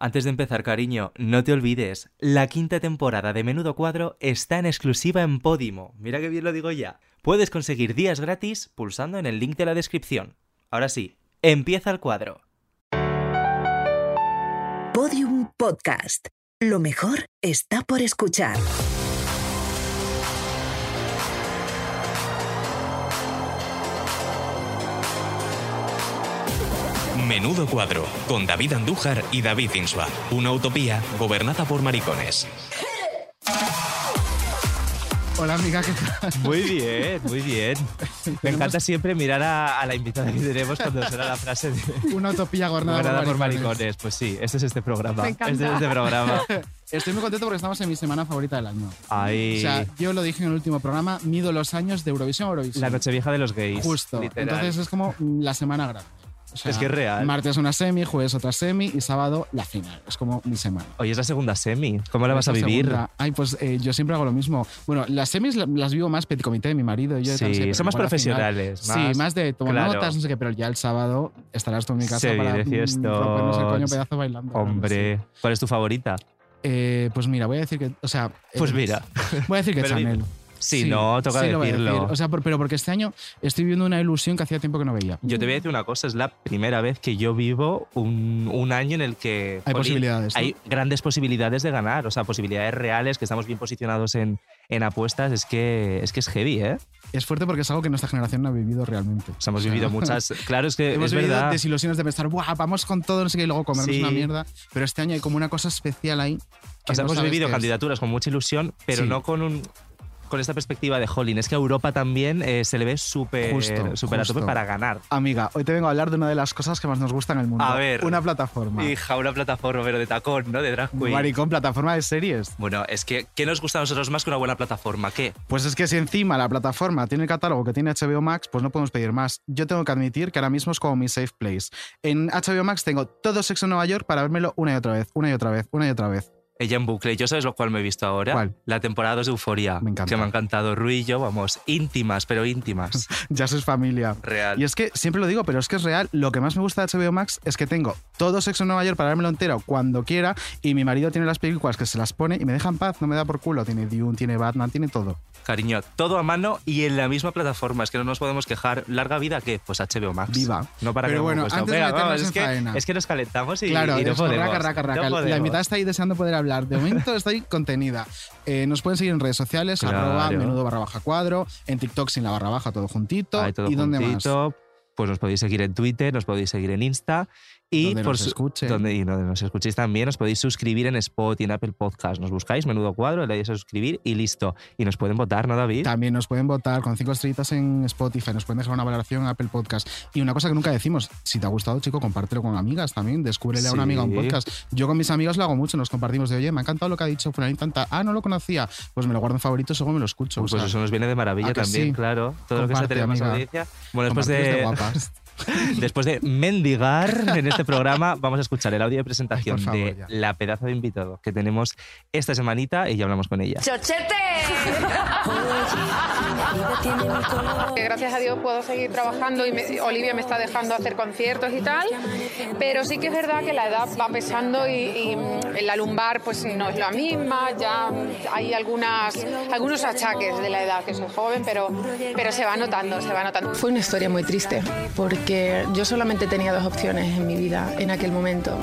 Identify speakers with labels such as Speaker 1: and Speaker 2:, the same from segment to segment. Speaker 1: Antes de empezar, cariño, no te olvides, la quinta temporada de Menudo Cuadro está en exclusiva en Podimo. Mira que bien lo digo ya. Puedes conseguir días gratis pulsando en el link de la descripción. Ahora sí, empieza el cuadro.
Speaker 2: Podium Podcast. Lo mejor está por escuchar.
Speaker 3: Menudo cuadro, con David Andújar y David Insua. Una utopía gobernada por maricones.
Speaker 4: Hola amiga, ¿qué tal?
Speaker 1: Muy bien, muy bien. Me encanta siempre mirar a, a la invitada que tenemos cuando suena la frase de
Speaker 4: Una utopía gobernada,
Speaker 1: gobernada por
Speaker 4: maricones.
Speaker 1: maricones. Pues sí, este es este programa.
Speaker 5: Me
Speaker 1: Este
Speaker 5: encanta.
Speaker 1: es este programa.
Speaker 4: Estoy muy contento porque estamos en mi semana favorita del año.
Speaker 1: Ay,
Speaker 4: O sea, yo lo dije en el último programa, mido los años de Eurovisión a Eurovisión.
Speaker 1: la nochevieja de los gays.
Speaker 4: Justo.
Speaker 1: literal.
Speaker 4: Entonces es como mm, la semana grande. O sea,
Speaker 1: Es que es real.
Speaker 4: Martes una semi, jueves otra semi y sábado la final. Es como mi semana.
Speaker 1: Hoy es la segunda semi. ¿Cómo la vas a
Speaker 4: Esta
Speaker 1: vivir?
Speaker 4: segunda- Ay, pues eh, yo siempre hago lo mismo. Bueno, las semis la- las vivo más petit comité de mi marido. y Yo y tal,
Speaker 1: Sí,
Speaker 4: pero
Speaker 1: son más
Speaker 4: luego la final-
Speaker 1: profesionales, más-
Speaker 4: sí, más de tomar
Speaker 1: claro.
Speaker 4: notas, no sé qué, pero ya el sábado estarás tú en mi casa
Speaker 1: Se
Speaker 4: para
Speaker 1: viene
Speaker 4: mm,
Speaker 1: fiestón.
Speaker 4: rompernos el coño pedazo bailando. claro que sí.
Speaker 1: Hombre, ¿cuál es tu favorita?
Speaker 4: Eh, pues mira, voy a decir que. O sea.
Speaker 1: Pues
Speaker 4: eh,
Speaker 1: mira,
Speaker 4: Voy a decir que
Speaker 1: Pero di-
Speaker 4: Chanel.
Speaker 1: si no, toca
Speaker 4: sí lo voy a
Speaker 1: decirlo.
Speaker 4: decir. O sea, por- pero porque este año estoy viviendo una ilusión que hacía tiempo que no veía.
Speaker 1: Yo te voy a decir una cosa, es la primera vez que yo vivo un, un año en el que
Speaker 4: Hay posibilidades, ¿no?
Speaker 1: hay grandes posibilidades de ganar, o sea, posibilidades reales, que estamos bien posicionados en, en apuestas, es que, es que es heavy, ¿eh?
Speaker 4: Es fuerte porque es algo que nuestra generación no ha vivido realmente.
Speaker 1: O sea, Pues hemos
Speaker 4: O sea,
Speaker 1: vivido muchas... Claro, es que es
Speaker 4: Hemos vivido
Speaker 1: verdad.
Speaker 4: desilusiones de pensar, Buah, vamos con todo, no sé qué, y luego comernos
Speaker 1: Sí.
Speaker 4: una mierda. Pero este año hay como una cosa especial ahí. que
Speaker 1: O sea,
Speaker 4: no
Speaker 1: hemos
Speaker 4: sabes
Speaker 1: vivido
Speaker 4: qué es.
Speaker 1: candidaturas con mucha ilusión, pero
Speaker 4: Sí.
Speaker 1: no con un con esta perspectiva de Jolín. Es que a Europa también eh, se le ve súper
Speaker 4: Justo,
Speaker 1: súper a tope
Speaker 4: justo.
Speaker 1: para ganar.
Speaker 4: Amiga, hoy te vengo a hablar de una de las cosas que más nos gusta en el mundo.
Speaker 1: A ver.
Speaker 4: Una plataforma.
Speaker 1: Hija, una plataforma, pero de tacón, ¿no? De drag queen.
Speaker 4: Maricón, plataforma de series.
Speaker 1: Bueno, es que, ¿qué nos gusta a nosotros más que una buena plataforma? ¿Qué?
Speaker 4: Pues es que si encima la plataforma tiene el catálogo que tiene HBO Max, pues no podemos pedir más. Yo tengo que admitir que ahora mismo es como mi safe place. En HBO Max tengo todo Sexo en Nueva York para vérmelo una y otra vez, una y otra vez, una y otra vez.
Speaker 1: Ella en bucle. ¿Yo sabes lo cual me he visto ahora?
Speaker 4: ¿Cuál?
Speaker 1: La temporada 2 de Euforia.
Speaker 4: Me encanta.
Speaker 1: Que me ha encantado. Rui y yo, vamos, íntimas, pero íntimas.
Speaker 4: Ya sois familia.
Speaker 1: Real.
Speaker 4: Y es que siempre lo digo, pero es que es real. Lo que más me gusta de HBO Max es que tengo todo Sexo en Nueva York para vérmelo entero cuando quiera y mi marido tiene las películas que se las pone y me deja en paz, no me da por culo. Tiene Dune, tiene Batman, tiene todo.
Speaker 1: Cariño, todo a mano y en la misma plataforma. Es que no nos podemos quejar. ¿larga vida qué? Pues HBO Max.
Speaker 4: Viva.
Speaker 1: No para
Speaker 4: Pero
Speaker 1: que
Speaker 4: bueno, antes de meternos
Speaker 1: es,
Speaker 4: en
Speaker 1: que,
Speaker 4: faena.
Speaker 1: es que nos calentamos y,
Speaker 4: Claro,
Speaker 1: y no
Speaker 4: es
Speaker 1: podemos.
Speaker 4: raca, raca,
Speaker 1: No
Speaker 4: raca. La
Speaker 1: podemos.
Speaker 4: mitad está ahí deseando poder hablar. De momento estoy contenida. Eh, nos pueden seguir en redes sociales,
Speaker 1: Claro.
Speaker 4: arroba menudo barra baja cuadro, en TikTok sin la barra baja, todo juntito.
Speaker 1: Ahí todo
Speaker 4: ¿Y dónde más?
Speaker 1: juntito. Pues nos podéis seguir en Twitter, nos podéis seguir en Insta y
Speaker 4: Donde
Speaker 1: por
Speaker 4: nos
Speaker 1: su-
Speaker 4: escuchen.
Speaker 1: donde, y donde nos escuchéis también, os podéis suscribir en Spot y en Apple Podcast. Nos buscáis menudo cuadro, le dais a suscribir y listo. Y nos pueden votar, ¿no, David?
Speaker 4: También nos pueden votar con cinco estrellitas en Spotify, nos pueden dejar una valoración en Apple Podcast. Y una cosa que nunca decimos, si te ha gustado, chico, compártelo con amigas también. Descúbrele a una
Speaker 1: Sí.
Speaker 4: amiga un podcast. Yo con mis amigas lo hago mucho, nos compartimos de, oye, me ha encantado lo que ha dicho Fulanita, tanta. Ah, no lo conocía. Pues me lo guardo en favoritos según me lo escucho.
Speaker 1: Uy,
Speaker 4: O
Speaker 1: pues
Speaker 4: sea,
Speaker 1: eso nos viene de maravilla
Speaker 4: ¿a Ah, que
Speaker 1: también,
Speaker 4: sí?
Speaker 1: claro. Todo lo que sea
Speaker 4: Comparte,
Speaker 1: tener más
Speaker 4: amiga.
Speaker 1: audiencia. Bueno, después
Speaker 4: compartidos de
Speaker 1: de,
Speaker 4: guapas.
Speaker 1: después de mendigar en este programa, vamos a escuchar el audio de presentación
Speaker 4: Ay, por favor,
Speaker 1: de
Speaker 4: ya.
Speaker 1: la pedazo de invitado que tenemos esta semanita y ya hablamos con ella.
Speaker 6: Que gracias a Dios puedo seguir trabajando y me- Olivia me está dejando hacer conciertos y tal, pero sí que es verdad que la edad va pesando y, y, mm, la lumbar pues no es la misma, ya mm, hay algunas, algunos achaques de la edad que soy joven, pero, pero se va notando, se va notando.
Speaker 5: Fue una historia muy triste porque yo solamente tenía dos opciones en mi vida en aquel momento.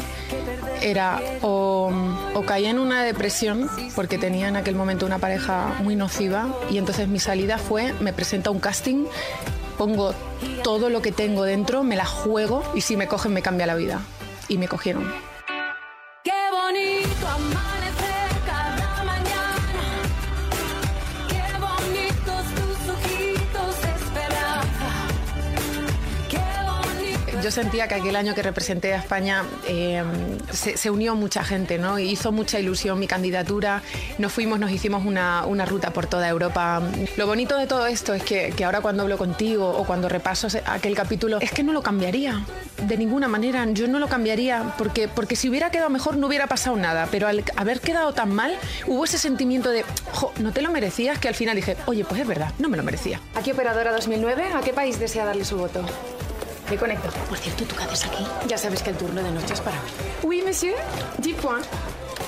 Speaker 5: Era o, o caía en una depresión porque tenía en aquel momento una pareja muy nociva y entonces mi salida fue me presenta un casting, pongo todo lo que tengo dentro, me la juego y si me cogen me cambia la vida. Y me cogieron.
Speaker 7: Qué bonito amanecer cada mañana. Qué bonitos tus ojitos de esperanza. Qué bonito.
Speaker 5: Yo sentía que aquel año que representé a España eh, se, se unió mucha gente, ¿no? Y hizo mucha ilusión mi candidatura. Nos fuimos, nos hicimos una, una ruta por toda Europa. Lo bonito de todo esto es que, que ahora cuando hablo contigo o cuando repaso ese- aquel capítulo, es que no lo cambiaría. De ninguna manera, yo no lo cambiaría porque, porque si hubiera quedado mejor no hubiera pasado nada. Pero al haber quedado tan mal, hubo ese sentimiento de, jo, no te lo merecías, que al final dije, oye, pues es verdad, no me lo merecía.
Speaker 8: ¿A qué operadora 2009? ¿A qué país desea darle su voto?
Speaker 9: Me conecto.
Speaker 10: Por cierto, ¿tú qué haces aquí?
Speaker 9: Ya sabes que el turno de noche es para mí. Oui, monsieur. Dix points.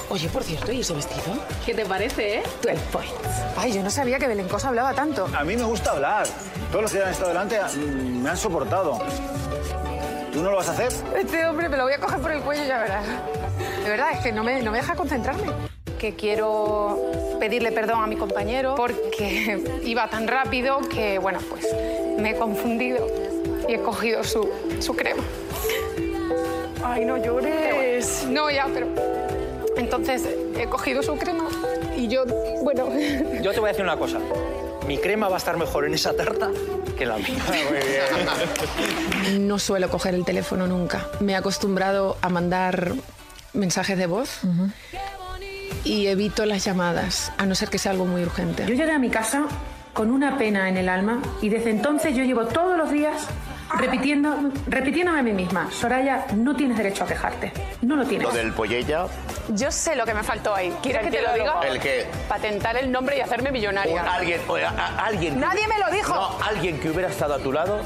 Speaker 10: Oye, por cierto, ¿y ese vestido?
Speaker 9: ¿Qué te parece, eh? 12 points. Ay, yo no sabía que Belén Cosa hablaba tanto.
Speaker 11: A mí me gusta hablar. Todos los que han estado delante mm, me han soportado. ¿Tú no lo vas a hacer?
Speaker 9: Este hombre me lo voy a coger por el cuello, ya verás. De verdad, es que no me, no me deja concentrarme.
Speaker 12: que quiero pedirle perdón a mi compañero porque iba tan rápido que, bueno, pues me he confundido y he cogido su, su crema.
Speaker 9: Ay, no llores.
Speaker 12: No, ya, pero... Entonces he cogido su crema y yo, bueno,
Speaker 3: Yo te voy a decir una cosa. Mi crema va a estar mejor en esa tarta que en la mía.
Speaker 9: No suelo coger el teléfono nunca. Me he acostumbrado a mandar mensajes de voz y evito las llamadas, a no ser que sea algo muy urgente.
Speaker 13: Yo llegué a mi casa con una pena en el alma y desde entonces yo llevo todos los días repitiendo, repitiéndome a mí misma, Soraya, no tienes derecho a quejarte, no lo tienes.
Speaker 14: Lo del pollella,
Speaker 12: yo sé lo que me faltó ahí. ¿Quieres que te lo diga?
Speaker 14: ¿El qué?
Speaker 12: Patentar el nombre y hacerme
Speaker 14: un-
Speaker 12: millonaria.
Speaker 14: alguien, o a- a- alguien que-
Speaker 12: Nadie me lo dijo.
Speaker 14: No, alguien que hubiera estado a tu lado,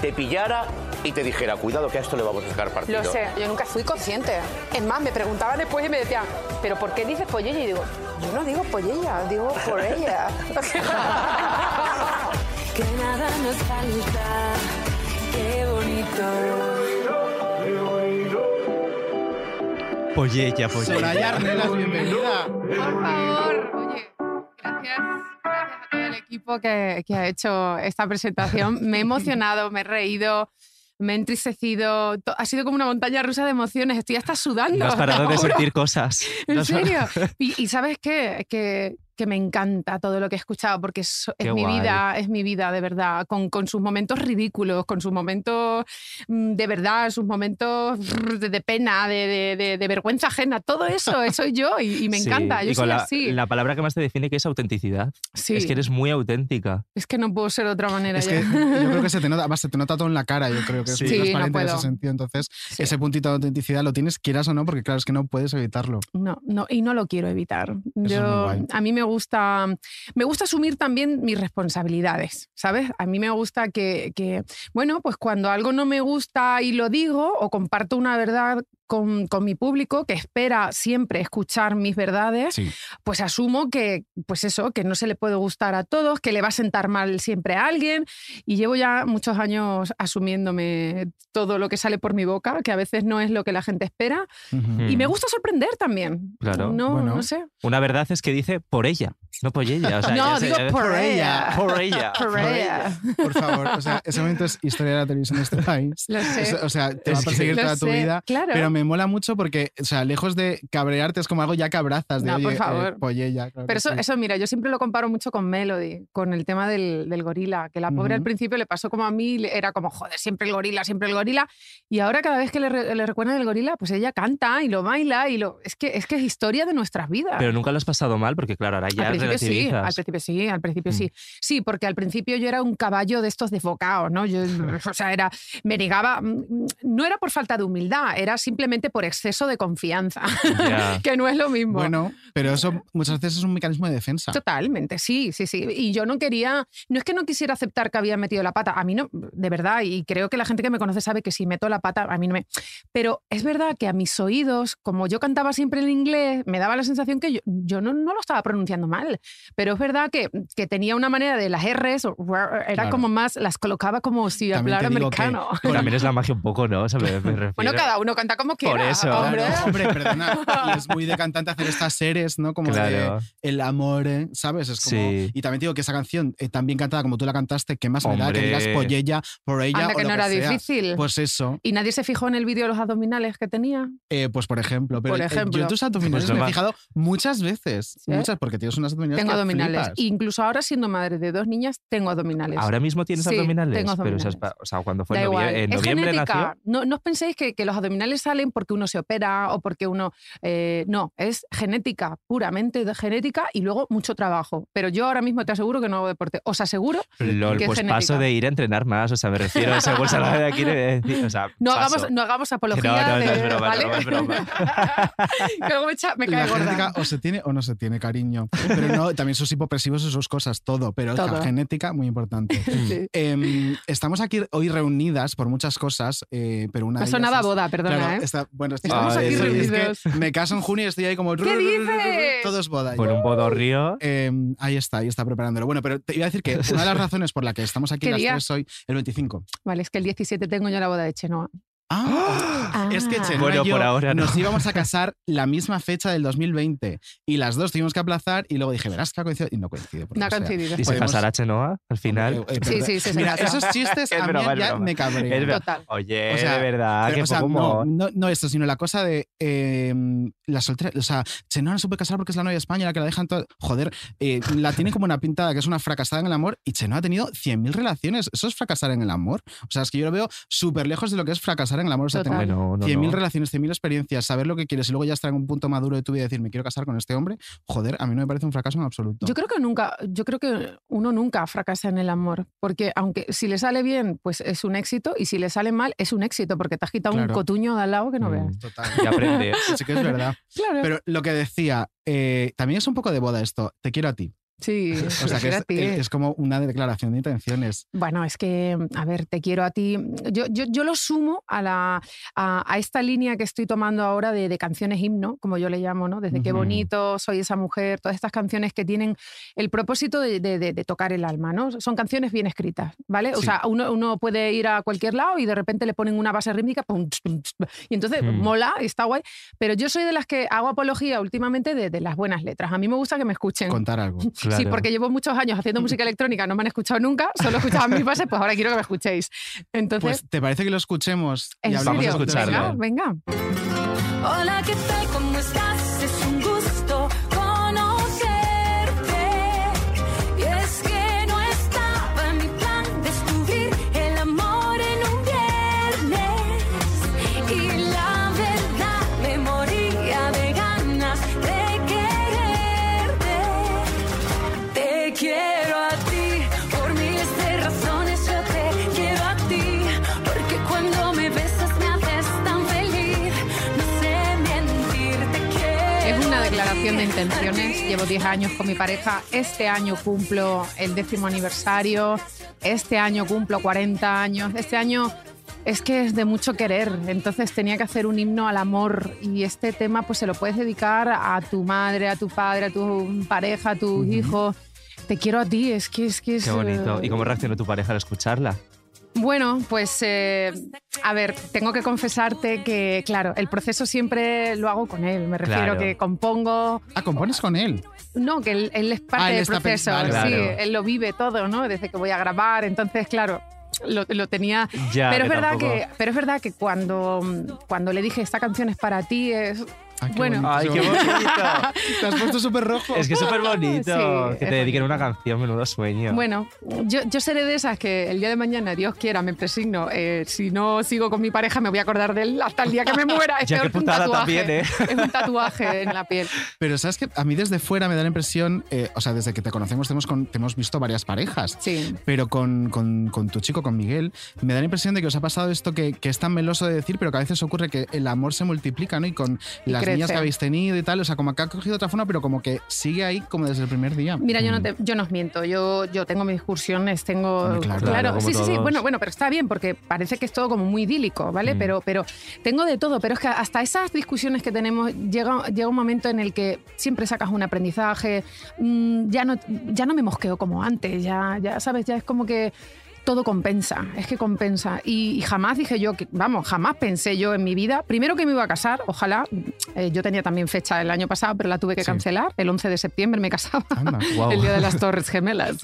Speaker 14: te pillara y te dijera, cuidado que a esto le vamos a sacar partido.
Speaker 12: Lo sé, yo nunca fui consciente. Es más, me preguntaban después y me decían, ¿pero por qué dices pollella? Y digo, yo no digo pollella, digo por ella.
Speaker 7: Que nada nos falta, qué bonito.
Speaker 1: Oye, ya, oye.
Speaker 4: Soraya Arnelas, bienvenida.
Speaker 5: Por favor, oye, gracias, gracias a todo el equipo que, que ha hecho esta presentación. Me he emocionado, me he reído, me he entristecido. To- Ha sido como una montaña rusa de emociones. Estoy hasta sudando.
Speaker 1: No has parado
Speaker 5: te
Speaker 1: de
Speaker 5: juro.
Speaker 1: sentir cosas. No
Speaker 5: En
Speaker 1: has-
Speaker 5: serio. Y, y sabes qué? Que, que me encanta todo lo que he escuchado porque es, es
Speaker 1: Qué
Speaker 5: mi
Speaker 1: guay.
Speaker 5: vida, es mi vida, de verdad. Con, con sus momentos ridículos, con sus momentos mm, de verdad, sus momentos brr, de, de pena, de, de- de- de vergüenza ajena. Todo eso eh, soy yo y, y me
Speaker 1: Sí,
Speaker 5: encanta. Yo
Speaker 1: y con
Speaker 5: soy
Speaker 1: la,
Speaker 5: así.
Speaker 1: la palabra que más te define que es autenticidad.
Speaker 5: Sí.
Speaker 1: Es que eres muy auténtica.
Speaker 5: Es que no puedo ser de otra manera
Speaker 4: Es
Speaker 5: ya.
Speaker 4: que yo creo que se te nota, además se te nota todo en la cara, yo creo que es
Speaker 1: Sí.
Speaker 4: muy
Speaker 1: Sí, no
Speaker 4: transparente en
Speaker 5: puedo.
Speaker 4: ese sentido. Entonces,
Speaker 5: Sí.
Speaker 4: ese puntito de autenticidad lo tienes, quieras o no, porque claro, es que no puedes evitarlo.
Speaker 5: No, no, y no lo quiero evitar.
Speaker 4: es muy
Speaker 5: Yo,
Speaker 4: guay.
Speaker 5: a mí me gusta, me gusta asumir también mis responsabilidades, ¿sabes? A mí me gusta que, que, bueno, pues cuando algo no me gusta y lo digo o comparto una verdad con, con mi público que espera siempre escuchar mis verdades,
Speaker 4: Sí.
Speaker 5: pues asumo que, pues eso, que no se le puede gustar a todos, que le va a sentar mal siempre a alguien. Y llevo ya muchos años asumiéndome todo lo que sale por mi boca, que a veces no es lo que la gente espera.
Speaker 4: Ujú.
Speaker 5: Y me
Speaker 1: Mm.
Speaker 5: gusta sorprender también.
Speaker 1: Claro.
Speaker 5: No,
Speaker 4: Bueno.
Speaker 5: no sé.
Speaker 1: Una verdad es que dice por ella, no por ella. o sea,
Speaker 5: No,
Speaker 1: ya sé,
Speaker 5: digo
Speaker 1: ya-
Speaker 5: por ella.
Speaker 1: Por
Speaker 4: Ah,
Speaker 1: ella.
Speaker 5: Correa.
Speaker 4: Por favor, o sea, ese momento es historia de la televisión de este país.
Speaker 5: Lo sé.
Speaker 4: O sea- O sea, te
Speaker 1: Es
Speaker 4: va a
Speaker 1: que-
Speaker 4: perseguir
Speaker 5: Lo
Speaker 4: toda tu
Speaker 5: sé,
Speaker 4: vida.
Speaker 5: claro.
Speaker 4: Pero me mola mucho porque, o sea, lejos de cabrearte, es como algo ya que abrazas. De,
Speaker 5: No,
Speaker 4: oye,
Speaker 5: por
Speaker 4: eh,
Speaker 5: favor.
Speaker 4: pollella, claro
Speaker 5: Pero
Speaker 4: que
Speaker 5: eso,
Speaker 4: sí.
Speaker 5: eso, mira, yo siempre lo comparo mucho con Melody, con el tema del, del gorila, que la pobre al
Speaker 4: Ujú.
Speaker 5: principio le pasó como a mí, le- era como, joder, siempre el gorila, siempre el gorila. Y ahora cada vez que le, re- le recuerdan el gorila, pues ella canta y lo baila y lo... Es que es, que es historia de nuestras vidas.
Speaker 1: Pero nunca lo has pasado mal, porque claro, ahora ya
Speaker 5: al principio sí,
Speaker 1: relativizas.
Speaker 5: al principio sí, al principio
Speaker 1: Mm.
Speaker 5: sí. Sí, porque al principio yo era un caballo de estos desbocados, ¿no? Yo, o sea, era, me negaba, mm, no era por falta de humildad, era simplemente por exceso de confianza,
Speaker 1: Ya.
Speaker 5: que no es lo mismo.
Speaker 4: Bueno, pero eso muchas veces es un mecanismo de defensa.
Speaker 5: Totalmente, sí, sí, sí. Y yo no quería, no es que no quisiera aceptar que había metido la pata, a mí no, de verdad, y creo que la gente que me conoce sabe que si meto la pata, a mí no me... Pero es verdad que a mis oídos, como yo cantaba siempre en inglés, me daba la sensación que yo, yo no, no lo estaba pronunciando mal, pero es verdad que, que tenía una manera de las Rs, o era
Speaker 4: Claro.
Speaker 5: como más, las colocaba como si
Speaker 4: También
Speaker 5: hablara
Speaker 4: te digo que-
Speaker 5: americano.
Speaker 1: Pero También es la magia un poco, ¿no? O sea, me- me
Speaker 5: Bueno,
Speaker 1: refiero.
Speaker 5: cada uno canta como quiera.
Speaker 1: eso,
Speaker 4: Claro,
Speaker 5: hombre.
Speaker 4: hombre, perdona. Y es muy de cantante hacer estas series, ¿no? Como de
Speaker 1: Claro.
Speaker 4: el amor, ¿eh? ¿sabes? Es como...
Speaker 1: Sí.
Speaker 4: Y también te digo que esa canción, eh, tan bien cantada como tú la cantaste, que más me da que
Speaker 1: Hombre.
Speaker 4: digas por ella, por ella
Speaker 5: Anda,
Speaker 4: o
Speaker 5: que
Speaker 4: lo
Speaker 5: no era
Speaker 4: sea.
Speaker 5: difícil.
Speaker 4: Pues eso,
Speaker 5: Y nadie se fijó en el vídeo de los abdominales que tenía.
Speaker 4: eh, pues por ejemplo. Pero
Speaker 5: Por
Speaker 4: eh,
Speaker 5: ejemplo.
Speaker 4: yo tus abdominales
Speaker 1: Pues lo
Speaker 4: me he
Speaker 1: más-
Speaker 4: fijado muchas veces.
Speaker 5: ¿Sí?
Speaker 4: Muchas, porque tienes unas abdominales
Speaker 5: Tengo
Speaker 4: que
Speaker 5: abdominales.
Speaker 4: flipas.
Speaker 5: Incluso ahora siendo madre de dos niñas, tengo abdominales.
Speaker 1: Ahora pues mismo tienes
Speaker 5: Sí,
Speaker 1: abdominales.
Speaker 5: tengo
Speaker 1: Pero esas
Speaker 5: abdominales.
Speaker 1: pa- o sea, cuando fue
Speaker 5: Da
Speaker 1: en novie-
Speaker 5: igual.
Speaker 1: ¿eh? en
Speaker 5: es
Speaker 1: noviembre nació.
Speaker 5: genética. No, no os penséis que, que los abdominales salen porque uno se opera o porque uno... eh, no, es genética, puramente de genética y luego mucho trabajo. Pero yo ahora mismo te aseguro que no hago deporte. Os aseguro...
Speaker 1: Lol,
Speaker 5: que es
Speaker 1: pues paso
Speaker 5: genética.
Speaker 1: de ir a entrenar más, o sea, pues me refiero según se habla de aquí. de decir, o sea,
Speaker 5: No
Speaker 1: paso.
Speaker 5: hagamos, no hagamos
Speaker 1: Que
Speaker 5: apología
Speaker 1: no, no,
Speaker 5: de...
Speaker 1: no, es broma,
Speaker 5: ¿vale?
Speaker 1: no, es broma.
Speaker 5: que luego me, echa- me
Speaker 4: La
Speaker 5: cae gorda.
Speaker 4: genética o se tiene o no se tiene, cariño. Pero no no, también sus hipopresivos y sus cosas, todo, pero
Speaker 5: Todo.
Speaker 4: la genética, muy importante.
Speaker 1: mm,
Speaker 5: Sí.
Speaker 4: Em, estamos aquí hoy reunidas por muchas cosas, eh, pero una
Speaker 5: Me
Speaker 4: de
Speaker 5: sonaba
Speaker 4: ellas es-
Speaker 5: boda, perdona, ¿eh?
Speaker 4: está- bueno, estoy-
Speaker 5: Estamos
Speaker 4: Ay,
Speaker 5: aquí
Speaker 4: sí, es que
Speaker 5: reunidos.
Speaker 4: me caso en junio y estoy ahí como...
Speaker 5: ¿Qué dices?
Speaker 4: Todo es boda.
Speaker 1: Por un bodorrio.
Speaker 4: Em, ahí está, ahí está preparándolo. Bueno, pero te iba a decir que una de las razones por la que estamos aquí
Speaker 5: ¿Qué
Speaker 4: las
Speaker 5: día?
Speaker 4: tres hoy, el 25.
Speaker 5: Vale, es que el 17 tengo yo la boda de Chenoa.
Speaker 4: Ah, Es que Chenoa
Speaker 1: Bueno,
Speaker 4: y yo
Speaker 1: por ahora no.
Speaker 4: nos íbamos a casar la misma fecha del 2020 y las dos tuvimos que aplazar y luego dije, verás que ha coincidido. Y no coincide. por lo
Speaker 5: No ha
Speaker 4: que sea.
Speaker 5: coincidido.
Speaker 1: ¿Y se
Speaker 4: Podemos-
Speaker 1: casará Chenoa al final?
Speaker 4: eh, Sí, perdón. sí, sí, se Mira, casará. esos chistes a mí ya me cabrean.
Speaker 1: Es ver-
Speaker 4: Total.
Speaker 1: Oye,
Speaker 4: O sea,
Speaker 1: de verdad,
Speaker 4: pero,
Speaker 1: qué
Speaker 4: o sea,
Speaker 1: poco
Speaker 4: no,
Speaker 1: humor.
Speaker 4: no, no esto, sino la cosa de eh, la soltera. O sea, Chenoa no se puede casar porque es la novia de España, la que la dejan todo. Joder, eh, la tiene como una pintada que es una fracasada en el amor y Chenoa ha tenido 100.000 relaciones. Eso es fracasar en el amor. O sea, es que yo lo veo súper lejos de lo que es fracasar en el amor. O sea,
Speaker 1: Total.
Speaker 4: tener
Speaker 1: Bueno, no,
Speaker 4: 100.000
Speaker 1: no.
Speaker 4: relaciones, 100.000 experiencias, saber lo que quieres y luego ya estar en un punto maduro de tu vida y decir, me quiero casar con este hombre. Joder, a mí no me parece un fracaso en absoluto.
Speaker 5: Yo creo que nunca, yo creo que uno nunca fracasa en el amor, porque aunque si le sale bien, pues es un éxito, y si le sale mal, es un éxito, porque te has quitado
Speaker 4: Claro.
Speaker 5: un cotuño de al lado que no veas.
Speaker 4: Total.
Speaker 1: Y aprender.
Speaker 4: Sí que es verdad.
Speaker 5: Claro.
Speaker 4: Pero lo que decía, eh, también es un poco de boda esto. Te quiero a ti.
Speaker 5: Sí,
Speaker 4: O sea, que es,
Speaker 5: gratis.
Speaker 4: es como una declaración de intenciones.
Speaker 5: Bueno, es que, mm, a ver, te quiero a ti. mm, Yo, yo, yo lo sumo a, la, a, a esta línea que estoy tomando ahora de, de canciones himno, como yo le llamo, ¿no? Desde qué
Speaker 15: Ujú.
Speaker 5: bonito, soy esa mujer, todas estas canciones que tienen el propósito de, de- de- de tocar el alma, ¿no? Son canciones bien escritas, ¿vale? O
Speaker 15: Sí.
Speaker 5: sea, uno, uno puede ir a cualquier lado y de repente le ponen una base rítmica pum, ts, pum, ts, y entonces
Speaker 15: Mm.
Speaker 5: mola, está guay. Pero yo soy de las que hago apología últimamente de, de las buenas letras. A mí me gusta que me escuchen.
Speaker 4: Contar algo.
Speaker 5: Sí, porque llevo muchos años haciendo música electrónica, no me han escuchado nunca, solo escuchaban mis bases, pues ahora quiero que me escuchéis. Entonces,
Speaker 4: Pues, ¿te parece que lo escuchemos?
Speaker 1: Pues,
Speaker 5: en
Speaker 4: hablamos
Speaker 5: serio,
Speaker 4: de este esto?
Speaker 5: venga, venga.
Speaker 7: Hola, ¿qué tal? ¿Cómo estás? Es un gusto conocerte. Y es que no estaba en mi plan descubrir el amor en un viernes. Y la verdad me moría de ganas de quererte. Te quiero a ti, por miles de razones yo te quiero a ti, porque cuando me besas me haces tan feliz, no sé mentir, te quiero.
Speaker 5: Es una
Speaker 7: a
Speaker 5: declaración de
Speaker 7: ti, a
Speaker 5: intenciones.
Speaker 7: ti.
Speaker 5: Llevo 10 años con mi pareja. Este año cumplo el décimo aniversario. Este año cumplo 40 años. Este año es que es de mucho querer. Entonces tenía que hacer un himno al amor. Y este tema pues se lo puedes dedicar a tu madre, a tu padre, a tu pareja, a tus hijos. Te quiero a ti. Es que es que es...
Speaker 1: Qué bonito.
Speaker 5: eh,
Speaker 1: ¿Y cómo reaccionó tu pareja al escucharla?
Speaker 5: bueno, pues eh, a ver, tengo que confesarte que, claro, el proceso siempre lo hago con él. Me refiero
Speaker 1: Claro.
Speaker 5: que compongo.
Speaker 4: Ah, compones con él.
Speaker 5: No, que él, él es parte
Speaker 4: Ah, él
Speaker 5: del
Speaker 4: está
Speaker 5: proceso.
Speaker 4: pensando,
Speaker 5: Sí,
Speaker 4: claro.
Speaker 5: él lo vive todo, ¿no? Desde que voy a grabar. Entonces, claro, lo, lo tenía.
Speaker 1: Ya, que
Speaker 5: pero, es verdad
Speaker 1: tampoco-
Speaker 5: que, pero es verdad que cuando, cuando le dije esta canción es para ti, es.
Speaker 4: Ah, qué
Speaker 5: bueno,
Speaker 1: bonito, Ay, qué
Speaker 4: Te has puesto súper rojo.
Speaker 1: Es que es súper bonito
Speaker 5: Sí,
Speaker 1: que
Speaker 5: es
Speaker 1: te dediquen una canción, menudo sueño.
Speaker 5: Bueno, yo, yo seré de esas que el día de mañana, Dios quiera, me presigno. eh, si no sigo con mi pareja, me voy a acordar de él hasta el día que me muera. Es
Speaker 4: Ya,
Speaker 5: peor
Speaker 4: qué
Speaker 5: que un
Speaker 4: putada
Speaker 5: tatuaje.
Speaker 4: también, ¿eh?
Speaker 5: Es un tatuaje en la piel.
Speaker 4: Pero sabes que a mí desde fuera me da la impresión, eh, o sea, desde que te conocemos te hemos, con- te hemos visto varias parejas.
Speaker 5: Sí.
Speaker 4: Pero con, con- con tu chico, con Miguel, me da la impresión de que os ha pasado esto que, que es tan meloso de decir, pero que a veces ocurre que el amor se multiplica, ¿no? Y con
Speaker 5: Y
Speaker 4: las
Speaker 5: crece.
Speaker 4: niñas que habéis tenido y tal, o sea, como que ha cogido otra forma, pero como que sigue ahí como desde el primer día.
Speaker 5: Mira, yo no, te- yo no os miento, yo, yo tengo mis excursiones, tengo...
Speaker 4: Hombre, Mm. Ah, claro. Claro, como
Speaker 5: sí, sí, sí,
Speaker 4: todos.
Speaker 5: bueno, bueno, pero está bien porque parece que es todo como muy idílico, ¿vale?
Speaker 4: Mm.
Speaker 5: Pero, pero tengo de todo, pero es que hasta esas discusiones que tenemos llega, llega un momento en el que siempre sacas un aprendizaje, mm, ya, no, ya no me mosqueo como antes, ya, ya sabes, ya es como que... Todo compensa, es que compensa. Y, y jamás dije yo, que, vamos, jamás pensé yo en mi vida, primero que me iba a casar, ojalá, eh, yo tenía también fecha el año pasado, pero la tuve que
Speaker 15: Sí.
Speaker 5: cancelar, el 11 de septiembre me casaba.
Speaker 15: Guau.
Speaker 5: el día de las Torres Gemelas.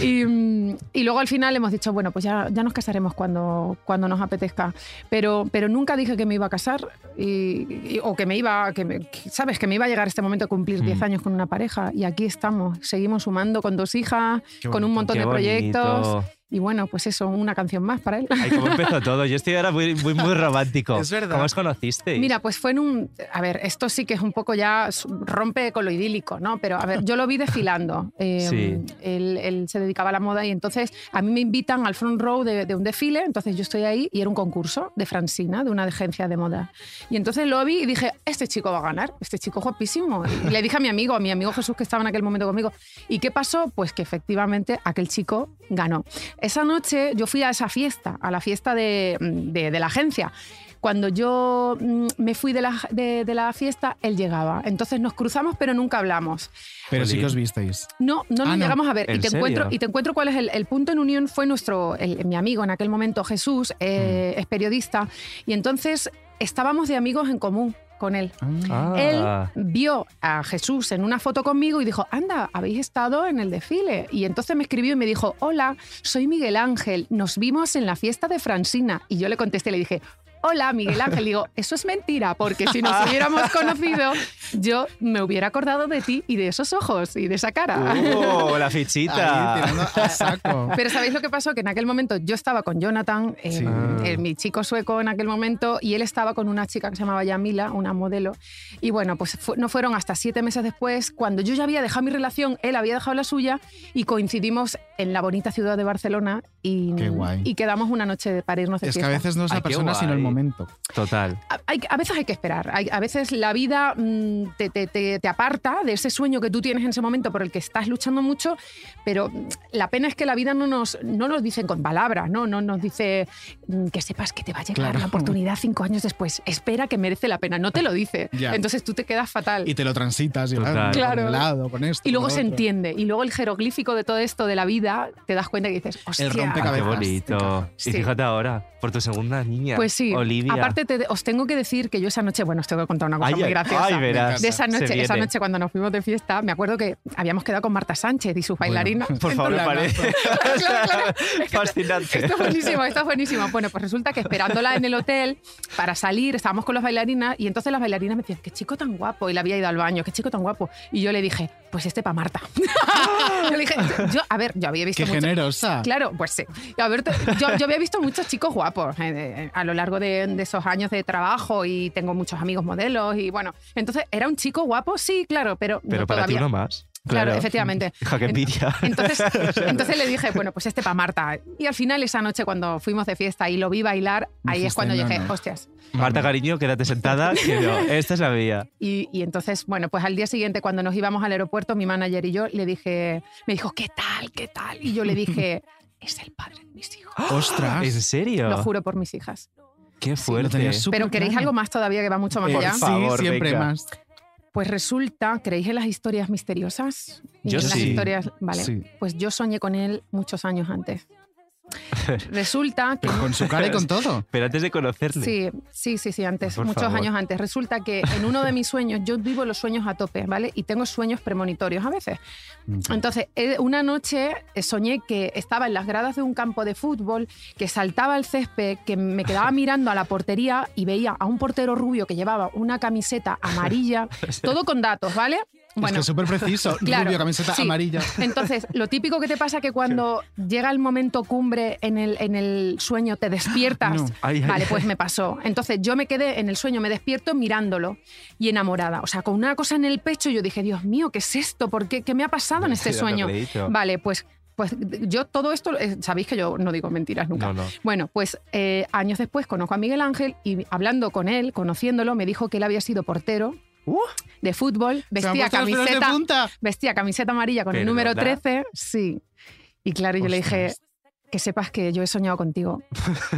Speaker 5: Y, mm, y luego al final hemos dicho, bueno, pues ya, ya nos casaremos cuando, cuando nos apetezca. Pero, pero nunca dije que me iba a casar y- y- o que me iba, que me- que, ¿sabes? Que me iba a llegar este momento de cumplir
Speaker 15: Mm.
Speaker 5: 10 años con una pareja. Y aquí estamos, seguimos sumando con dos hijas,
Speaker 15: Qué
Speaker 5: con
Speaker 15: bonito.
Speaker 5: un montón
Speaker 15: Qué
Speaker 5: de proyectos.
Speaker 15: bonito.
Speaker 5: Y bueno, pues eso, una canción más para él.
Speaker 1: Ay, cómo empezó todo. Yo estoy ahora muy, muy, muy romántico.
Speaker 4: Es verdad.
Speaker 1: ¿Cómo os conocisteis?
Speaker 5: Mira, pues fue en un. A ver, esto sí que es un poco ya. s- rompe con lo idílico, ¿no? Pero a ver, yo lo vi desfilando. Eh,
Speaker 1: Sí.
Speaker 5: él, él se dedicaba a la moda y entonces a mí me invitan al front row de, de un desfile. Entonces yo estoy ahí y era un concurso de Francina, de una agencia de moda. Y entonces lo vi y dije, este chico va a ganar, este chico guapísimo. Y le dije a mi amigo, a mi amigo Jesús que estaba en aquel momento conmigo. ¿Y qué pasó? Pues que efectivamente aquel chico ganó. Esa noche yo fui a esa fiesta, a la fiesta de, de- de la agencia. Cuando yo mm, me fui de la, de- de la fiesta, él llegaba. Entonces nos cruzamos, pero nunca hablamos.
Speaker 4: Pero sí
Speaker 1: Jolín.
Speaker 4: que os visteis.
Speaker 5: No, no nos
Speaker 4: Ah, no.
Speaker 5: llegamos a ver. Y
Speaker 1: ¿En
Speaker 5: te,
Speaker 1: serio?
Speaker 5: encuentro, y te encuentro cuál es el, el punto en unión. Fue nuestro, el- mi amigo en aquel momento, Jesús, eh,
Speaker 1: Mm.
Speaker 5: es periodista. Y entonces estábamos de amigos en común con él.
Speaker 1: Ah.
Speaker 5: Él vio a Jesús en una foto conmigo y dijo, anda, habéis estado en el desfile. Y entonces me escribió y me dijo, hola, soy Miguel Ángel, nos vimos en la fiesta de Francina. Y yo le contesté, le dije... Hola, Miguel Ángel. Digo, eso es mentira, porque si nos hubiéramos conocido, yo me hubiera acordado de ti y de esos ojos y de esa cara.
Speaker 1: ¡Oh, la
Speaker 4: Ahí, tirando
Speaker 1: fichita!
Speaker 4: a saco.
Speaker 5: Pero ¿sabéis lo que pasó? Que en aquel momento yo estaba con Jonathan, eh,
Speaker 4: Sí. Ah.
Speaker 5: eh, mi chico sueco en aquel momento, y él estaba con una chica que se llamaba Yamila, una modelo. Y bueno, pues fu- no fueron hasta siete meses después, cuando yo ya había dejado mi relación, él había dejado la suya, y coincidimos en la bonita ciudad de Barcelona y,
Speaker 4: Qué guay.
Speaker 5: y quedamos una noche de- para irnos de
Speaker 4: Es que a
Speaker 5: fiesta.
Speaker 4: veces no es la
Speaker 1: Ay, qué
Speaker 4: persona, sino el
Speaker 1: guay.
Speaker 4: momento.
Speaker 1: Total. Ah,
Speaker 5: A- hay- a veces hay que esperar. Hay- a veces la vida mm, te, te- te- te aparta de ese sueño que tú tienes en ese momento por el que estás luchando mucho, pero mm, la pena es que la vida no nos, no nos dice con palabras, ¿no? no nos dice mm, que sepas que te va a llegar
Speaker 4: Claro.
Speaker 5: la oportunidad cinco años después. Espera que merece la pena. No te lo dice.
Speaker 4: Ya.
Speaker 5: Entonces tú te quedas fatal.
Speaker 4: Y te lo transitas y
Speaker 1: Total.
Speaker 4: ah,
Speaker 5: Claro.
Speaker 4: con un lado, con esto.
Speaker 5: Y luego
Speaker 4: con lo
Speaker 5: se
Speaker 4: otro.
Speaker 5: entiende. Y luego el jeroglífico de todo esto de la vida, te das cuenta que dices, hostia.
Speaker 4: rompecabezas.
Speaker 1: Ay, qué
Speaker 4: Cabezas,
Speaker 1: bonito.
Speaker 4: encaja.
Speaker 1: Y
Speaker 5: Sí.
Speaker 1: fíjate ahora, por tu segunda niña.
Speaker 5: Pues sí.
Speaker 1: Olivia.
Speaker 5: Aparte, te- os tengo que decir que yo esa noche, bueno, os tengo que contar una cosa
Speaker 1: Ay,
Speaker 5: muy
Speaker 1: ay,
Speaker 5: graciosa.
Speaker 1: ay, verás,
Speaker 5: de esa
Speaker 1: se
Speaker 5: noche, esa
Speaker 1: viene.
Speaker 5: noche cuando nos fuimos de fiesta, me acuerdo que habíamos quedado con Marta Sánchez y sus bailarinas.
Speaker 1: Por favor, me parece.
Speaker 5: Claro, claro, claro.
Speaker 1: Fascinante.
Speaker 5: Esto es buenísimo, esto es buenísimo. Bueno, pues resulta que esperándola en el hotel para salir, estábamos con las bailarinas y entonces las bailarinas me decían, qué chico tan guapo. Y le había ido al baño, qué chico tan guapo. Y yo le dije, pues este para Marta. yo le dije, yo, a ver, yo había visto
Speaker 4: Qué
Speaker 5: mucho-
Speaker 4: generosa.
Speaker 5: Claro, pues sí. A ver, te- yo, yo había visto muchos chicos guapos eh, de- a lo largo de, de esos años de trabajo y tengo muchos amigos modelos y bueno, entonces era un chico guapo, sí, claro, pero, no
Speaker 1: Pero para ti
Speaker 5: todavía.
Speaker 1: uno más.
Speaker 5: Claro, efectivamente.
Speaker 1: Hija, qué envidia.
Speaker 5: Entonces, entonces le dije, bueno, pues este para Marta. Y al final esa noche cuando fuimos de fiesta y lo vi bailar, ahí es
Speaker 4: Dijiste,
Speaker 5: cuando
Speaker 4: "No,
Speaker 5: dije,
Speaker 4: no".
Speaker 5: hostias.
Speaker 1: Marta, cariño, quédate sentada. Que no, esta es la mía.
Speaker 5: Y, y entonces, bueno, pues al día siguiente cuando nos íbamos al aeropuerto, mi manager y yo le dije, me dijo, ¿qué tal? ¿Qué tal? Y yo le dije, es el padre de mis hijos.
Speaker 1: ¡Ah!
Speaker 4: Ostras.
Speaker 1: ¿En serio?
Speaker 5: Ah, Lo juro por mis hijas.
Speaker 1: Qué
Speaker 4: Lo
Speaker 1: fuerte.
Speaker 4: tenías súper
Speaker 5: Pero queréis
Speaker 4: claro.
Speaker 5: algo más todavía que va mucho más
Speaker 1: Eh,
Speaker 5: allá.
Speaker 1: por favor.
Speaker 4: sí, siempre
Speaker 1: venga.
Speaker 4: más.
Speaker 5: Pues resulta, ¿creéis en las historias misteriosas? Y
Speaker 1: Yo
Speaker 5: en las
Speaker 1: sí.
Speaker 5: historias, vale.
Speaker 4: Sí.
Speaker 5: Pues yo soñé con él muchos años antes. Resulta que
Speaker 4: Pero con su cara y con todo.
Speaker 1: Pero antes de conocerle.
Speaker 5: Sí, sí, sí, sí,
Speaker 4: Ah,
Speaker 5: antes,
Speaker 1: Por
Speaker 5: muchos
Speaker 1: favor.
Speaker 5: años antes. Resulta que en uno de mis sueños, yo vivo los sueños a tope, ¿vale? Y tengo sueños premonitorios a veces. Entonces, eh, una noche eh, soñé que estaba en las gradas de un campo de fútbol, que saltaba el césped, que me quedaba mirando a la portería y veía a un portero rubio que llevaba una camiseta amarilla, todo con datos, ¿vale?
Speaker 4: es que es súper preciso.
Speaker 5: Claro,
Speaker 4: Rubio, camiseta
Speaker 5: sí.
Speaker 4: amarilla.
Speaker 5: Entonces, lo típico que te pasa que cuando llega el momento cumbre en el, en el sueño te despiertas.
Speaker 4: No.
Speaker 1: Ay, ay,
Speaker 5: Vale,
Speaker 1: ay.
Speaker 5: pues me pasó. Entonces yo me quedé en el sueño, me despierto mirándolo y enamorada. O sea, con una cosa en el pecho yo dije, Dios mío, ¿qué es esto? ¿Por qué, ¿Qué me ha pasado en este
Speaker 1: Estoy dando
Speaker 5: sueño?
Speaker 1: crédito.
Speaker 5: Vale, pues, pues yo todo esto, eh, sabéis que yo no digo mentiras nunca.
Speaker 1: No, no.
Speaker 5: Bueno, pues eh, años después conozco a Miguel Ángel y hablando con él, conociéndolo, me dijo que él había sido portero
Speaker 1: Uh.
Speaker 5: de fútbol,
Speaker 4: Se me han
Speaker 5: vestía
Speaker 4: puesto los pelos de
Speaker 5: camiseta,
Speaker 4: punta.
Speaker 5: vestía camiseta amarilla con el
Speaker 1: Pero,
Speaker 5: número
Speaker 1: ¿verdad?
Speaker 5: 13, sí. Y claro, yo le dije, que sepas que yo he soñado contigo.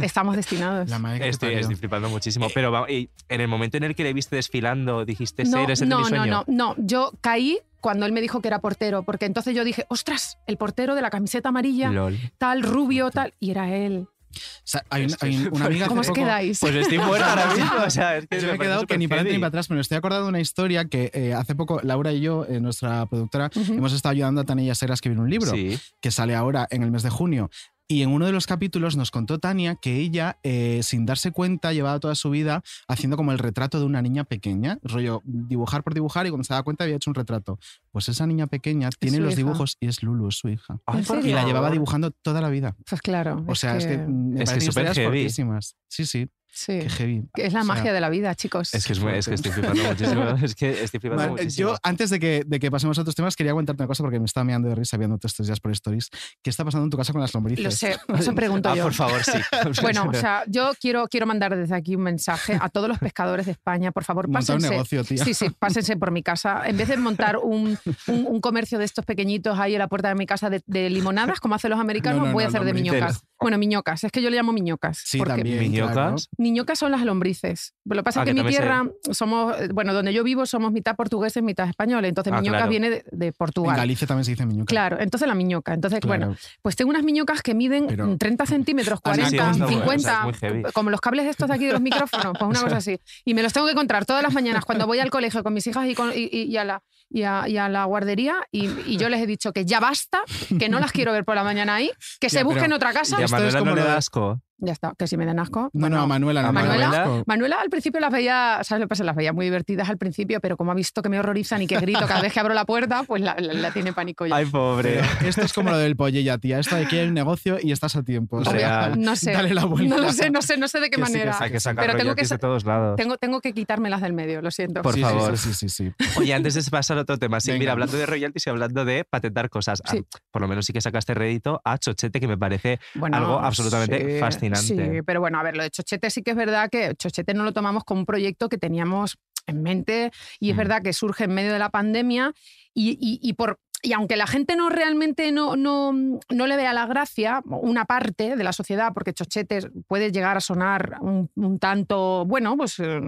Speaker 5: Estamos destinados.
Speaker 4: La madre que te
Speaker 1: Estoy,
Speaker 4: parió.
Speaker 1: estoy flipando muchísimo. Pero va- y en el momento en el que le viste desfilando, dijiste,
Speaker 5: No,
Speaker 1: eres el de
Speaker 5: no,
Speaker 1: mi
Speaker 5: no,
Speaker 1: sueño.
Speaker 5: no, no. Yo caí cuando él me dijo que era portero, porque entonces yo dije, ostras, el portero de la camiseta amarilla,
Speaker 1: LOL.
Speaker 5: tal, rubio, tal. Y era él.
Speaker 4: O sea, hay, una- hay una amiga hace
Speaker 5: ¿Cómo os
Speaker 4: poco-
Speaker 5: quedáis?
Speaker 1: Pues estoy muerta ahora mismo. O sea, es que
Speaker 4: Yo
Speaker 1: me
Speaker 4: me he
Speaker 1: parece
Speaker 4: quedado que ni para adelante
Speaker 1: superheavy.
Speaker 4: ni para atrás, pero estoy acordando de una historia que eh, hace poco Laura y yo, eh, nuestra productora,
Speaker 5: Ujú.
Speaker 4: hemos estado ayudando a Tania Sera a escribir un libro
Speaker 1: Sí.
Speaker 4: que sale ahora en el mes de junio. Y en uno de los capítulos nos contó Tania que ella, eh, sin darse cuenta, llevaba toda su vida haciendo como el retrato de una niña pequeña, rollo dibujar por dibujar y cuando se daba cuenta había hecho un retrato. Pues esa niña pequeña tiene
Speaker 5: su
Speaker 4: los
Speaker 5: hija.
Speaker 4: dibujos y es Lulu, es su hija.
Speaker 5: ¿En ¿En serio?
Speaker 4: Y la llevaba dibujando toda la vida.
Speaker 5: Pues claro.
Speaker 4: O sea, es que, mm, me
Speaker 1: Es que
Speaker 4: parecen
Speaker 1: súper
Speaker 4: historias
Speaker 1: heavy.
Speaker 4: fortísimas. Sí, sí.
Speaker 5: Sí.
Speaker 4: Qué heavy.
Speaker 5: que es la
Speaker 4: O sea,
Speaker 5: magia de la vida, chicos.
Speaker 1: Es que, es, muy- es que estoy flipando muchísimo. Es que estoy flipando
Speaker 4: Vale,
Speaker 1: muchísimo.
Speaker 4: Yo, antes de que, de que pasemos a otros temas, quería contarte una cosa porque me estaba mirando de risa viéndote estos días por stories. ¿Qué está pasando en tu casa con las lombrices?
Speaker 5: Lo sé, eso pregunto
Speaker 1: Ah,
Speaker 5: yo.
Speaker 1: por favor, sí.
Speaker 5: Bueno, o sea, yo quiero, quiero mandar desde aquí un mensaje a todos los pescadores de España. Por favor,
Speaker 4: Monta un
Speaker 5: pásense.
Speaker 4: negocio, tía.
Speaker 5: Sí, sí, pásense por mi casa. En vez de montar un, un- un comercio de estos pequeñitos ahí en la puerta de mi casa de, de limonadas, como hacen los americanos,
Speaker 4: No, no,
Speaker 5: voy a
Speaker 4: no,
Speaker 5: hacer de
Speaker 4: lombrices.
Speaker 5: miñocas. Bueno, miñocas, es que yo le llamo miñocas.
Speaker 4: Sí,
Speaker 5: porque
Speaker 4: también. claro.
Speaker 1: ¿Miñocas?
Speaker 5: Miñocas son las lombrices. Lo que pasa
Speaker 1: Ah,
Speaker 5: es que,
Speaker 1: que
Speaker 5: en mi
Speaker 1: también
Speaker 5: tierra somos, eh, bueno, donde yo vivo somos mitad portugueses, mitad españoles. Entonces,
Speaker 1: Ah,
Speaker 5: miñocas
Speaker 1: claro.
Speaker 5: viene de, de
Speaker 4: En
Speaker 5: Portugal.
Speaker 4: Galicia también se dice miñoca.
Speaker 5: Claro, entonces la miñoca. Entonces,
Speaker 4: Claro.
Speaker 5: bueno, pues tengo unas miñocas que miden
Speaker 4: Pero-
Speaker 5: 30 centímetros,
Speaker 4: Ah, sí,
Speaker 5: 40,
Speaker 4: sí, está bueno,
Speaker 5: 50,
Speaker 1: o sea, es muy heavy.
Speaker 5: como los cables estos de aquí de los micrófonos, pues una cosa así. Y me los tengo que encontrar todas las mañanas cuando voy al colegio con mis hijas y, con- y- y- y a, la, y, a, y a la guardería y, y yo les he dicho que ya basta, que no las quiero ver por la mañana ahí, que
Speaker 4: Ya,
Speaker 5: se busquen
Speaker 4: pero-
Speaker 5: otra casa.
Speaker 1: Y a
Speaker 4: esto es
Speaker 1: Manuela no
Speaker 4: como
Speaker 1: le
Speaker 4: lo de-
Speaker 1: da asco.
Speaker 5: Ya está, que si me den asco.
Speaker 4: No, no, a Manuela, no,
Speaker 1: ¿A
Speaker 5: Manuela,
Speaker 1: Manuela?
Speaker 5: Manuela al principio las veía, ¿sabes lo que pasa? Las veía muy divertidas al principio, pero como ha visto que me horrorizan y que grito cada vez que abro la puerta, pues la, la- la tiene pánico ya.
Speaker 1: Ay, pobre.
Speaker 4: Pero Esto es como lo del pollella, tía. Esto de que hay un negocio y estás a tiempo. O sea,
Speaker 1: Real.
Speaker 5: No sé.
Speaker 4: Dale la vuelta.
Speaker 5: No lo sé, no sé, no sé de qué
Speaker 4: Que sí, que
Speaker 5: manera.
Speaker 4: sí,
Speaker 1: Hay que sacar
Speaker 5: Pero tengo que,
Speaker 1: rollos de
Speaker 5: sa-
Speaker 1: todos lados.
Speaker 5: tengo, tengo que quitármelas del medio, lo siento.
Speaker 1: Por
Speaker 4: Sí, sí,
Speaker 1: favor.
Speaker 4: Sí, sí, sí. sí.
Speaker 1: Oye, antes de pasar a otro tema, sí,
Speaker 4: Venga.
Speaker 1: mira, hablando de royalties y hablando de patentar cosas, ah,
Speaker 5: Sí.
Speaker 1: por lo menos sí que sacaste rédito a Chochete, que me parece
Speaker 5: Bueno,
Speaker 1: algo absolutamente
Speaker 5: sí,
Speaker 1: fascinante.
Speaker 5: Sí, pero bueno, a ver, lo de Chochete sí que es verdad que Chochete no lo tomamos como un proyecto que teníamos en mente y es
Speaker 1: Mm.
Speaker 5: verdad que surge en medio de la pandemia y, y- y por... Y aunque la gente no realmente no, no, no le vea la gracia, una parte de la sociedad, porque Chochete puede llegar a sonar un, un tanto, bueno, pues eh,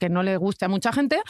Speaker 5: que no le guste a mucha gente,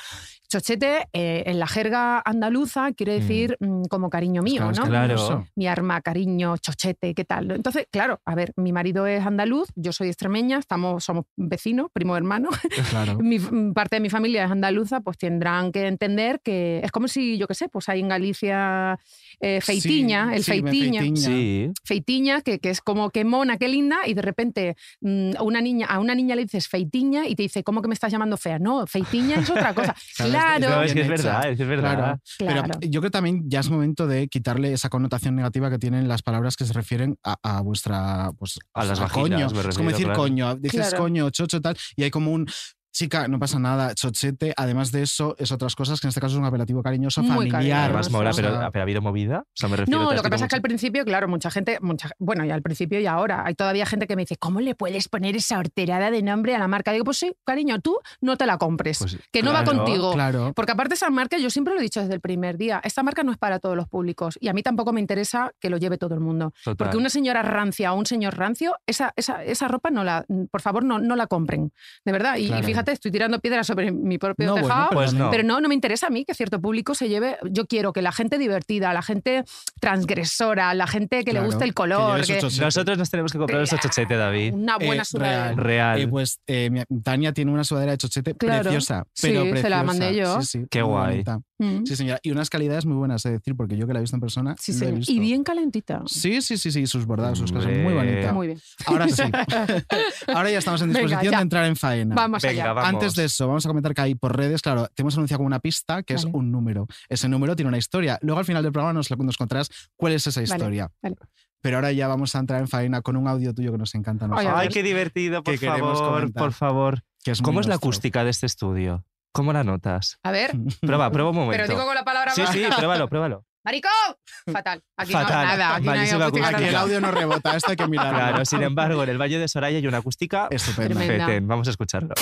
Speaker 5: Chochete eh, en la jerga andaluza quiere
Speaker 1: Mm. Pues
Speaker 5: decir mm, como cariño mío,
Speaker 4: Claro, es
Speaker 5: ¿no?
Speaker 4: que
Speaker 1: Claro.
Speaker 4: eso.
Speaker 5: mi arma, cariño, chochete, ¿qué tal? Entonces, claro, a ver, mi marido es andaluz, yo soy extremeña, estamos, somos vecinos, primo hermano.
Speaker 4: Claro.
Speaker 5: Mi, parte de mi familia es andaluza, pues tendrán que entender que es como si, yo qué sé, pues hay en Galicia eh, feitiña,
Speaker 4: Sí,
Speaker 5: el
Speaker 4: sí,
Speaker 5: feitiña.
Speaker 4: feitiña.
Speaker 1: Sí.
Speaker 5: Feitiña, que, que es como que mona, qué linda, y de repente mm, a, una niña, a una niña le dices feitiña y te dice, ¿cómo que me estás llamando fea? No, feitiña es otra cosa.
Speaker 4: Claro,
Speaker 1: No,
Speaker 5: claro,
Speaker 1: es que es
Speaker 4: bien hecha.
Speaker 1: verdad, es que es verdad.
Speaker 4: Claro. Pero
Speaker 5: claro.
Speaker 4: yo creo que también ya es momento de quitarle esa connotación negativa que tienen las palabras que se refieren a, a vuestra. Pues,
Speaker 1: A las vaginas,
Speaker 4: coño.
Speaker 1: me
Speaker 4: es
Speaker 1: refiero,
Speaker 4: como decir
Speaker 1: claro.
Speaker 4: coño. Dices
Speaker 5: Claro.
Speaker 4: coño, chocho, tal. Y hay como un. Chica, no pasa nada, chochete. Además de eso, es otras cosas que en este caso es un apelativo cariñoso,
Speaker 5: Muy
Speaker 4: familiar.
Speaker 5: cariñoso.
Speaker 1: Además, mola,
Speaker 4: o sea,
Speaker 1: pero, pero ¿ha habido movida? O sea, me refiero,
Speaker 5: No,
Speaker 1: ¿te has
Speaker 5: lo que
Speaker 1: visto
Speaker 5: pasa es que al
Speaker 1: mucho?
Speaker 5: principio, claro, mucha gente, mucha, bueno, y al principio y ahora, hay todavía gente que me dice, ¿cómo le puedes poner esa horterada de nombre a la marca? Digo, pues sí, cariño, tú no te la compres,
Speaker 1: Pues sí,
Speaker 5: que no va
Speaker 1: claro,
Speaker 5: contigo.
Speaker 4: Claro.
Speaker 5: Porque aparte esa marca, yo siempre lo he dicho desde el primer día, esta marca no es para todos los públicos y a mí tampoco me interesa que lo lleve todo el mundo.
Speaker 1: Total.
Speaker 5: Porque una señora rancia o un señor rancio, esa, esa, esa ropa no la, por favor, no, no la compren. De verdad. Y, y
Speaker 4: Claro.
Speaker 5: fíjate, estoy tirando piedras sobre mi propio
Speaker 4: No, bueno,
Speaker 5: tejado.
Speaker 1: Pues
Speaker 4: perdón,
Speaker 1: no.
Speaker 5: Pero no, no me interesa a mí que cierto público se lleve. Yo quiero que la gente divertida, la gente transgresora, la gente que
Speaker 4: Claro,
Speaker 5: le guste el
Speaker 4: que
Speaker 5: color,
Speaker 4: lleves
Speaker 5: que-
Speaker 4: ocho-
Speaker 1: Nosotros nos tenemos que comprar nuestro Chochete, David.
Speaker 5: una buena
Speaker 4: Eh,
Speaker 5: sudadera.
Speaker 4: real.
Speaker 1: Real.
Speaker 4: Eh, pues eh, mi- Tania tiene una sudadera de chochete
Speaker 5: Claro.
Speaker 4: preciosa.
Speaker 5: Sí,
Speaker 4: Pero
Speaker 5: se la
Speaker 4: preciosa.
Speaker 5: mandé yo.
Speaker 4: Sí, sí,
Speaker 1: Qué
Speaker 4: muy
Speaker 1: guay.
Speaker 4: bonita.
Speaker 5: Mm.
Speaker 4: Sí, señora. Y unas calidades muy buenas, es decir, porque yo que la he visto en persona.
Speaker 5: Sí,
Speaker 4: lo he
Speaker 5: señor.
Speaker 4: visto.
Speaker 5: Y bien calentita.
Speaker 4: Sí, sí, sí, sí, sus bordados, sus cosas. Muy
Speaker 1: Hombre.
Speaker 4: bonita.
Speaker 5: Muy bien.
Speaker 4: Ahora sí. Ahora ya estamos en
Speaker 5: Venga,
Speaker 4: disposición
Speaker 5: ya.
Speaker 4: de entrar en faena.
Speaker 5: Vamos
Speaker 1: Venga,
Speaker 5: allá.
Speaker 1: vamos.
Speaker 4: Antes de eso, vamos a comentar que ahí por redes, claro, te hemos anunciado como una pista que es
Speaker 5: Vale.
Speaker 4: un número. Ese número tiene una historia. Luego al final del programa nos, lo- nos contarás cuál es esa
Speaker 5: Vale,
Speaker 4: historia.
Speaker 5: vale.
Speaker 4: Pero ahora ya vamos a entrar en faena con un audio tuyo que nos encanta. a
Speaker 5: Ay,
Speaker 4: nosotros,
Speaker 1: Ay, qué divertido, por
Speaker 4: Que queremos
Speaker 1: favor,
Speaker 4: comentar.
Speaker 1: por favor.
Speaker 4: que es muy
Speaker 1: ¿Cómo es la
Speaker 4: nuestro.
Speaker 1: acústica de este estudio? ¿Cómo la notas?
Speaker 5: A ver,
Speaker 1: Prueba, prueba un momento.
Speaker 5: pero digo con la palabra
Speaker 1: Pues sí,
Speaker 5: baja.
Speaker 1: sí, pruébalo, pruébalo.
Speaker 5: ¡Maricón! Fatal. Aquí
Speaker 1: Fatal.
Speaker 5: no hay nada. Aquí no hay
Speaker 1: Malísima
Speaker 5: auténtica
Speaker 1: acústica.
Speaker 4: Aquí el
Speaker 5: nada.
Speaker 4: audio no rebota, esto hay que mirarlo.
Speaker 1: Claro, sin em- embargo, en el Valle de Soraya hay una acústica
Speaker 4: Estupendo.
Speaker 5: Tremendo. Tremenda.
Speaker 1: fetén. Vamos a escucharlo.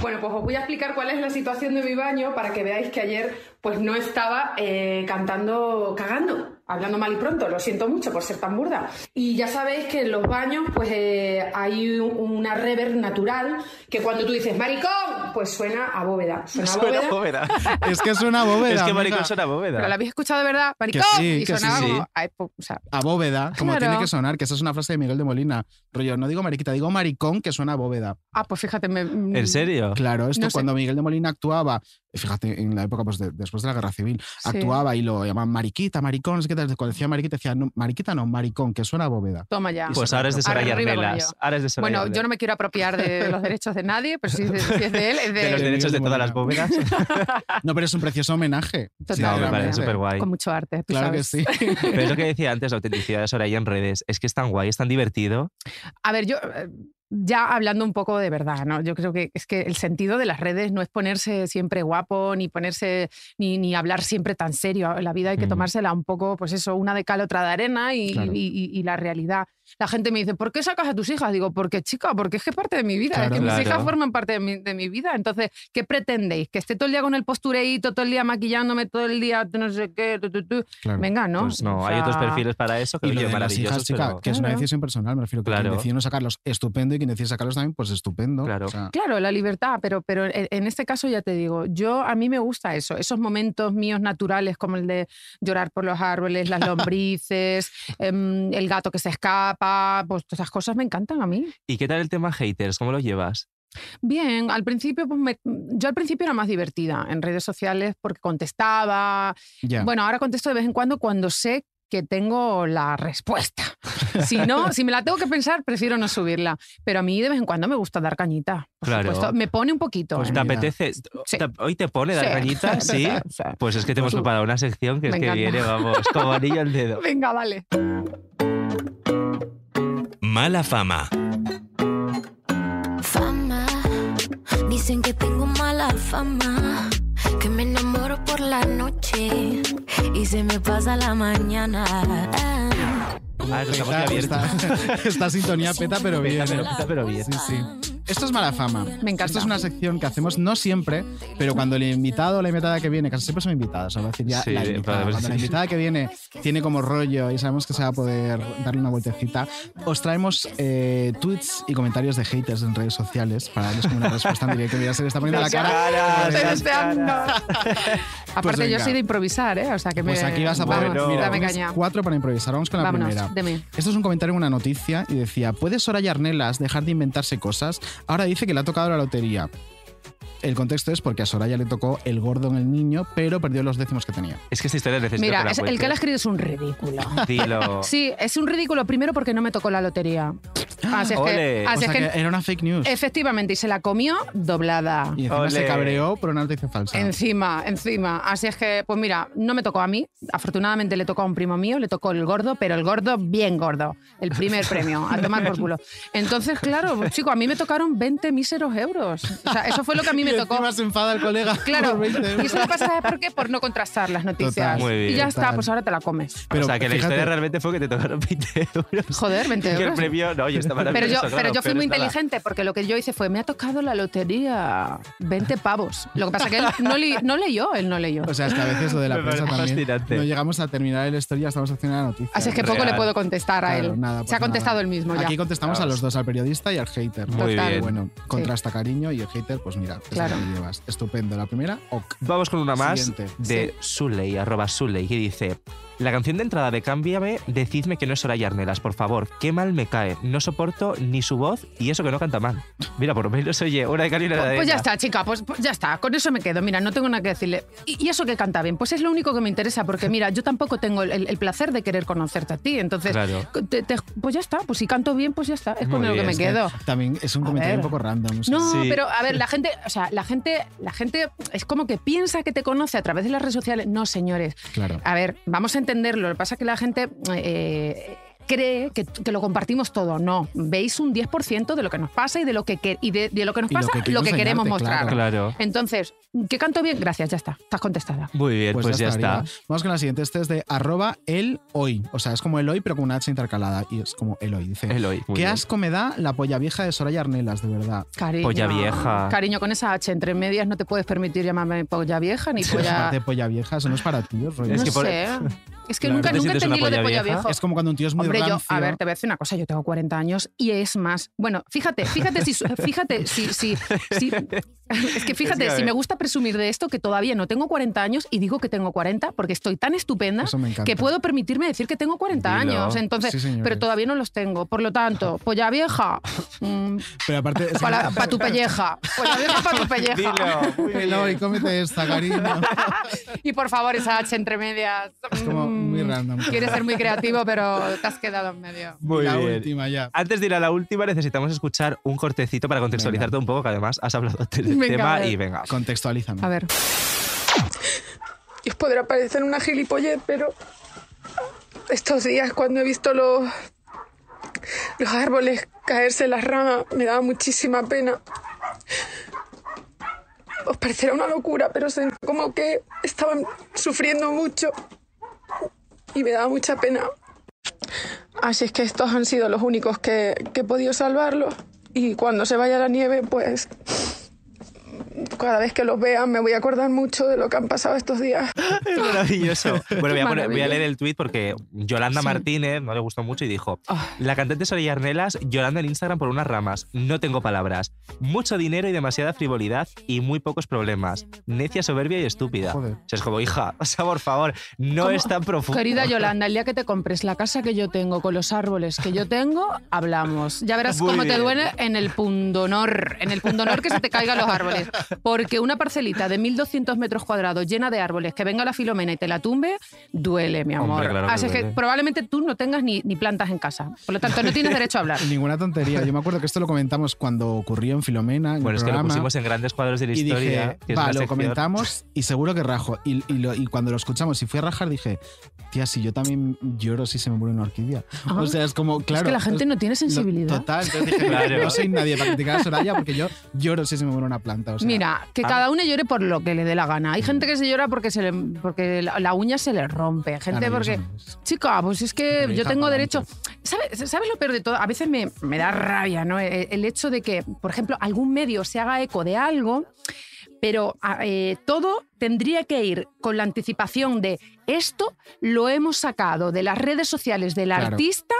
Speaker 16: Bueno, pues os voy a explicar cuál es la situación de mi baño para que veáis que ayer pues no estaba eh, cantando, cagando, hablando mal y pronto. Lo siento mucho por ser tan burda. Y ya sabéis que en los baños pues eh, hay un- una reverb natural que cuando tú dices maricón, pues suena a bóveda. Suena a bóveda.
Speaker 1: bóveda.
Speaker 4: Es que es una bóveda.
Speaker 1: Es que
Speaker 4: amiga.
Speaker 1: maricón suena bóveda.
Speaker 5: Pero la habéis escuchado de verdad, maricón.
Speaker 4: sí,
Speaker 5: y
Speaker 4: que sí,
Speaker 5: sonaba
Speaker 1: sí.
Speaker 5: como- Ay, po- o sea,
Speaker 4: A bóveda, como
Speaker 5: Claro.
Speaker 4: tiene que sonar, que esa es una frase de Miguel de Molina. Rollo, no digo mariquita, digo maricón, que suena a bóveda.
Speaker 5: ah, pues fíjate, me,
Speaker 1: ¿En serio?
Speaker 4: Claro, esto
Speaker 5: No sé.
Speaker 4: cuando Miguel de Molina actuaba, fíjate, en la época pues, de, de después de la guerra civil. Actuaba y lo llamaban mariquita, maricón, es que cuando decía mariquita decía, no, mariquita no, maricón, que suena a bóveda.
Speaker 12: Toma ya.
Speaker 4: Y
Speaker 1: Pues
Speaker 4: se
Speaker 1: ahora es de
Speaker 12: Arriba
Speaker 1: Soraya
Speaker 12: con
Speaker 1: Armelas.
Speaker 12: ello.
Speaker 1: Ahora es de Soraya
Speaker 12: Bueno, yo
Speaker 1: Armelas.
Speaker 12: no me quiero apropiar de los derechos de nadie, pero si, es de- si es de él, es de,
Speaker 1: De los
Speaker 12: él.
Speaker 1: derechos de todas las bóvedas.
Speaker 4: No, pero es un precioso homenaje.
Speaker 1: No, me parece
Speaker 4: sinceramente.
Speaker 1: súper guay.
Speaker 12: Con mucho arte. tú
Speaker 4: Claro
Speaker 12: sabes.
Speaker 4: que sí.
Speaker 1: Pero es lo que decía antes, la autenticidad de Soraya en redes. Es que es tan guay, es tan divertido.
Speaker 12: A ver, yo eh, ya hablando un poco de verdad, ¿no? Yo creo que es que el sentido de las redes no es ponerse siempre guapo, ni ponerse, ni, ni hablar siempre tan serio. La vida hay que
Speaker 1: Mm.
Speaker 12: tomársela un poco, pues eso, una de cal, otra de arena y,
Speaker 4: Claro.
Speaker 12: y- y- y la realidad. La gente me dice, ¿por qué sacas a tus hijas? Digo, porque chica, porque es que es parte de mi vida,
Speaker 4: Claro.
Speaker 12: es que mis
Speaker 1: Claro.
Speaker 12: hijas forman parte de mi, de mi vida. Entonces, ¿qué pretendéis? Que esté todo el día con el postureíto, todo el día maquillándome, todo el día no sé qué, tu, tu, tu.
Speaker 4: Claro.
Speaker 12: venga, ¿no?
Speaker 1: Pues no,
Speaker 12: O
Speaker 1: hay otros
Speaker 12: sea,
Speaker 1: perfiles para eso que
Speaker 4: Y
Speaker 1: lo
Speaker 4: lo de
Speaker 1: llevan
Speaker 4: las
Speaker 1: maravillosos.
Speaker 4: hijas, chica,
Speaker 1: pero-
Speaker 4: que es una
Speaker 12: Claro.
Speaker 4: decisión personal, me refiero. Que
Speaker 1: Claro.
Speaker 4: Quien decide no sacarlos, estupendo. Y quien decide sacarlos también, pues estupendo.
Speaker 1: Claro.
Speaker 4: O sea,
Speaker 12: Claro, la libertad, pero, pero en en este caso ya te digo, yo a mí me gusta eso, esos momentos míos naturales como el de llorar por los árboles, las lombrices, em, el gato que se escapa, pues todas esas cosas me encantan a mí.
Speaker 1: ¿Y qué tal el tema haters? ¿Cómo lo llevas?
Speaker 12: Bien, al principio, pues me- yo al principio era más divertida en redes sociales porque contestaba.
Speaker 4: ya.
Speaker 12: Bueno, ahora contesto de vez en cuando cuando sé que tengo la respuesta. Si no, si me la tengo que pensar, prefiero no subirla. Pero a mí de vez en cuando me gusta dar cañita. por
Speaker 1: Claro.
Speaker 12: supuesto. Me pone un poquito.
Speaker 4: Pues
Speaker 12: ¿eh?
Speaker 1: ¿Te
Speaker 4: Mira.
Speaker 1: apetece?
Speaker 12: Sí.
Speaker 1: ¿Te- ¿Hoy te pone dar
Speaker 12: Sí.
Speaker 1: cañita? Sí.
Speaker 12: Sí.
Speaker 1: Pues es que te hemos
Speaker 12: Pues-
Speaker 1: preparado una sección que es
Speaker 12: Me
Speaker 1: que
Speaker 12: encanta.
Speaker 1: viene, vamos, como anillo al dedo.
Speaker 12: Venga, vale.
Speaker 17: Mala fama.
Speaker 7: Fama, dicen que tengo mala fama, que me enamoro por la noche y se me pasa la mañana. Ah.
Speaker 1: Ah, nos hemos
Speaker 4: Peta,
Speaker 1: abierto.
Speaker 4: esta, esta sintonía peta, pero bien. ¿eh?
Speaker 1: Peta, pero- peta, pero bien.
Speaker 4: Sí, sí. Esto es mala fama.
Speaker 12: Me encanta.
Speaker 4: Esto es una sección que hacemos no siempre, pero cuando el invitado o la invitada que viene, casi siempre son invitadas, vamos a decir ya
Speaker 1: Sí,
Speaker 4: la
Speaker 1: para
Speaker 4: invitada.
Speaker 1: ver
Speaker 4: Cuando
Speaker 1: si-
Speaker 4: la invitada que viene tiene como rollo y sabemos que se va a poder darle una vueltecita, os traemos eh, tweets y comentarios de haters en redes sociales para darles como una respuesta en directo. Mira, se le está poniendo la cara.
Speaker 12: Pero sean- no. Aparte, yo
Speaker 4: Pues venga.
Speaker 12: soy de improvisar, ¿eh? O sea que me.
Speaker 4: Pues aquí vas a poder.
Speaker 12: Vamos,
Speaker 4: Mira,
Speaker 12: dame
Speaker 4: tienes
Speaker 12: caña.
Speaker 4: cuatro para improvisar. Vamos con la
Speaker 12: Vámonos,
Speaker 4: primera.
Speaker 12: deme.
Speaker 4: Esto es un comentario en una noticia y decía, ¿puede Soraya Arnelas dejar de inventarse cosas? Ahora dice que le ha tocado la lotería. El contexto es porque a Soraya le tocó el gordo en el niño, pero perdió los décimos que tenía.
Speaker 1: Es que esta historia necesita que
Speaker 12: Mira,
Speaker 1: la
Speaker 12: es- el que la ha
Speaker 1: cuentes.
Speaker 12: escrito es un ridículo.
Speaker 1: Dilo.
Speaker 12: Sí, es un ridículo primero porque no me tocó la lotería. Así es
Speaker 1: Ole.
Speaker 12: que, así
Speaker 4: o sea
Speaker 12: Ah, es que-
Speaker 4: que era una fake news.
Speaker 12: efectivamente, y se la comió doblada.
Speaker 4: Y encima
Speaker 1: Ole.
Speaker 4: se cabreó por una noticia falsa.
Speaker 12: Encima, encima. Así es que, pues mira, no me tocó a mí. Afortunadamente le tocó a un primo mío, le tocó el gordo, pero el gordo bien gordo. El primer premio, a tomar por culo. Entonces, claro, pues, chico, a mí me tocaron 20 míseros euros. O sea, eso fue lo que a mí
Speaker 4: Y
Speaker 12: me tocó.
Speaker 4: encima se enfada el colega. por
Speaker 12: Claro.
Speaker 4: 20 euros.
Speaker 12: Y eso lo pasa, ¿sabes por qué? Por no contrastar las noticias.
Speaker 4: Total.
Speaker 1: Muy bien.
Speaker 12: y ya
Speaker 4: Total.
Speaker 12: está, pues ahora te la comes.
Speaker 1: o sea, que la
Speaker 4: fíjate,
Speaker 1: historia realmente fue que te tocaron 20 euros.
Speaker 12: Joder, 20
Speaker 1: Que el
Speaker 12: euros.
Speaker 1: premio, no, yo estaba
Speaker 12: Pero yo, pero yo fui muy inteligente porque lo que yo hice fue, me ha tocado la lotería, 20 pavos. Lo que pasa que él no, li- no leyó, él no leyó.
Speaker 4: O sea, hasta a veces lo de la
Speaker 1: Me
Speaker 4: prensa
Speaker 1: parece
Speaker 4: también.
Speaker 1: fascinante.
Speaker 4: No llegamos a terminar la historia, estamos haciendo la noticia.
Speaker 12: Así es que poco
Speaker 1: Real.
Speaker 12: le puedo contestar a
Speaker 4: Claro,
Speaker 12: él.
Speaker 4: nada,
Speaker 12: Se ha
Speaker 4: pues
Speaker 12: contestado
Speaker 4: nada.
Speaker 12: él mismo ya.
Speaker 4: Aquí contestamos a
Speaker 1: Vamos.
Speaker 4: los dos, al periodista y al hater.
Speaker 1: Muy
Speaker 4: Total.
Speaker 1: bien.
Speaker 4: Bueno, contrasta cariño y el hater, pues mira, es
Speaker 12: Claro.
Speaker 4: lo que llevas. Estupendo. La primera, ok.
Speaker 1: Vamos con una más
Speaker 4: Siguiente.
Speaker 1: de Suley, arroba Suley, que dice: La canción de entrada de Cámbiame, decidme que no es Soraya Arnelas, por favor. Qué mal me cae. No soporto ni su voz y eso que no canta mal. Mira, por lo menos oye una de cal y una de
Speaker 12: Pues, pues ya
Speaker 1: arena.
Speaker 12: está, chica, pues, pues ya está, con eso me quedo. Mira, no tengo nada que decirle. Y, y eso que canta bien, pues es lo único que me interesa, porque mira, yo tampoco tengo el, el placer de querer conocerte a ti, entonces,
Speaker 1: Claro.
Speaker 12: te- te- pues ya está, pues si canto bien, pues ya está, es con
Speaker 1: Muy
Speaker 12: lo que
Speaker 1: bien,
Speaker 12: me
Speaker 1: es
Speaker 4: que
Speaker 12: quedo.
Speaker 4: También es un
Speaker 12: A
Speaker 4: comentario un
Speaker 12: ver.
Speaker 4: poco random. es que-
Speaker 12: No,
Speaker 1: Sí.
Speaker 12: pero a ver, la gente, o sea, la gente, la gente es como que piensa que te conoce a través de las redes sociales. No, señores.
Speaker 4: Claro.
Speaker 12: A ver, vamos a entenderlo. Lo que pasa es que la gente eh, cree que, que lo compartimos todo. No, veis un 10% de lo que nos pasa y de lo que, que- y de, de lo que nos
Speaker 4: Y lo
Speaker 12: pasa,
Speaker 4: que
Speaker 12: lo que,
Speaker 4: quiero
Speaker 12: queremos
Speaker 4: enseñarte,
Speaker 12: mostrar.
Speaker 1: Claro.
Speaker 12: Entonces, ¿qué canto bien? Gracias, ya está. Estás contestada.
Speaker 1: Muy bien, pues, ya, está.
Speaker 4: arriba. Vamos con la siguiente. Este es de arroba el hoy. O sea, es como el hoy, pero con una H intercalada. Y es como el hoy. Dice:
Speaker 1: Eloy, muy
Speaker 4: Qué
Speaker 1: bien.
Speaker 4: asco me da la polla vieja de Soraya Arnelas, de verdad.
Speaker 12: Cariño.
Speaker 1: Polla vieja.
Speaker 12: Cariño, con esa H entre medias no te puedes permitir llamarme polla vieja ni
Speaker 4: Esa
Speaker 12: polla.
Speaker 4: parte de polla vieja, eso no es para ti. rollo.
Speaker 1: Es
Speaker 12: no
Speaker 1: que por-
Speaker 12: sé. Es que nunca, nunca entendí lo de polla vieja.
Speaker 4: Es como cuando un tío es muy
Speaker 12: Hombre, yo,
Speaker 4: rancio.
Speaker 12: a ver, te voy a decir una cosa, yo tengo 40 años y es más. Bueno, fíjate, fíjate si fíjate si, si, si- es que fíjate,
Speaker 1: Es que, a
Speaker 12: si
Speaker 1: ver.
Speaker 12: me gusta presumir de esto que todavía no tengo 40 años y digo que tengo 40 porque estoy tan estupenda
Speaker 4: Eso Pues me encanta.
Speaker 12: que puedo permitirme decir que tengo 40
Speaker 4: Dilo.
Speaker 12: años, entonces,
Speaker 4: Sí, señores.
Speaker 12: pero todavía no los tengo. Por lo tanto, polla vieja.
Speaker 4: Pero aparte... es que-
Speaker 12: para, tu pelleja. Polla vieja para tu pelleja.
Speaker 4: Eloy, cómete esta, cariño.
Speaker 12: Y por favor, esa H entre medias. mm,
Speaker 4: Es como muy random.
Speaker 12: Quieres ser muy creativo, pero te has quedado en medio.
Speaker 1: Muy
Speaker 4: la
Speaker 1: bien.
Speaker 4: última ya.
Speaker 1: Antes de ir a la última, necesitamos escuchar un cortecito para contextualizarte un poco, que además has hablado del
Speaker 12: Venga, a
Speaker 1: tema
Speaker 12: ver.
Speaker 1: y venga.
Speaker 4: Contextualízame.
Speaker 12: A ver.
Speaker 18: Y os podrá parecer una gilipollez, pero estos días cuando he visto los, los árboles caerse las ramas, me daba muchísima pena. Os parecerá una locura, pero se- como que estaban sufriendo mucho y me daba mucha pena. Así es que estos han sido los únicos que, que he podido salvarlos y cuando se vaya la nieve, pues cada vez que los vea me voy a acordar mucho de lo que han pasado estos días.
Speaker 1: Es
Speaker 4: Ah.
Speaker 1: maravilloso. Bueno, voy a, poner- voy a
Speaker 18: Maravilla.
Speaker 1: leer el tuit porque Yolanda Martínez no le gustó mucho y dijo:
Speaker 4: Ah.
Speaker 1: La cantante Soraya Arnelas llorando en Instagram por unas ramas. No tengo palabras. Mucho dinero y demasiada frivolidad y muy pocos problemas. Necia, soberbia y estúpida.
Speaker 4: Joder.
Speaker 1: O sea, es como, hija, o sea, por favor, no
Speaker 12: ¿Cómo?
Speaker 1: es tan profundo.
Speaker 12: Querida Yolanda, el día que te compres la casa que yo tengo con los árboles que yo tengo, hablamos. Ya verás
Speaker 1: Muy
Speaker 12: cómo te
Speaker 1: bien.
Speaker 12: duele en el pundonor, en el pundonor que se te caigan los árboles. Porque una parcelita de 1.200 metros cuadrados llena de árboles, que venga la filomena y te la tumbe, duele, mi amor.
Speaker 1: Hombre, claro que
Speaker 12: Así es que
Speaker 1: duele.
Speaker 12: probablemente tú no tengas ni, ni plantas en casa. Por lo tanto, no tienes derecho a hablar.
Speaker 4: Ninguna tontería. Yo me acuerdo que esto lo comentamos cuando ocurrió en Filomena. En
Speaker 1: Bueno,
Speaker 4: el
Speaker 1: es que lo
Speaker 4: programa.
Speaker 1: pusimos en grandes cuadros de la
Speaker 4: y
Speaker 1: historia.
Speaker 4: dije,
Speaker 1: que es
Speaker 4: va,
Speaker 1: una
Speaker 4: lo
Speaker 1: sección".
Speaker 4: comentamos y seguro que rajo. Y, y lo- y cuando lo escuchamos y fui a rajar, dije, tía, si yo también lloro si se me muere una orquídea.
Speaker 12: Ah.
Speaker 4: o sea, es como, claro.
Speaker 12: es que la gente no tiene
Speaker 4: lo-
Speaker 12: sensibilidad.
Speaker 4: Total, entonces dije,
Speaker 1: Claro.
Speaker 4: no soy nadie para criticar a Soraya porque yo lloro si se me muere una planta. o sea,
Speaker 12: Mira, que
Speaker 4: a- Mm.
Speaker 12: cada uno llore por lo que le dé la gana. Hay gente que se llora porque, se le- porque la la uña se le rompe. Gente
Speaker 4: Claro, yo
Speaker 12: porque...
Speaker 4: soy-
Speaker 12: Chica, pues es
Speaker 4: Pero,
Speaker 12: que yo
Speaker 4: hija,
Speaker 12: tengo
Speaker 4: para
Speaker 12: derecho... ¿Sabes, ¿Sabes lo peor de todo? A veces me, me da rabia, ¿no? El, el hecho de que, por ejemplo, algún medio se haga eco de algo, pero a- eh, todo tendría que ir con la anticipación de esto lo hemos sacado de las redes sociales del
Speaker 4: Claro.
Speaker 12: artista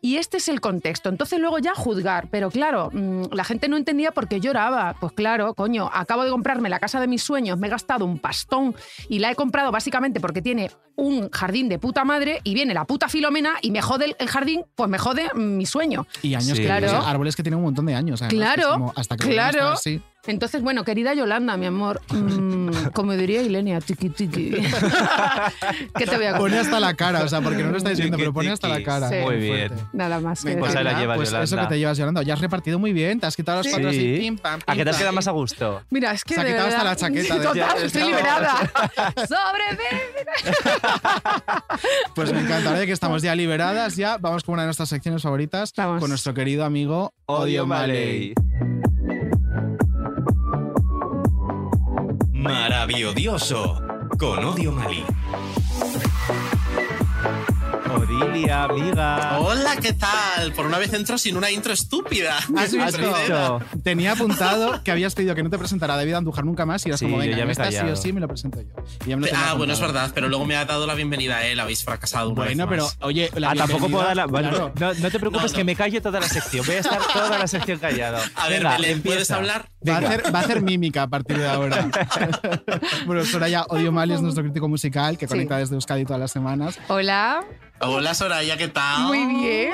Speaker 12: y este es el contexto. Entonces luego ya juzgar, pero claro, mm, la gente no entendía por qué lloraba. Pues claro, coño, acabo de comprarme la casa de mis sueños, me he gastado un pastón y la he comprado básicamente porque tiene un jardín de puta madre y viene la puta Filomena y me jode el- el jardín, pues me jode mm, mi sueño.
Speaker 4: Y años
Speaker 1: Sí.
Speaker 4: que
Speaker 12: Claro.
Speaker 4: o sea, árboles que tienen un montón de años. además, que es
Speaker 12: Claro,
Speaker 4: como hasta que pues,
Speaker 12: claro.
Speaker 4: vuelvan a estar así.
Speaker 12: Entonces, bueno, querida Yolanda, mi amor, mm, como diría Ilenia, tiki tiki. ¿Qué te voy a
Speaker 4: Pone
Speaker 12: contar?
Speaker 4: hasta la cara, o sea, porque no lo estáis viendo, pero pone hasta la
Speaker 1: Tiki-tiki.
Speaker 4: cara.
Speaker 12: Sí.
Speaker 1: Muy
Speaker 4: Muy
Speaker 1: bien.
Speaker 4: fuerte.
Speaker 12: Nada más.
Speaker 4: Me
Speaker 12: que
Speaker 1: Pues ahí la
Speaker 4: encanta,
Speaker 1: lleva
Speaker 4: pues eso que
Speaker 1: Yolanda.
Speaker 4: te llevas llorando. Ya has repartido muy bien, te has quitado las
Speaker 12: Sí.
Speaker 4: cuatro así, pim, pam,
Speaker 1: ¿A
Speaker 4: pim,
Speaker 1: qué te has
Speaker 4: pam.
Speaker 1: quedado más a gusto?
Speaker 12: Mira, es que
Speaker 4: Se ha
Speaker 12: de
Speaker 4: quitado hasta
Speaker 12: verdad-
Speaker 4: la chaqueta, de-
Speaker 12: Total,
Speaker 4: ya
Speaker 12: estoy
Speaker 4: está.
Speaker 12: liberada. Sobrevive.
Speaker 4: Pues me encanta. Ahora ya que estamos ya liberadas, ya vamos con una de nuestras secciones favoritas
Speaker 12: Vamos.
Speaker 4: con nuestro querido amigo Odio Maley.
Speaker 17: Maravilloso con Odio Malí.
Speaker 1: Odilia, amiga.
Speaker 3: Hola, ¿qué tal? Por una vez entro sin una intro estúpida.
Speaker 4: ¿Has
Speaker 1: ¿Has
Speaker 4: visto?
Speaker 1: visto?
Speaker 4: Tenía apuntado que habías pedido que no te presentara a David Andújar nunca más y eras
Speaker 1: Sí,
Speaker 4: como,
Speaker 1: yo
Speaker 4: venga,
Speaker 1: ya me he
Speaker 4: esta sí o
Speaker 1: callado.
Speaker 4: sí me lo presento yo. Y ya me lo tenía
Speaker 3: Ah, bueno, es
Speaker 4: apuntado.
Speaker 3: verdad, pero luego me ha dado la bienvenida a él, habéis fracasado una
Speaker 4: Bueno,
Speaker 3: vez
Speaker 4: pero
Speaker 3: más.
Speaker 4: oye, la
Speaker 1: Ah, tampoco puedo
Speaker 4: bienvenida,
Speaker 1: dar la. Bueno,
Speaker 4: claro.
Speaker 1: no, no te preocupes,
Speaker 3: No, no.
Speaker 1: que me callo toda la sección. Voy a estar toda la sección callado.
Speaker 3: A ver,
Speaker 1: Venga,
Speaker 3: Belén, ¿puedes
Speaker 1: empieza.
Speaker 3: hablar?
Speaker 4: Va a,
Speaker 1: Venga.
Speaker 4: hacer, va a hacer mímica a partir de ahora. bueno, Soraya Odio Mali es nuestro crítico musical que
Speaker 12: Sí.
Speaker 4: conecta desde Euskadi todas las semanas.
Speaker 12: Hola,
Speaker 3: Hola, Soraya, ¿qué tal?
Speaker 12: muy
Speaker 4: Ah.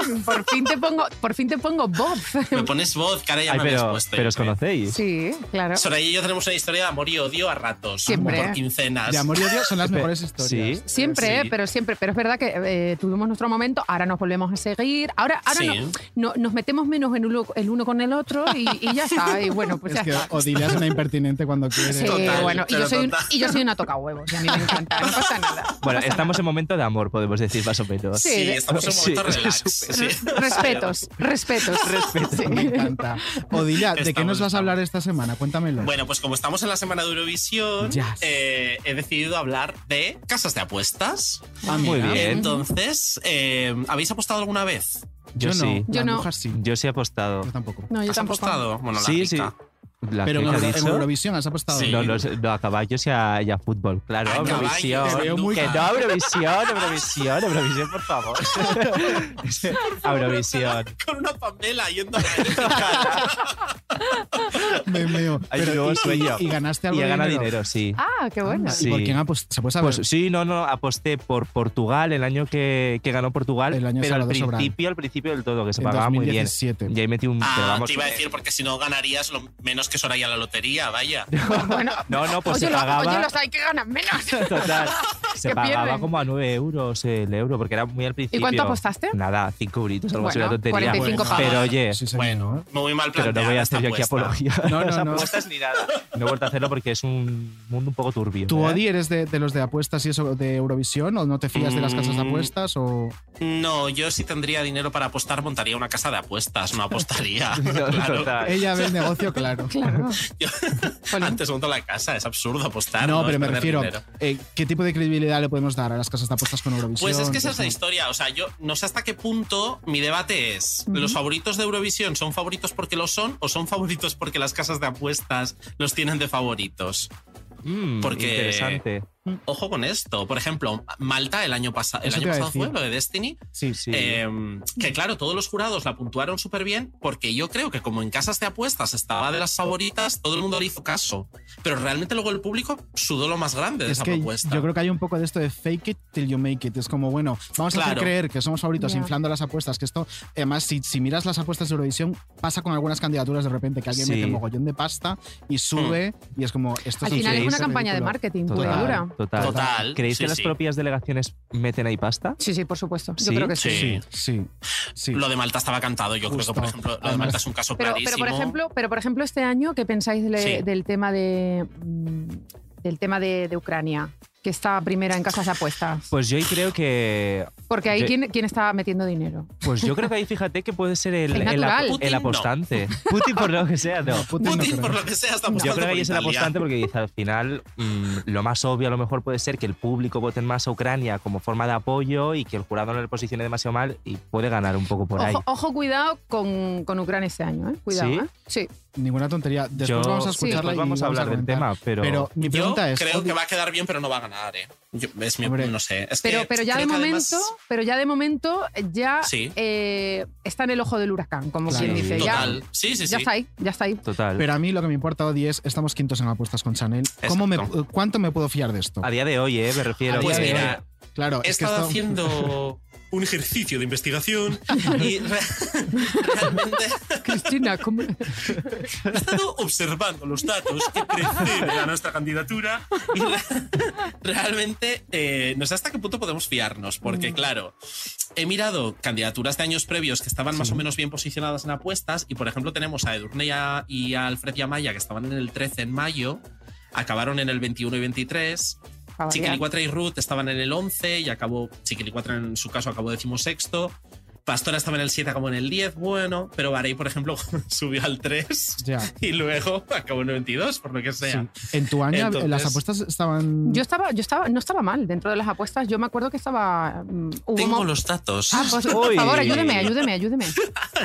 Speaker 12: bien. Por fin te pongo, por fin te pongo Bob.
Speaker 3: Me pones voz, cara, ya
Speaker 1: Ay,
Speaker 3: me habías
Speaker 1: pero,
Speaker 3: puesto.
Speaker 1: pero os conocéis.
Speaker 12: Sí, claro.
Speaker 3: Soraya y yo tenemos una historia de amor y odio a ratos,
Speaker 12: Siempre.
Speaker 3: por quincenas.
Speaker 4: De amor y odio son las mejores historias.
Speaker 1: Sí.
Speaker 12: Siempre,
Speaker 3: Sí.
Speaker 12: pero siempre. Pero es verdad que eh, tuvimos nuestro momento, ahora nos volvemos a seguir. Ahora, ahora
Speaker 3: Sí.
Speaker 12: no- no- nos metemos menos en uno, el uno con el otro y, y ya está. Y bueno, pues
Speaker 4: es
Speaker 12: ya
Speaker 4: que
Speaker 12: está.
Speaker 4: Odilia es una impertinente cuando quiere.
Speaker 12: Sí,
Speaker 3: Total,
Speaker 12: bueno, y
Speaker 3: pero
Speaker 12: yo, soy, un-
Speaker 3: total.
Speaker 12: y yo soy una toca huevos, y a mí me encanta, no pasa nada.
Speaker 1: Bueno, estamos en momento de amor, podemos decir más o menos.
Speaker 12: Sí,
Speaker 3: Sí,
Speaker 12: de-
Speaker 3: estamos en un
Speaker 1: Sí,
Speaker 3: momento relax. Sí.
Speaker 12: Respetos, respetos. Sí.
Speaker 4: Me encanta. Odilia, ¿de qué
Speaker 3: Estamos-
Speaker 4: nos vas a hablar esta semana? Cuéntamelo.
Speaker 3: Bueno, pues como estamos en la semana de Eurovisión,
Speaker 4: Yes.
Speaker 3: eh, he decidido hablar de casas de apuestas.
Speaker 4: Ah,
Speaker 1: Muy
Speaker 4: mira.
Speaker 1: bien.
Speaker 3: Entonces, eh, ¿habéis apostado alguna vez?
Speaker 4: Yo
Speaker 1: Yo
Speaker 4: no.
Speaker 1: sí.
Speaker 12: Yo
Speaker 4: la
Speaker 12: no.
Speaker 4: Andújar sí.
Speaker 1: Yo sí he apostado.
Speaker 4: Yo tampoco.
Speaker 12: No, yo
Speaker 3: ¿Has
Speaker 12: tampoco.
Speaker 3: apostado? Bueno, la
Speaker 1: Sí,
Speaker 3: rica.
Speaker 1: sí. La
Speaker 4: Pero
Speaker 1: que
Speaker 4: en,
Speaker 1: ha
Speaker 4: Euro- en
Speaker 1: dicho-
Speaker 4: Eurovisión has apostado.
Speaker 1: No, no, no, a caballos y a, y a fútbol, claro.
Speaker 4: A
Speaker 1: Eurovisión.
Speaker 4: caballos, veo muy
Speaker 1: que no,
Speaker 4: mal.
Speaker 1: Eurovisión, Eurovisión, Eurovisión, por favor. Eurovisión.
Speaker 3: Con una Pamela yendo
Speaker 4: Me meo.
Speaker 1: Ay,
Speaker 4: Pero-
Speaker 1: yo
Speaker 4: y-
Speaker 1: sueño.
Speaker 4: Y, ganaste algo
Speaker 1: Y
Speaker 4: de
Speaker 1: ha ganado dinero, sí.
Speaker 12: Ah, qué bueno.
Speaker 4: ¿Y por quién apostaste? ¿Se puede saber?
Speaker 1: Pues sí, no, no, aposté por Portugal el año que, que ganó Portugal,
Speaker 4: El año
Speaker 1: pero al
Speaker 4: Salvador Sobral.
Speaker 1: principio, al principio del todo, que se
Speaker 4: En
Speaker 1: pagaba muy bien.
Speaker 4: 2017.
Speaker 1: Y ahí metí un... pero
Speaker 3: Ah,
Speaker 1: vamos,
Speaker 3: te iba a decir, porque si no ganarías lo menos que Soraya la lotería, vaya.
Speaker 1: no, no, pues
Speaker 12: oye,
Speaker 1: se
Speaker 12: lo-
Speaker 1: pagaba...
Speaker 12: oye, los hay que ganan menos.
Speaker 1: Total. Se
Speaker 12: Que
Speaker 1: pagaba
Speaker 12: pierden.
Speaker 1: como a 9 euros el euro, porque era muy al principio.
Speaker 12: cuánto apostaste?
Speaker 1: Nada, 5 euritos, algo así, una
Speaker 12: Bueno,
Speaker 1: tontería.
Speaker 12: 45 pavos.
Speaker 1: Pero oye,
Speaker 4: bueno,
Speaker 3: Muy mal
Speaker 1: pero no voy a
Speaker 3: planteada esta
Speaker 1: hacer yo aquí
Speaker 3: apuesta.
Speaker 1: apología.
Speaker 4: No,
Speaker 1: No,
Speaker 4: no,
Speaker 1: no,
Speaker 4: no.
Speaker 1: apuestas ni nada. No he vuelto a hacerlo porque es un mundo un poco turbio.
Speaker 4: ¿Tú,
Speaker 1: ¿eh?
Speaker 4: Odi, eres de, de los de apuestas y eso de Eurovisión? ¿O no te fías de las casas de
Speaker 3: Mm.
Speaker 4: apuestas? ¿O
Speaker 3: No, yo si tendría dinero para apostar, montaría una casa de apuestas, no apostaría. Claro.
Speaker 1: Total.
Speaker 4: ella ve el negocio? Claro. claro.
Speaker 3: Antes monto la casa, es absurdo apostar.
Speaker 4: No,
Speaker 3: Es
Speaker 4: pero me
Speaker 3: perder
Speaker 4: refiero,
Speaker 3: dinero.
Speaker 4: eh, ¿qué tipo de credibilidad le podemos dar a las casas de apuestas con Eurovisión?
Speaker 3: Pues es que esa es la
Speaker 4: Eso.
Speaker 3: historia. O sea, yo no sé hasta qué punto mi debate es: ¿los favoritos de Eurovisión son favoritos porque lo son o son favoritos porque las casas de apuestas los tienen de favoritos?
Speaker 1: Mm,
Speaker 3: Porque-
Speaker 1: Interesante.
Speaker 3: Ojo con esto. Por ejemplo, Malta el año, pasado, el
Speaker 4: Eso
Speaker 3: año
Speaker 4: te iba a
Speaker 3: pasado fue
Speaker 4: decir.
Speaker 3: lo de Destiny.
Speaker 4: Sí, sí.
Speaker 3: Eh, que claro, todos los jurados la puntuaron súper bien porque yo creo que como en casas de apuestas estaba de las favoritas, todo el mundo le hizo caso. Pero realmente luego el público sudó lo más grande de
Speaker 4: Es
Speaker 3: esa
Speaker 4: que
Speaker 3: propuesta.
Speaker 4: yo creo que hay un poco de esto de fake it till you make it. Es como, bueno, vamos a hacer
Speaker 3: Claro.
Speaker 4: creer que somos favoritos
Speaker 12: Ya.
Speaker 4: inflando las apuestas. Que esto, además, si, si miras las apuestas de Eurovisión, pasa con algunas candidaturas de repente que alguien
Speaker 1: Sí.
Speaker 4: mete mogollón de pasta y sube
Speaker 3: Hmm.
Speaker 4: y es como, esto
Speaker 12: Al
Speaker 4: un
Speaker 12: final es
Speaker 4: chiste
Speaker 12: una campaña de
Speaker 4: ridículo.
Speaker 12: marketing pura y
Speaker 1: Total,
Speaker 12: dura.
Speaker 1: total.
Speaker 3: Total,
Speaker 1: ¿Creéis
Speaker 3: sí,
Speaker 1: que las
Speaker 3: sí.
Speaker 1: propias delegaciones meten ahí pasta?
Speaker 12: Sí, sí, por supuesto. Yo
Speaker 1: ¿Sí?
Speaker 12: creo que sí.
Speaker 3: Sí.
Speaker 4: Sí, sí, sí.
Speaker 3: Lo de Malta estaba cantado. Yo creo que, por
Speaker 4: Justo.
Speaker 3: ejemplo, lo de
Speaker 4: Además-
Speaker 3: Malta es un caso
Speaker 12: Pero,
Speaker 3: clarísimo.
Speaker 12: pero, por ejemplo, pero por ejemplo, este año, ¿qué pensáis de-
Speaker 3: Sí.
Speaker 12: del tema de mm, del tema de, de Ucrania? Que está primera en casas de apuestas.
Speaker 1: Pues yo ahí creo que.
Speaker 12: Porque ahí,
Speaker 1: yo-
Speaker 12: ¿quién, quién está metiendo dinero?
Speaker 1: Pues yo creo que ahí fíjate que puede ser el,
Speaker 12: Es
Speaker 1: el ap-
Speaker 12: natural.
Speaker 1: el
Speaker 3: Putin no.
Speaker 1: apostante. Putin, por lo que sea, no.
Speaker 4: Putin no
Speaker 3: Putin,
Speaker 4: creo.
Speaker 3: por lo que sea, está
Speaker 1: Yo
Speaker 3: apostando
Speaker 1: creo que
Speaker 3: por
Speaker 1: ahí es el
Speaker 3: Italia.
Speaker 1: apostante porque dice, al final mm, lo más obvio a lo mejor puede ser que el público vote más a Ucrania como forma de apoyo y que el jurado no le posicione demasiado mal y puede ganar un poco por ahí.
Speaker 12: Ojo, ojo, cuidado con, con Ucrania este año, ¿eh? Cuidado,
Speaker 1: ¿Sí?
Speaker 12: ¿eh? Sí.
Speaker 4: Ninguna tontería. Después
Speaker 1: Yo-
Speaker 4: vamos a
Speaker 1: sí,
Speaker 4: escucharla
Speaker 1: después
Speaker 4: y
Speaker 1: vamos a hablar del
Speaker 4: comentar.
Speaker 1: tema, pero-
Speaker 4: mi pregunta
Speaker 3: yo
Speaker 4: es,
Speaker 3: creo
Speaker 4: Odi,
Speaker 3: que va a quedar bien, pero no va a ganar, ¿eh? Yo- es mi,
Speaker 4: Hombre.
Speaker 3: no sé. Es
Speaker 12: Pero,
Speaker 3: que
Speaker 12: pero ya de
Speaker 3: Eh, creo que además-
Speaker 12: momento, pero ya de momento ya
Speaker 3: Sí.
Speaker 12: eh, está en el ojo del huracán, como
Speaker 4: Claro.
Speaker 12: quien
Speaker 4: Sí.
Speaker 12: dice. Ya,
Speaker 3: Total. Sí, sí, sí.
Speaker 12: ya está ahí, ya está ahí.
Speaker 1: Total.
Speaker 4: pero a mí lo que me importa, Odi, es estamos quintos en apuestas con Chanel. ¿Cómo me, eh,
Speaker 3: Exacto.
Speaker 4: ¿Cuánto me puedo fiar de esto?
Speaker 1: a día de hoy, eh, me refiero.
Speaker 4: A día
Speaker 3: Pues
Speaker 4: de
Speaker 1: porque-
Speaker 4: hoy.
Speaker 3: mira,
Speaker 4: Claro,
Speaker 3: he
Speaker 4: es que
Speaker 3: estado
Speaker 4: esto-
Speaker 3: haciendo un ejercicio de investigación y re- realmente
Speaker 12: Cristina, ¿cómo?
Speaker 3: he estado observando los datos que preceden a nuestra candidatura y re- realmente eh, no sé hasta qué punto podemos fiarnos, porque claro, he mirado candidaturas de años previos que estaban más o menos bien posicionadas en apuestas y por ejemplo tenemos a Edurne y a, y a Alfred Yamaya que estaban en el 13 en mayo, acabaron en el 21 y 23.
Speaker 12: Pa' variar.
Speaker 3: Chiquilicuatra y Ruth estaban en el 11 y acabó, Chiquilicuatra en su caso acabó decimosexto. Pastora estaba en el 7, acabó en el 10, bueno, pero Barey, por ejemplo, subió al 3
Speaker 4: Ya.
Speaker 3: y luego acabó en el 22, por lo que sea.
Speaker 4: Sí. En tu año
Speaker 3: Entonces-
Speaker 4: las apuestas estaban.
Speaker 12: Yo estaba, yo estaba, no estaba mal dentro de las apuestas. Yo me acuerdo que estaba. mm, hubo
Speaker 3: Tengo
Speaker 12: mo-
Speaker 3: los datos.
Speaker 12: Ah, pues, por
Speaker 1: Uy.
Speaker 12: favor, ayúdeme, ayúdeme, ayúdeme.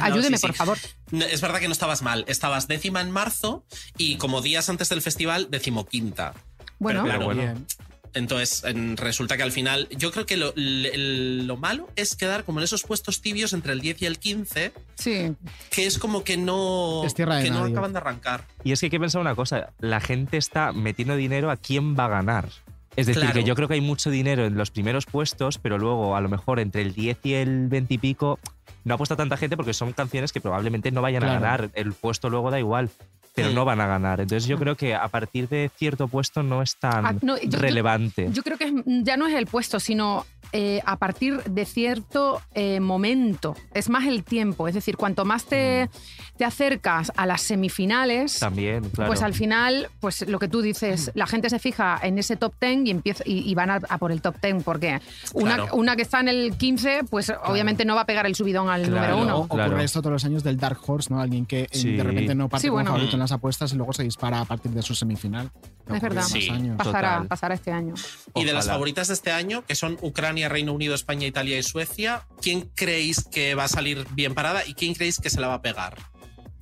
Speaker 12: Ayúdeme,
Speaker 3: sí, sí.
Speaker 12: por favor.
Speaker 3: No, Es verdad que no estabas mal, estabas décima en marzo y como días antes del festival, decimoquinta.
Speaker 12: Bueno,
Speaker 3: Pero claro,
Speaker 1: bueno.
Speaker 4: Bien.
Speaker 3: Entonces, en- resulta que al final, yo creo que lo, l- lo malo es quedar como en esos puestos tibios entre el 10 y el 15,
Speaker 12: sí.
Speaker 3: que es como que no,
Speaker 4: Es tierra de
Speaker 3: que no
Speaker 4: nadie.
Speaker 3: acaban de arrancar.
Speaker 1: Y es que hay que pensar una cosa, la gente está metiendo dinero a quién va a ganar. Es decir,
Speaker 3: Claro.
Speaker 1: que yo creo que hay mucho dinero en los primeros puestos, pero luego a lo mejor entre el 10 y el 20 y pico no apuesta tanta gente porque son canciones que probablemente no vayan
Speaker 4: Claro.
Speaker 1: a ganar. El puesto luego da igual, pero
Speaker 3: Sí.
Speaker 1: no van a ganar. Entonces yo creo que a partir de cierto puesto no es tan
Speaker 12: Ah, no, yo- yo-
Speaker 1: relevante.
Speaker 12: Yo creo que es- ya no es el puesto, sino eh, a partir de cierto eh, momento. Es más el tiempo. Es decir, cuanto más
Speaker 3: Mm.
Speaker 12: te, te acercas a las semifinales.
Speaker 1: También, claro.
Speaker 12: Pues al final, pues lo que tú dices, la gente se fija en ese top 10 y empieza y, y van a, a por el top 10 porque una,
Speaker 3: Claro.
Speaker 12: una que está en el 15, pues obviamente no va a pegar el subidón al
Speaker 1: Claro.
Speaker 12: número
Speaker 4: O-
Speaker 12: uno.
Speaker 4: ocurre
Speaker 1: claro.
Speaker 4: esto todos los años del Dark Horse, ¿no? Alguien que eh,
Speaker 1: Sí.
Speaker 4: de repente no parte
Speaker 12: Sí, bueno.
Speaker 4: como favorito en las apuestas y luego se dispara a partir de su semifinal. Ha ocurrido
Speaker 12: verdad.
Speaker 4: más
Speaker 3: Sí.
Speaker 4: años.
Speaker 12: Pasará,
Speaker 1: Total.
Speaker 12: pasará este año.
Speaker 3: Y de las
Speaker 1: Ojalá.
Speaker 3: favoritas de este año, que son Ucrania, Reino Unido, España, Italia y Suecia, ¿quién creéis que va a salir bien parada y quién creéis que se la va a pegar?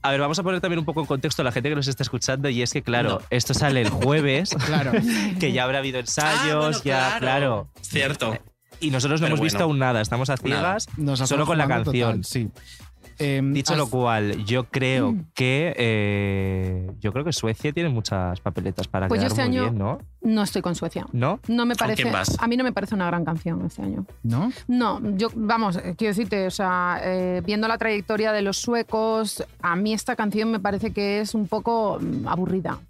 Speaker 1: A ver, vamos a poner también un poco en contexto a la gente que nos está escuchando y es que, claro, esto sale el jueves,
Speaker 4: claro.
Speaker 1: que ya habrá habido ensayos,
Speaker 3: Ah, bueno,
Speaker 1: ya,
Speaker 3: claro.
Speaker 1: claro.
Speaker 3: Cierto.
Speaker 1: Y nosotros no
Speaker 3: Pero
Speaker 1: hemos visto
Speaker 3: bueno.
Speaker 1: aún nada, estamos a ciegas,
Speaker 4: Nos la
Speaker 1: solo
Speaker 4: estamos
Speaker 1: con la
Speaker 4: jugando total,
Speaker 1: canción.
Speaker 4: sí. Em,
Speaker 1: Dicho
Speaker 4: has-
Speaker 1: lo cual, yo creo
Speaker 3: Mm.
Speaker 1: que eh, yo creo que Suecia tiene muchas papeletas para
Speaker 12: Pues yo
Speaker 1: quedar
Speaker 12: este
Speaker 1: muy
Speaker 12: año-
Speaker 1: bien, ¿no?
Speaker 12: No estoy con Suecia.
Speaker 1: ¿No?
Speaker 12: No me
Speaker 1: ¿Con
Speaker 12: parece.
Speaker 1: quién vas?
Speaker 12: A mí no me parece una gran canción este año.
Speaker 4: ¿No?
Speaker 12: No, yo, vamos, eh, quiero decirte, o sea, eh, viendo la trayectoria de los suecos, a mí esta canción me parece que es un poco mm, aburrida,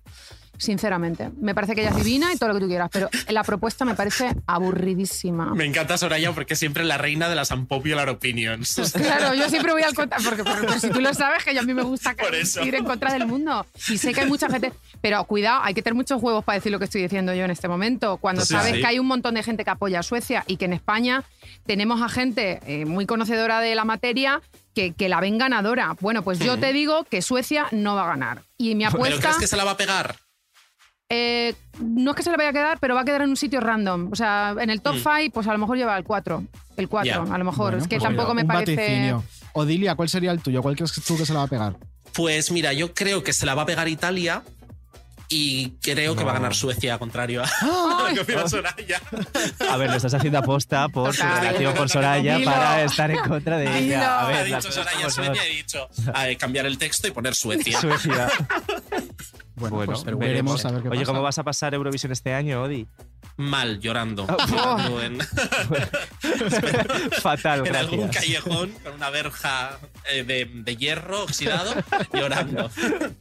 Speaker 12: sinceramente. Me parece que ella es divina y todo lo que tú quieras, pero la propuesta me parece aburridísima.
Speaker 1: Ah.
Speaker 3: Me encanta Soraya porque es siempre la reina de las unpopular opinions.
Speaker 12: Claro, yo siempre voy al contra, porque, porque- porque si tú lo sabes, que yo a mí me gusta
Speaker 3: eso.
Speaker 12: ir en contra del mundo. Y sé que hay mucha gente, pero cuidado, hay que tener muchos huevos para decir lo que estoy diciendo yo en este momento. Cuando
Speaker 3: Sí,
Speaker 12: sabes
Speaker 3: sí.
Speaker 12: que hay un montón de gente que apoya a Suecia y que en España tenemos a gente eh, muy conocedora de la materia que, que la ven ganadora. Bueno, pues yo
Speaker 3: Mm.
Speaker 12: te digo que Suecia no va a ganar. Y mi
Speaker 3: ¿Pero
Speaker 12: apuesta...
Speaker 3: crees que se la va a pegar?
Speaker 12: eh, no es que se la vaya a quedar, pero va a quedar en un sitio random. O sea, en el top
Speaker 4: Mm.
Speaker 12: 5, pues a lo mejor lleva el 4. El 4,
Speaker 3: Ya.
Speaker 12: a lo mejor.
Speaker 4: Bueno,
Speaker 12: es que
Speaker 4: pues
Speaker 12: tampoco
Speaker 4: mira,
Speaker 12: me
Speaker 4: un
Speaker 12: parece...
Speaker 4: Vaticinio. Odilia, ¿cuál sería el tuyo? ¿Cuál crees tú que se la va a pegar?
Speaker 3: Pues mira, yo creo que se la va a pegar Italia y creo que va a ganar Suecia, contrario a lo que
Speaker 1: Ah.
Speaker 3: opina Soraya.
Speaker 1: A ver, lo estás haciendo aposta por su
Speaker 3: Total.
Speaker 1: relación con Soraya
Speaker 3: Dilo.
Speaker 1: para estar en contra de ella. A
Speaker 3: Ha
Speaker 1: ver,
Speaker 3: dicho
Speaker 1: las cosas
Speaker 3: Soraya
Speaker 1: como son.
Speaker 3: Suecia, he dicho a ver, cambiar el texto y poner Suecia.
Speaker 1: Suecia.
Speaker 4: Bueno,
Speaker 1: Bueno,
Speaker 4: pues
Speaker 1: pero
Speaker 4: veremos a ver qué
Speaker 1: Oye,
Speaker 4: pasa.
Speaker 1: ¿cómo vas a pasar Eurovisión este año, Odi?
Speaker 3: Mal, llorando.
Speaker 1: Ah,
Speaker 3: Llorando en,
Speaker 1: Fatal,
Speaker 3: en algún
Speaker 1: gracias.
Speaker 3: callejón con una verja eh, de, de hierro oxidado, llorando.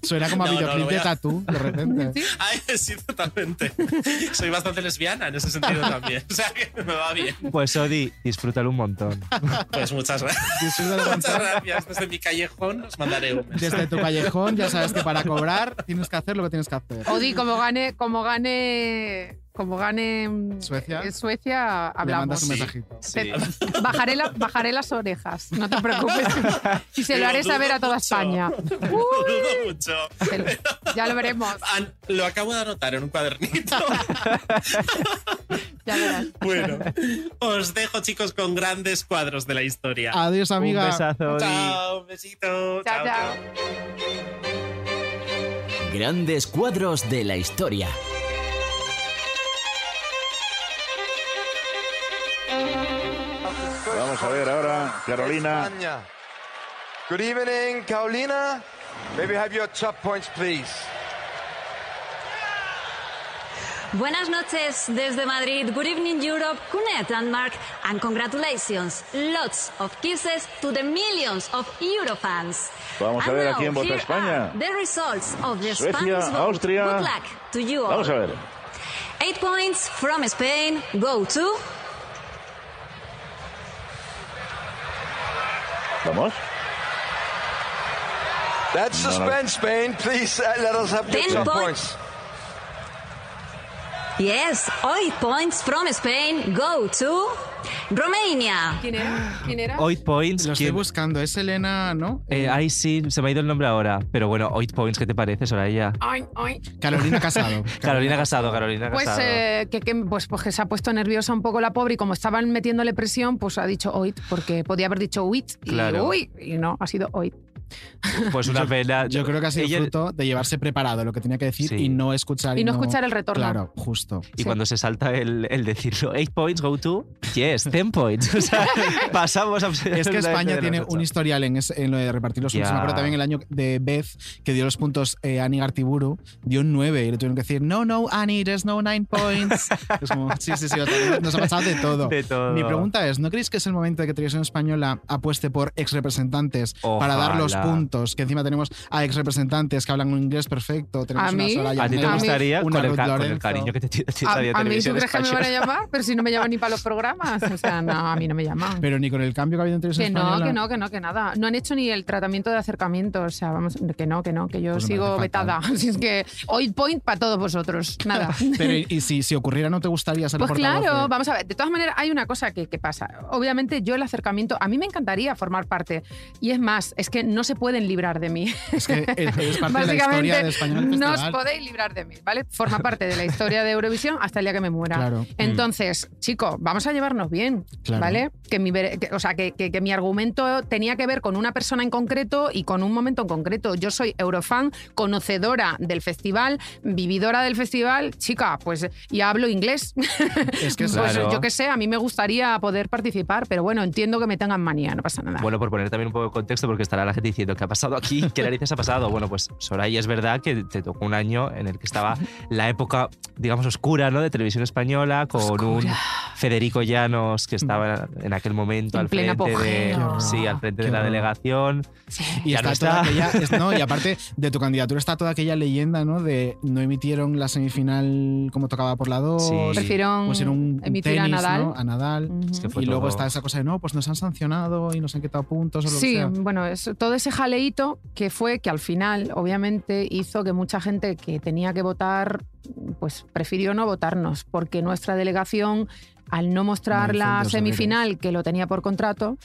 Speaker 4: Suena como a
Speaker 3: No, no,
Speaker 4: videoclip
Speaker 3: lo voy
Speaker 4: de
Speaker 3: a-
Speaker 4: Tatú, de repente.
Speaker 3: Ay, sí, totalmente. Soy bastante lesbiana en ese sentido también. O sea, que me va bien.
Speaker 1: Pues Odi, disfrútalo un montón.
Speaker 3: Pues muchas gracias. Muchas gracias. Desde mi callejón os mandaré un mensaje.
Speaker 4: Desde tu callejón ya sabes que para cobrar tienes que hacer lo que tienes que hacer.
Speaker 12: Odi, como gane, como gane, como gane mm,
Speaker 4: Suecia.
Speaker 12: eh, Suecia,
Speaker 4: Le
Speaker 12: hablamos.
Speaker 4: mandas un mensajito.
Speaker 12: Te- bajaré, la- bajaré las orejas, no te preocupes. Y se lo haré saber a toda España.
Speaker 3: Lo dudo mucho.
Speaker 12: Ya lo veremos,
Speaker 3: An- Lo acabo de anotar en un cuadernito.
Speaker 12: ya verás.
Speaker 3: Bueno, os dejo, chicos, con grandes cuadros de la historia.
Speaker 4: Adiós, amiga.
Speaker 1: Un besazo, Odi.
Speaker 3: Chao, un besito.
Speaker 12: Chao, chao.
Speaker 19: Grandes cuadros de la historia.
Speaker 20: Vamos a ver ahora, Carolina.
Speaker 21: España. Good evening, Carolina. Maybe have your top points, please.
Speaker 22: Buenas noches desde Madrid. Good evening, Europe, Cunet and Mark, and congratulations. Lots of kisses to the millions of Eurofans.
Speaker 20: Vamos a
Speaker 22: And
Speaker 20: ver a
Speaker 22: now,
Speaker 20: quién vota
Speaker 22: here
Speaker 20: España.
Speaker 22: are The results of the
Speaker 20: Suecia,
Speaker 22: Spanish vote.
Speaker 20: Austria.
Speaker 22: Good luck to you all.
Speaker 20: Vamos a ver.
Speaker 22: Eight points from Spain go to
Speaker 20: Vamos.
Speaker 21: That's
Speaker 20: No, no.
Speaker 21: suspense, Spain. Please uh, let us have your
Speaker 22: Ten
Speaker 21: top
Speaker 22: point-
Speaker 21: points.
Speaker 22: yes, eight points from Spain go to Romania.
Speaker 12: ¿Quién era? ¿Quién era?
Speaker 1: Oit Points.
Speaker 4: Lo estoy
Speaker 1: ¿quién-
Speaker 4: buscando, es Elena, ¿no?
Speaker 1: eh, ay, sí, se me ha ido el nombre ahora. Pero bueno, Oit Points, ¿qué te parece, Soraya?
Speaker 12: Ay, ay.
Speaker 4: Carolina Casado.
Speaker 1: Carolina Casado, Carolina
Speaker 12: Pues,
Speaker 1: Casado.
Speaker 12: eh, que, que- pues, pues que se ha puesto nerviosa un poco la pobre y como estaban metiéndole presión, pues ha dicho oit, porque podía haber dicho uit y
Speaker 1: Claro.
Speaker 12: uy, y no, ha sido oit.
Speaker 1: Pues una pena.
Speaker 4: Yo creo que ha sido
Speaker 1: Ella-
Speaker 4: fruto de llevarse preparado lo que tenía que decir y no escuchar.
Speaker 12: Y no escuchar el retorno.
Speaker 4: Claro, justo.
Speaker 1: Y cuando se salta el, el decirlo, 8 points, go to, yes, 10 points. O sea, pasamos
Speaker 4: Es que
Speaker 1: absolutamente de
Speaker 4: España
Speaker 1: la
Speaker 4: tiene
Speaker 1: cosa.
Speaker 4: un historial en, es- en lo de repartir los puntos.
Speaker 1: Ya.
Speaker 4: Me acuerdo también el año de Beth, que dio los puntos eh, Annie Gartiburu, dio un 9 y le tuvieron que decir, no, no, Annie, there's no 9 points. Es como, sí, sí, sí, nos ha pasado de todo.
Speaker 1: De todo.
Speaker 4: Mi pregunta es, ¿no creéis que es el momento de que Televisión Española apueste por ex representantes para dar los
Speaker 1: Ojalá.
Speaker 4: puntos? Que encima tenemos a ex representantes que hablan un inglés perfecto. Tenemos
Speaker 12: ¿A
Speaker 4: una
Speaker 12: mí?
Speaker 4: Soraya
Speaker 1: ¿A ti te
Speaker 4: Menor,
Speaker 1: gustaría,
Speaker 4: una
Speaker 1: con el,
Speaker 4: Ruth
Speaker 1: ca- con el
Speaker 4: Lorenzo.
Speaker 1: cariño que te tiene
Speaker 12: A,
Speaker 1: Televisión
Speaker 12: a mí, ¿tú crees que me van a
Speaker 1: Española?
Speaker 12: llamar? Pero si no me llaman ni para los programas. O sea, no, a mí no me llaman.
Speaker 4: Pero ni con el cambio que ha habido en Televisión
Speaker 12: Que no,
Speaker 4: Española.
Speaker 12: que no, que no, que nada. No han hecho ni el tratamiento de acercamiento. O sea, vamos, que no, que no, que yo
Speaker 4: Pues me
Speaker 12: sigo
Speaker 4: parece
Speaker 12: vetada. Así es que hoy point para todos vosotros. Nada.
Speaker 4: Pero y, y si, si ocurriera, ¿no te gustaría ser la
Speaker 12: Pues
Speaker 4: portavoz de-
Speaker 12: claro, vamos a ver. De todas maneras, hay una cosa que, que pasa. Obviamente, yo el acercamiento, a mí me encantaría formar parte. Y es más, es que no no se pueden librar de mí.
Speaker 4: Es que es parte de la historia de Español
Speaker 12: no os
Speaker 4: Festival.
Speaker 12: podéis librar de mí, ¿vale? Forma parte de la historia de Eurovisión hasta el día que me muera.
Speaker 4: Claro.
Speaker 12: Entonces, chico, vamos a llevarnos bien,
Speaker 4: Mm. Claro.
Speaker 12: ¿vale? Que mi, ver- que- o sea, que, que- que mi argumento tenía que ver con una persona en concreto y con un momento en concreto. Yo soy eurofan, conocedora del festival, vividora del festival, chica, pues y hablo inglés.
Speaker 1: Es que es
Speaker 12: Pues,
Speaker 1: claro.
Speaker 12: yo qué sé, a mí me gustaría poder participar, pero bueno, entiendo que me tengan manía, no pasa nada.
Speaker 1: Bueno, por poner también un poco de contexto, porque estará la gente diciendo, ¿qué ha pasado aquí? ¿Qué narices ha pasado? Bueno, pues Soraya es verdad que te tocó un año en el que estaba la época, digamos, oscura, ¿no? De televisión española, con un Federico Llanos que estaba en aquel momento
Speaker 12: En
Speaker 1: al
Speaker 12: pleno
Speaker 1: frente, de,
Speaker 12: apogeo.
Speaker 1: sí, al frente de la
Speaker 4: horror.
Speaker 1: delegación.
Speaker 4: Y
Speaker 1: Ya
Speaker 4: está
Speaker 1: no
Speaker 4: toda
Speaker 1: está.
Speaker 4: aquella- es- no, y aparte de tu candidatura está toda aquella leyenda, ¿no? De no emitieron la semifinal como tocaba por la 2.
Speaker 1: Sí.
Speaker 12: Prefirieron
Speaker 4: pusieron
Speaker 12: emitir a
Speaker 4: tenis,
Speaker 12: Nadal.
Speaker 4: ¿no? A Nadal. Mm.
Speaker 1: Es que fue
Speaker 4: y luego
Speaker 1: todo-
Speaker 4: está esa cosa de no, pues nos han sancionado y nos han quitado puntos o lo
Speaker 12: Sí, mm,
Speaker 4: que sea.
Speaker 12: bueno, es, todo ese jaleíto que fue que al final, obviamente, hizo que mucha gente que tenía que votar, pues prefirió no votarnos, porque nuestra delegación, al no mostrar
Speaker 23: No hizo
Speaker 12: la
Speaker 23: dos
Speaker 12: semifinal, que lo tenía por contrato,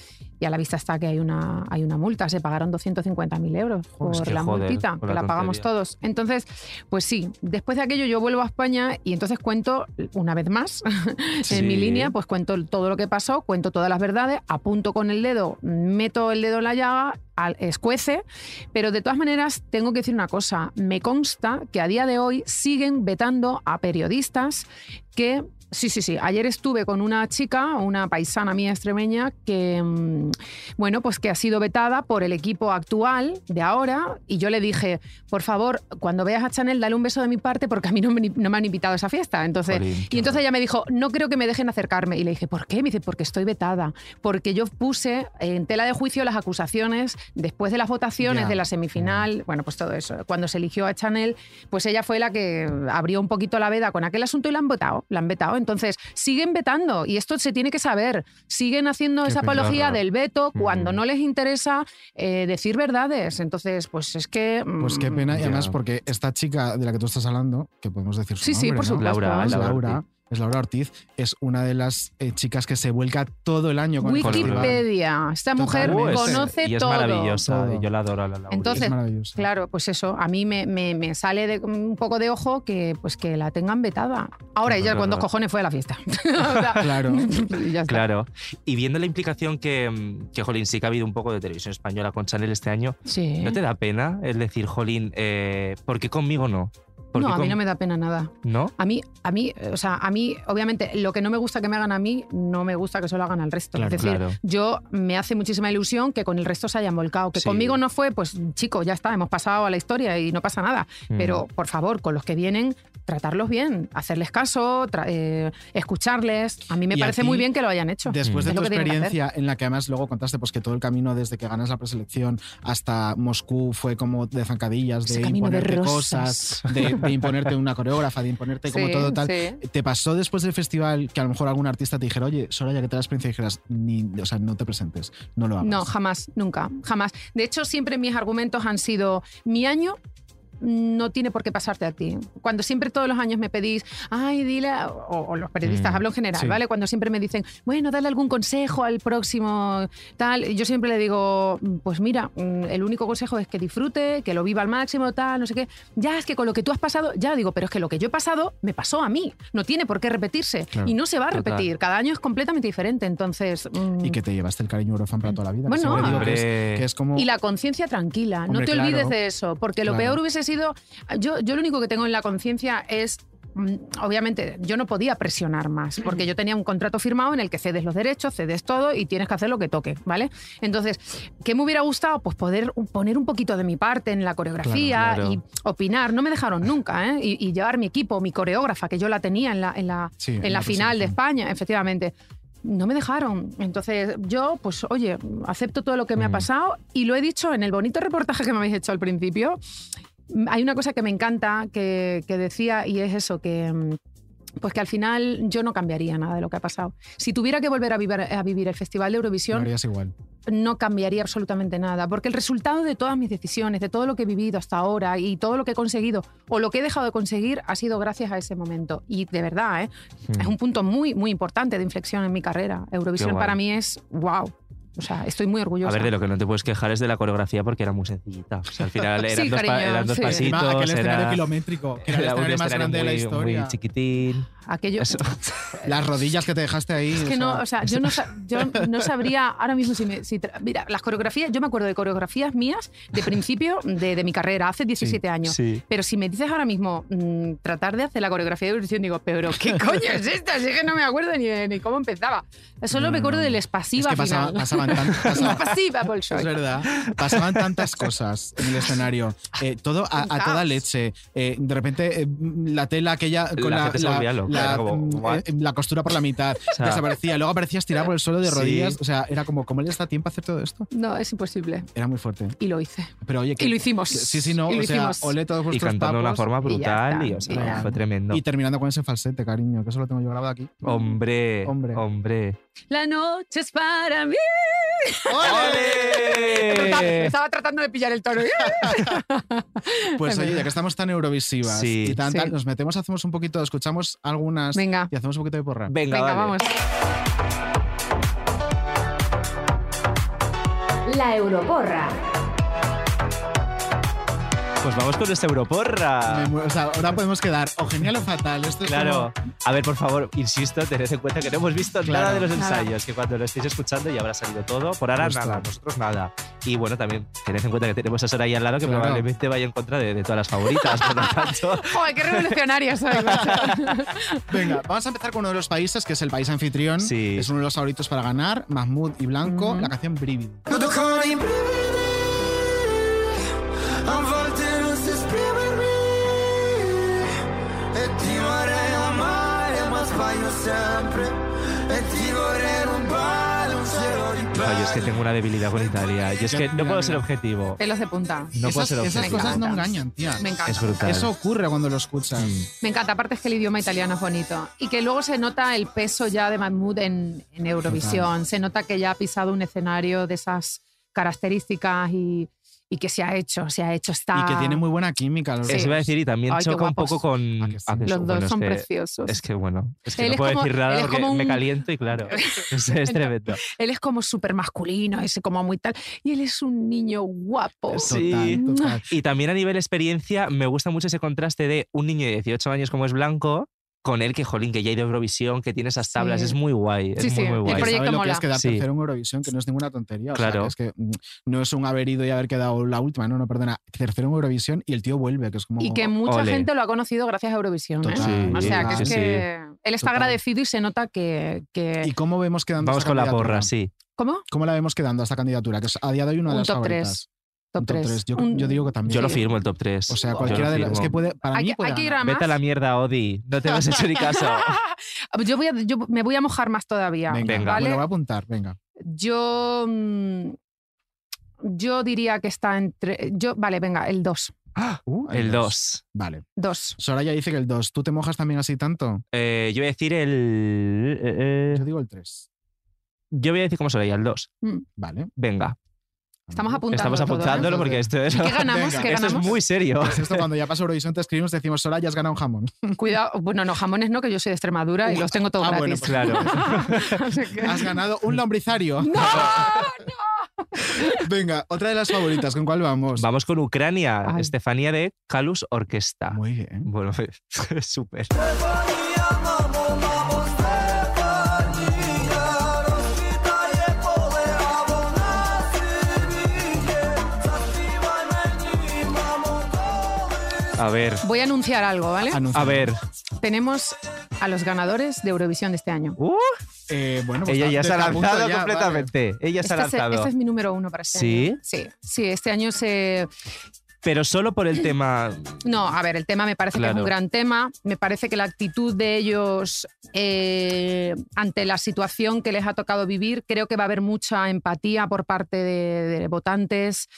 Speaker 12: y a la vista está que hay una, hay una multa, se pagaron 250.000 euros por
Speaker 23: es que
Speaker 12: la
Speaker 23: joder,
Speaker 12: multita,
Speaker 23: por
Speaker 12: que
Speaker 23: la
Speaker 12: la pagamos
Speaker 23: tontería.
Speaker 12: todos. Entonces, pues sí, después de aquello yo vuelvo a España y entonces cuento, una vez más, en
Speaker 23: Sí.
Speaker 12: mi línea, pues cuento todo lo que pasó, cuento todas las verdades, apunto con el dedo, meto el dedo en la llaga, al- escuece, pero de todas maneras tengo que decir una cosa, me consta que a día de hoy siguen vetando a periodistas que... Sí, sí, sí. Ayer estuve con una chica, una paisana mía extremeña, que, mm, bueno, pues que ha sido vetada por el equipo actual de ahora. Y yo le dije, por favor, cuando veas a Chanel, dale un beso de mi parte porque a mí no me, no me han invitado a esa fiesta. Entonces,
Speaker 23: Jolín.
Speaker 12: pues, eh, y entonces ella me dijo, no creo que me dejen acercarme. Y le dije, ¿por qué? Me dice, porque estoy vetada. Porque yo puse en tela de juicio las acusaciones después de las votaciones
Speaker 23: Ya.
Speaker 12: de la semifinal. Bueno, pues todo eso. Cuando se eligió a Chanel, pues ella fue la que abrió un poquito la veda con aquel asunto y la han vetado. La han vetado. Entonces, siguen vetando. Y esto se tiene que saber. Siguen haciendo
Speaker 23: Qué
Speaker 12: esa
Speaker 23: pena.
Speaker 12: apología del veto
Speaker 4: Mm.
Speaker 12: cuando no les interesa eh, decir verdades. Entonces, pues es que... mm,
Speaker 4: Pues qué pena, y además porque esta chica de la que tú estás hablando, que podemos decir su
Speaker 12: Sí, sí,
Speaker 4: nombre,
Speaker 12: por
Speaker 4: ¿no?
Speaker 12: supuesto. Laura,
Speaker 4: es
Speaker 12: Laura
Speaker 4: Laura,
Speaker 12: Ortiz.
Speaker 4: es Laura Ortiz, es una de las eh, chicas que se vuelca todo el año con el Pues festival.
Speaker 12: Wikipedia. Esta mujer
Speaker 4: Totalmente.
Speaker 12: conoce
Speaker 1: y es
Speaker 12: todo.
Speaker 1: maravillosa, y yo la adoro a la Laura.
Speaker 12: Entonces,
Speaker 4: maravillosa.
Speaker 12: claro, pues eso, a mí me, me- me sale de, un poco de ojo que pues que la tengan vetada.
Speaker 1: Claro,
Speaker 12: Ahora ella con dos
Speaker 1: claro.
Speaker 12: cojones fue a la fiesta. O sea,
Speaker 4: claro.
Speaker 12: y ya está.
Speaker 1: Claro. Y viendo la implicación que, mm, que, jolín, sí que ha habido un poco de televisión española con Chanel este año,
Speaker 12: Sí.
Speaker 1: ¿no te da pena el decir, jolín, eh, ¿por qué conmigo no? ¿Por
Speaker 12: No,
Speaker 1: qué
Speaker 12: a mí
Speaker 1: con-
Speaker 12: no me da pena nada.
Speaker 1: ¿No?
Speaker 12: A mí, a mí, o sea, a mí, obviamente, lo que no me gusta que me hagan a mí, no me gusta que se lo hagan al resto.
Speaker 1: Claro,
Speaker 12: es decir,
Speaker 1: claro.
Speaker 12: yo me hace muchísima ilusión que con el resto se hayan volcado. Que
Speaker 23: Sí.
Speaker 12: conmigo no fue, pues chico, ya está, hemos pasado a la historia y no pasa nada.
Speaker 23: Mm.
Speaker 12: Pero, por favor, con los que vienen, tratarlos bien, hacerles caso, tra- eh, escucharles. A mí me
Speaker 4: Y a
Speaker 12: parece
Speaker 4: ti,
Speaker 12: muy bien que lo hayan hecho.
Speaker 4: Después de
Speaker 12: Es
Speaker 4: tu
Speaker 12: lo que tienen que hacer.
Speaker 4: experiencia en la que además luego contaste pues que todo el camino desde que ganas la preselección hasta Moscú fue como de zancadillas,
Speaker 12: Ese
Speaker 4: de
Speaker 12: camino de
Speaker 4: imponerte
Speaker 12: rosas.
Speaker 4: cosas, de, de imponerte una coreógrafa, de imponerte como
Speaker 12: Sí,
Speaker 4: todo tal.
Speaker 12: sí.
Speaker 4: ¿Te pasó después del festival que a lo mejor algún artista te dijera, oye, Soraya, que te la experiencia y dijeras, Ni, o sea, no te presentes, no lo hagas?
Speaker 12: No, jamás, nunca, jamás. De hecho, siempre mis argumentos han sido mi año no tiene por qué pasarte a ti. Cuando siempre todos los años me pedís, ay, dile, a-", o, o los periodistas,
Speaker 23: Mm,
Speaker 12: hablo en general,
Speaker 23: sí.
Speaker 12: ¿vale? Cuando siempre me dicen, bueno, dale algún consejo al próximo, tal, y yo siempre le digo, pues mira, mm, el único consejo es que disfrute, que lo viva al máximo, tal, no sé qué. Ya es que con lo que tú has pasado, ya digo, pero es que lo que yo he pasado me pasó a mí, no tiene por qué repetirse
Speaker 4: Claro,
Speaker 12: y no se va a
Speaker 4: total.
Speaker 12: repetir, cada año es completamente diferente, entonces... mm,
Speaker 4: Y que te llevaste el cariño Eurofan para toda la vida. que
Speaker 12: Bueno,
Speaker 4: siempre digo que es,
Speaker 1: Hombre.
Speaker 4: que es como...
Speaker 12: y la conciencia tranquila, no
Speaker 4: Hombre,
Speaker 12: te olvides
Speaker 4: claro.
Speaker 12: de eso, porque lo
Speaker 4: Claro.
Speaker 12: peor hubiese sido, yo, yo lo único que tengo en la conciencia es, mm, obviamente, yo no podía presionar más, porque yo tenía un contrato firmado en el que cedes los derechos, cedes todo y tienes que hacer lo que toque, ¿vale? Entonces, ¿qué me hubiera gustado? Pues poder un- poner un poquito de mi parte en la coreografía
Speaker 23: Claro, claro.
Speaker 12: y opinar, no me dejaron nunca, ¿eh? Y, y llevar mi equipo, mi coreógrafa, que yo la tenía en la, en la,
Speaker 23: Sí,
Speaker 12: en
Speaker 23: en
Speaker 12: la
Speaker 23: la
Speaker 12: final de España, efectivamente no me dejaron. Entonces yo, pues oye, acepto todo lo que me ha pasado y lo he dicho en el bonito reportaje que me habéis hecho al principio. Mm, Hay una cosa que me encanta que, que decía y es eso, que... mm, Pues que al final yo no cambiaría nada de lo que ha pasado. Si tuviera que volver a vivir, a vivir el Festival de
Speaker 4: lo
Speaker 12: Eurovisión,
Speaker 4: harías igual.
Speaker 12: no cambiaría absolutamente nada, porque el resultado de todas mis decisiones, de todo lo que he vivido hasta ahora y todo lo que he conseguido o lo que he dejado de conseguir ha sido gracias a ese momento. Y de verdad, ¿eh?
Speaker 23: Mm.
Speaker 12: es un punto muy, muy importante de inflexión en mi carrera. Eurovisión
Speaker 23: Qué guay.
Speaker 12: para mí es wow. O sea, estoy muy orgullosa.
Speaker 1: A ver, de lo que no te puedes quejar es de la coreografía porque era muy sencillita. O sea, al final eran
Speaker 12: Sí,
Speaker 1: dos, pa-
Speaker 12: cariño,
Speaker 1: eran dos
Speaker 12: sí.
Speaker 1: pasitos.
Speaker 4: Encima, aquel escenario
Speaker 1: era-
Speaker 4: kilométrico, que era el
Speaker 1: un
Speaker 4: escenario más
Speaker 1: escenario
Speaker 4: grande de la
Speaker 1: muy-
Speaker 4: historia.
Speaker 1: Muy chiquitín.
Speaker 12: Aquello.
Speaker 1: Eso.
Speaker 4: Las rodillas que te dejaste ahí.
Speaker 12: Es que no, o sea, yo no, sa- yo no sabría ahora mismo si me. si tra- mira, las coreografías, yo me acuerdo de coreografías mías de principio de, de mi carrera, hace 17 años.
Speaker 1: sí.
Speaker 12: Pero si me dices ahora mismo mm, tratar de hacer la coreografía de Eurovisión, digo, pero ¿qué coño es esta? Si es que no me acuerdo ni, de- ni cómo empezaba. Solo me acuerdo del espasiva
Speaker 4: Mm, Es que pasaba-
Speaker 12: final.
Speaker 4: pasaban tan-
Speaker 12: La
Speaker 4: pasaban-
Speaker 12: pasiva, Bolshoi.
Speaker 4: Es verdad. Pasaban tantas cosas en el escenario. Eh, todo a, a toda leche. Eh, de repente, eh, la tela aquella con
Speaker 1: La
Speaker 4: la,
Speaker 1: gente se volvía loca,
Speaker 4: la-
Speaker 1: era como,
Speaker 4: mm,
Speaker 1: ¿what?
Speaker 4: eh, la costura por la mitad
Speaker 1: sea-
Speaker 4: desaparecía. Luego aparecías tirada por el suelo de
Speaker 1: Sí.
Speaker 4: rodillas. O sea, era como, ¿cómo le da tiempo a hacer todo esto?
Speaker 12: No, es imposible.
Speaker 4: Era muy fuerte.
Speaker 12: Y lo hice.
Speaker 4: Pero oye, que-
Speaker 12: Y lo hicimos.
Speaker 4: Sí, sí, no.
Speaker 12: Y lo
Speaker 4: o sea,
Speaker 12: hicimos.
Speaker 4: olé todos
Speaker 1: Y
Speaker 4: vuestros
Speaker 1: cantando de una
Speaker 4: papos.
Speaker 1: forma pues,
Speaker 12: Y ya
Speaker 1: brutal.
Speaker 12: está,
Speaker 1: Y, o sea,
Speaker 12: y ya.
Speaker 1: fue tremendo.
Speaker 4: Y terminando con ese falsete, cariño, que eso lo tengo yo grabado aquí.
Speaker 1: Hombre,
Speaker 4: Hombre.
Speaker 1: hombre.
Speaker 12: La noche es para mí. Total,
Speaker 1: ¡Ole!
Speaker 12: Estaba tratando de pillar el toro. ¿eh?
Speaker 4: Pues
Speaker 12: Es
Speaker 4: oye, ya
Speaker 12: verdad.
Speaker 4: que estamos tan eurovisivas
Speaker 1: Sí.
Speaker 4: y tan, tal,
Speaker 12: Sí.
Speaker 4: nos metemos, hacemos un poquito, escuchamos algunas
Speaker 12: Venga.
Speaker 4: y hacemos un poquito de porra.
Speaker 1: Venga,
Speaker 12: Venga,
Speaker 1: vale.
Speaker 12: vamos.
Speaker 24: La Europorra.
Speaker 1: Pues vamos con esta Europorra.
Speaker 4: Me mu- o sea, ahora podemos quedar o genial o fatal. Esto es
Speaker 1: Claro. A ver, por favor, insisto, tened en cuenta que no hemos visto
Speaker 4: Claro.
Speaker 1: nada de los
Speaker 4: Nada.
Speaker 1: ensayos, que cuando lo estéis escuchando ya habrá salido todo. Por ahora
Speaker 4: Justo.
Speaker 1: nada, nosotros nada. Y bueno, también tened en cuenta que tenemos a Soraya al lado que
Speaker 4: Claro.
Speaker 1: probablemente vaya en contra de, de todas las favoritas. Por lo tanto,
Speaker 12: Joder, qué revolucionaria soy, macho.
Speaker 4: como- Venga, vamos a empezar con uno de los países, que es el país anfitrión.
Speaker 1: Sí.
Speaker 4: Es uno de los favoritos para ganar, Mahmoud y Blanco,
Speaker 12: Ujú.
Speaker 4: la canción Brividi.
Speaker 1: no, yo es que tengo una debilidad con Italia. Yo es que no puedo ser objetivo.
Speaker 12: Pelos de punta.
Speaker 1: No puedo
Speaker 4: Esas,
Speaker 1: ser
Speaker 4: esas
Speaker 1: objetivo.
Speaker 4: cosas no engañan, tía.
Speaker 12: Me encanta.
Speaker 1: Es brutal.
Speaker 4: Eso ocurre cuando lo
Speaker 1: Mm.
Speaker 4: escuchas.
Speaker 12: Me encanta, aparte es que el idioma italiano es bonito. Y que luego se nota el peso ya de Mahmoud en, en Eurovisión. Se nota que ya ha pisado un escenario de esas características y, y que se ha hecho, se ha hecho, está.
Speaker 4: Y que tiene muy buena química. los
Speaker 1: Eso
Speaker 4: dos.
Speaker 1: iba a decir y también
Speaker 12: Ay, qué
Speaker 1: choca un
Speaker 12: guapos.
Speaker 1: poco con...
Speaker 4: Ah, que sí.
Speaker 1: ah, que
Speaker 12: Los
Speaker 1: eso,
Speaker 12: dos
Speaker 1: bueno, es
Speaker 12: son
Speaker 1: que-
Speaker 12: preciosos.
Speaker 1: Es que bueno, es que
Speaker 12: Él
Speaker 1: no
Speaker 12: es
Speaker 1: puedo
Speaker 12: como-
Speaker 1: decir
Speaker 12: él
Speaker 1: nada
Speaker 12: es
Speaker 1: porque
Speaker 12: como
Speaker 1: me
Speaker 12: un-
Speaker 1: caliento y claro, es, es tremendo.
Speaker 12: Él es como súper masculino, ese como muy tal. Y él es un niño guapo.
Speaker 1: Sí.
Speaker 4: Total, total.
Speaker 1: Y también a nivel experiencia me gusta mucho ese contraste de un niño de 18 años como es Blanco con él que, jolín, que ya ha ido a Eurovisión, que tiene esas tablas,
Speaker 12: Sí.
Speaker 1: es muy guay,
Speaker 12: Sí,
Speaker 1: es
Speaker 12: sí,
Speaker 1: muy, muy
Speaker 12: el
Speaker 1: guay.
Speaker 4: Que sabe
Speaker 12: proyecto
Speaker 4: lo que
Speaker 12: mola.
Speaker 4: es quedar
Speaker 1: Sí.
Speaker 4: tercero en Eurovisión, que no es ninguna tontería.
Speaker 1: Claro.
Speaker 4: O sea, que es que mm, no es un haber ido y haber quedado la última, no, no, perdona. Tercero en Eurovisión y el tío vuelve, que es como.
Speaker 12: Y que mucha
Speaker 1: Ole.
Speaker 12: gente lo ha conocido gracias a Eurovisión. ¿eh?
Speaker 4: Total,
Speaker 12: o sea, que
Speaker 4: total.
Speaker 12: es
Speaker 1: Sí,
Speaker 12: que él está
Speaker 4: Total.
Speaker 12: agradecido y se nota que. que-
Speaker 4: ¿Y cómo vemos quedando
Speaker 1: Vamos
Speaker 4: esta
Speaker 1: con la
Speaker 4: candidatura?
Speaker 1: porra, sí.
Speaker 12: ¿Cómo?
Speaker 4: ¿Cómo la vemos quedando a esta candidatura? Que es a día de hoy una de
Speaker 12: Un
Speaker 4: las
Speaker 12: top
Speaker 4: favoritas.
Speaker 12: 3.
Speaker 4: Un
Speaker 12: Top
Speaker 4: top
Speaker 12: 3.
Speaker 4: tres. Yo, yo digo que también.
Speaker 1: Yo lo
Speaker 12: Sí.
Speaker 1: firmo el top 3.
Speaker 4: O sea, cualquiera de las. Es que puede. Para
Speaker 12: Hay,
Speaker 4: mí
Speaker 12: que-
Speaker 4: puede
Speaker 12: hay que ir
Speaker 4: ganar.
Speaker 12: a más.
Speaker 1: Vete a la mierda, Odi. No te hemos hecho ni caso.
Speaker 12: Ah, pues Yo, voy a- yo me voy a mojar más todavía.
Speaker 4: Venga,
Speaker 1: Venga.
Speaker 4: me
Speaker 12: ¿vale?
Speaker 4: lo voy a apuntar, venga.
Speaker 12: Yo. mm, Yo diría que está entre. Yo, vale, venga, el 2.
Speaker 4: Uh,
Speaker 1: El 2.
Speaker 4: dos. Vale.
Speaker 12: 2.
Speaker 4: Soraya dice que el 2. ¿Tú te mojas también así tanto?
Speaker 1: Eh, yo voy a decir el... eh, eh,
Speaker 4: Yo digo el 3.
Speaker 1: yo voy a decir cómo sería el 2.
Speaker 4: Vale.
Speaker 1: Venga,
Speaker 12: Estamos apuntando.
Speaker 1: estamos
Speaker 12: todo, ¿eh?
Speaker 1: apuntándolo porque esto es...
Speaker 12: ¿Y qué ganamos?
Speaker 4: Venga,
Speaker 12: ¿Qué
Speaker 1: Esto es
Speaker 12: ganamos?
Speaker 1: muy serio.
Speaker 4: Es esto cuando ya pasa Eurovisión, te escribimos, te decimos, Soraya, has ganado un jamón.
Speaker 12: Cuidado. Bueno, no, jamones no, que yo soy de Extremadura y los tengo todos
Speaker 4: Ah, bueno, pues,
Speaker 12: gratis. O sea que-
Speaker 4: Has ganado un lombrizario.
Speaker 12: ¡No!
Speaker 4: Venga, otra de las favoritas, ¿con cuál vamos?
Speaker 1: Vamos con Ucrania.
Speaker 12: Ay.
Speaker 1: Estefanía de Kalus Orquesta.
Speaker 4: Muy bien.
Speaker 1: Bueno, es súper. A ver,
Speaker 12: Voy a anunciar algo, ¿vale?
Speaker 4: Anuncia.
Speaker 1: a ver.
Speaker 12: Tenemos a los ganadores de Eurovisión de este año.
Speaker 1: Uh,
Speaker 4: Eh, bueno, pues
Speaker 1: ella ya
Speaker 4: te-
Speaker 1: se ha
Speaker 4: te apunto
Speaker 1: lanzado
Speaker 4: ya, vale.
Speaker 1: completamente. Ella se ha
Speaker 12: Este es,
Speaker 1: lanzado.
Speaker 12: este es mi número uno para este
Speaker 1: ¿Sí?
Speaker 12: año. Sí, sí, este año se...
Speaker 1: Pero solo por el tema.
Speaker 12: No, a ver, el tema me parece que es
Speaker 1: Claro.
Speaker 12: un gran tema. Me parece que la actitud de ellos eh, ante la situación que les ha tocado vivir, creo que va a haber mucha empatía por parte de, de votantes.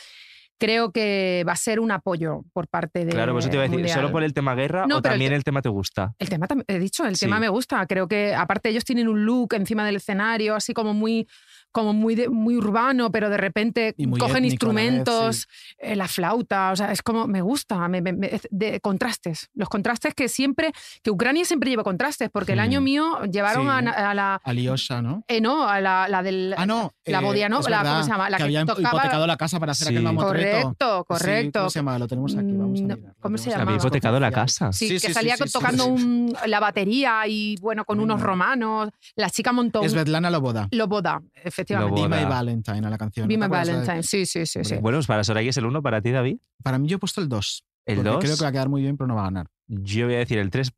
Speaker 12: Creo que va a ser un apoyo por parte de.
Speaker 1: Claro, pues yo te iba a decir,
Speaker 12: mundial.
Speaker 1: ¿solo por el tema guerra
Speaker 12: No,
Speaker 1: o
Speaker 12: pero el
Speaker 1: también
Speaker 12: te-
Speaker 1: el, tema te gusta?
Speaker 12: El tema, tam- he dicho, el
Speaker 1: Sí.
Speaker 12: tema me gusta. Creo que, aparte, ellos tienen un look encima del escenario, así como muy, como muy, de- muy urbano, pero de repente
Speaker 4: Y muy
Speaker 12: cogen
Speaker 4: étnico a la vez,
Speaker 12: instrumentos, eh, la flauta, o sea, es como, me gusta, me- me- me- es de contrastes, los contrastes que siempre, que Ucrania siempre lleva contrastes, porque el
Speaker 4: Sí.
Speaker 12: año mío llevaron
Speaker 4: Sí.
Speaker 12: a, na- a la...
Speaker 4: Alyosha, ¿no?
Speaker 12: eh, no, a la, la del...
Speaker 4: Ah, no.
Speaker 12: La
Speaker 4: eh,
Speaker 12: Bodianova,
Speaker 4: es
Speaker 12: la-
Speaker 4: verdad,
Speaker 12: ¿cómo se llama? La
Speaker 4: que,
Speaker 12: que
Speaker 4: había
Speaker 12: tocaba-
Speaker 4: hipotecado la casa para hacer
Speaker 1: Sí.
Speaker 4: aquel mamotreto.
Speaker 12: Correcto,
Speaker 4: Sí, ¿Cómo
Speaker 12: correcto. Mm,
Speaker 4: se llama? Lo tenemos aquí, vamos a mirar.
Speaker 12: ¿Cómo se
Speaker 1: Había
Speaker 12: llama?
Speaker 1: hipotecado la casa.
Speaker 12: Sí,
Speaker 4: Sí,
Speaker 12: que
Speaker 4: sí,
Speaker 12: salía
Speaker 4: sí, sí,
Speaker 12: tocando
Speaker 4: sí, sí.
Speaker 12: un- la batería y bueno, con unos romanos. La chica montó un-
Speaker 4: Svetlana Loboda.
Speaker 12: Loboda, efectivamente.
Speaker 1: Loboda.
Speaker 4: Be My Valentine a la canción. ¿no
Speaker 12: Be
Speaker 4: te
Speaker 12: My
Speaker 4: acuerdas de-
Speaker 12: Valentine, sí, sí, sí. sí.
Speaker 1: Bueno, pues para Soraya es el 1, para ti, David.
Speaker 4: Para mí yo he puesto el 2.
Speaker 1: El
Speaker 4: porque
Speaker 1: 2.
Speaker 4: Creo que va a quedar muy bien, pero no va a ganar.
Speaker 1: Yo voy a decir el 3.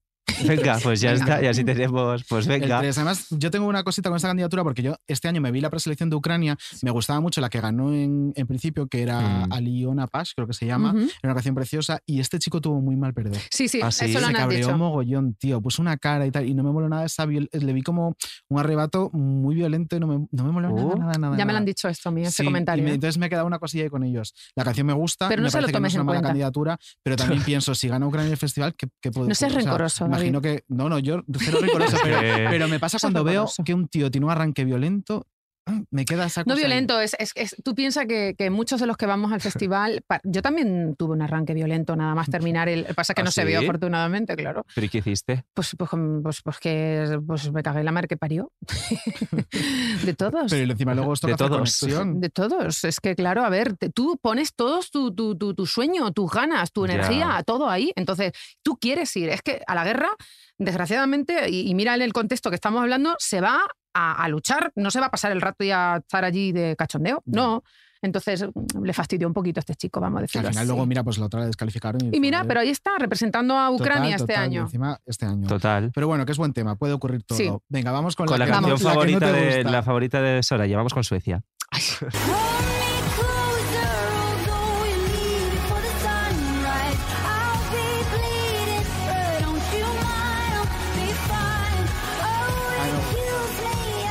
Speaker 1: Venga, pues ya está, y así tenemos. Pues
Speaker 4: El
Speaker 1: venga.
Speaker 4: tres. Además, yo tengo una cosita con esta candidatura porque yo este año me vi la preselección de Ucrania, me gustaba mucho la que ganó en, en principio, que
Speaker 1: Mm.
Speaker 4: era Aliona Pash, creo que se llama,
Speaker 12: Ujú.
Speaker 4: era una canción preciosa, y este chico tuvo muy mal perder.
Speaker 12: Sí, sí,
Speaker 1: Ah, sí.
Speaker 12: eso lo
Speaker 4: Se
Speaker 12: han
Speaker 4: cabreó
Speaker 12: dicho.
Speaker 4: mogollón, tío, puso una cara y tal, y no me moló nada esa viol- eh, le vi como un arrebato muy violento y no me, no me moló nada,
Speaker 1: Oh.
Speaker 4: nada, nada.
Speaker 12: Ya me
Speaker 4: nada.
Speaker 12: lo han dicho esto a mí, ese
Speaker 4: Sí, y
Speaker 12: comentario.
Speaker 4: me-
Speaker 12: ¿eh?
Speaker 4: entonces me he quedado una cosilla ahí con ellos. La canción me gusta,
Speaker 12: Pero no
Speaker 4: me
Speaker 12: se lo
Speaker 4: parece que no
Speaker 12: tomes
Speaker 4: es
Speaker 12: en
Speaker 4: una mala
Speaker 12: cuenta.
Speaker 4: candidatura, pero también pienso, si gana Ucrania el festival, ¿qué, qué puedo
Speaker 12: No seas
Speaker 4: o sea,
Speaker 12: rencoroso, David.
Speaker 4: imagino que. No, no, yo cero rencoroso, pero,
Speaker 1: Sí.
Speaker 4: pero me pasa
Speaker 12: Seas
Speaker 4: cuando veo
Speaker 12: rencoroso.
Speaker 4: que un tío tiene un arranque violento, ah, me queda esa cosa.
Speaker 12: No
Speaker 4: ahí.
Speaker 12: violento, es, es- es- tú piensas que, que muchos de los que vamos al festival, pa- yo también tuve un arranque violento nada más terminar el, pasa que
Speaker 1: ¿Ah,
Speaker 12: no se vio
Speaker 1: sí?
Speaker 12: afortunadamente, claro.
Speaker 1: ¿Pero ¿y qué hiciste?
Speaker 12: Pues, pues, pues, pues que pues me cagué en la mar que parió. de todos.
Speaker 4: Pero encima luego esto
Speaker 1: De
Speaker 4: que hace
Speaker 1: todos.
Speaker 4: conexión.
Speaker 12: De todos. Es que, claro, a ver, te- tú pones todos tu, tu, tu- tu sueño, tus ganas, tu
Speaker 1: Ya.
Speaker 12: energía, todo ahí. Entonces, tú quieres ir. Es que a la guerra, desgraciadamente, y, y mira en el contexto que estamos hablando, se va a, a luchar, no se va a pasar el rato y a estar allí de cachondeo. No. Entonces, mm, le fastidió un poquito a este chico, vamos a
Speaker 4: Que al
Speaker 12: decirlo.
Speaker 4: final
Speaker 12: así.
Speaker 4: luego, mira, pues la otra la descalificaron.
Speaker 12: y mira,
Speaker 4: joder,
Speaker 12: pero ahí está, representando a
Speaker 4: total,
Speaker 12: Ucrania este
Speaker 4: total, y
Speaker 12: año.
Speaker 4: Encima, este año.
Speaker 1: Total.
Speaker 4: Pero bueno, que es buen tema, puede ocurrir todo.
Speaker 12: Sí.
Speaker 4: Venga, vamos con,
Speaker 1: Con la
Speaker 4: que-
Speaker 1: canción
Speaker 4: que no te
Speaker 1: favorita de
Speaker 4: gusta.
Speaker 1: la favorita de Soraya, vamos con Suecia.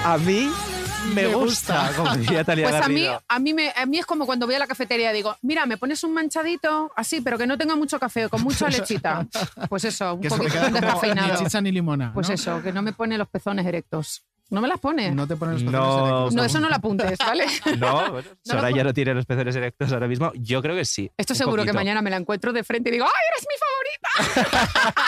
Speaker 1: A mí me,
Speaker 4: Me
Speaker 1: gusta,
Speaker 4: gusta.
Speaker 1: como diría Talia
Speaker 12: Pues a mí,
Speaker 1: Garrido.
Speaker 12: a, mí me, a mí es como cuando voy a la cafetería y digo, mira, me pones un manchadito así, pero que no tenga mucho café, con mucha lechita. Pues eso, un
Speaker 4: Que se me
Speaker 12: poquito
Speaker 4: queda como
Speaker 12: descafeinado.
Speaker 4: Ni chicha ni limona.
Speaker 12: Pues
Speaker 4: ¿no?
Speaker 12: eso, que no me pone los pezones erectos. No me las pone. No,
Speaker 4: No te ponen los
Speaker 1: No.
Speaker 4: pezones erectos,
Speaker 12: eso no lo apuntes, ¿vale?
Speaker 1: No, bueno,
Speaker 12: No lo
Speaker 1: Soraya no tiene los pezones erectos ahora mismo. Yo creo que sí.
Speaker 12: Esto
Speaker 1: un
Speaker 12: seguro que
Speaker 1: poquito.
Speaker 12: mañana me la encuentro de frente y digo, ¡ay, eres mi favorita!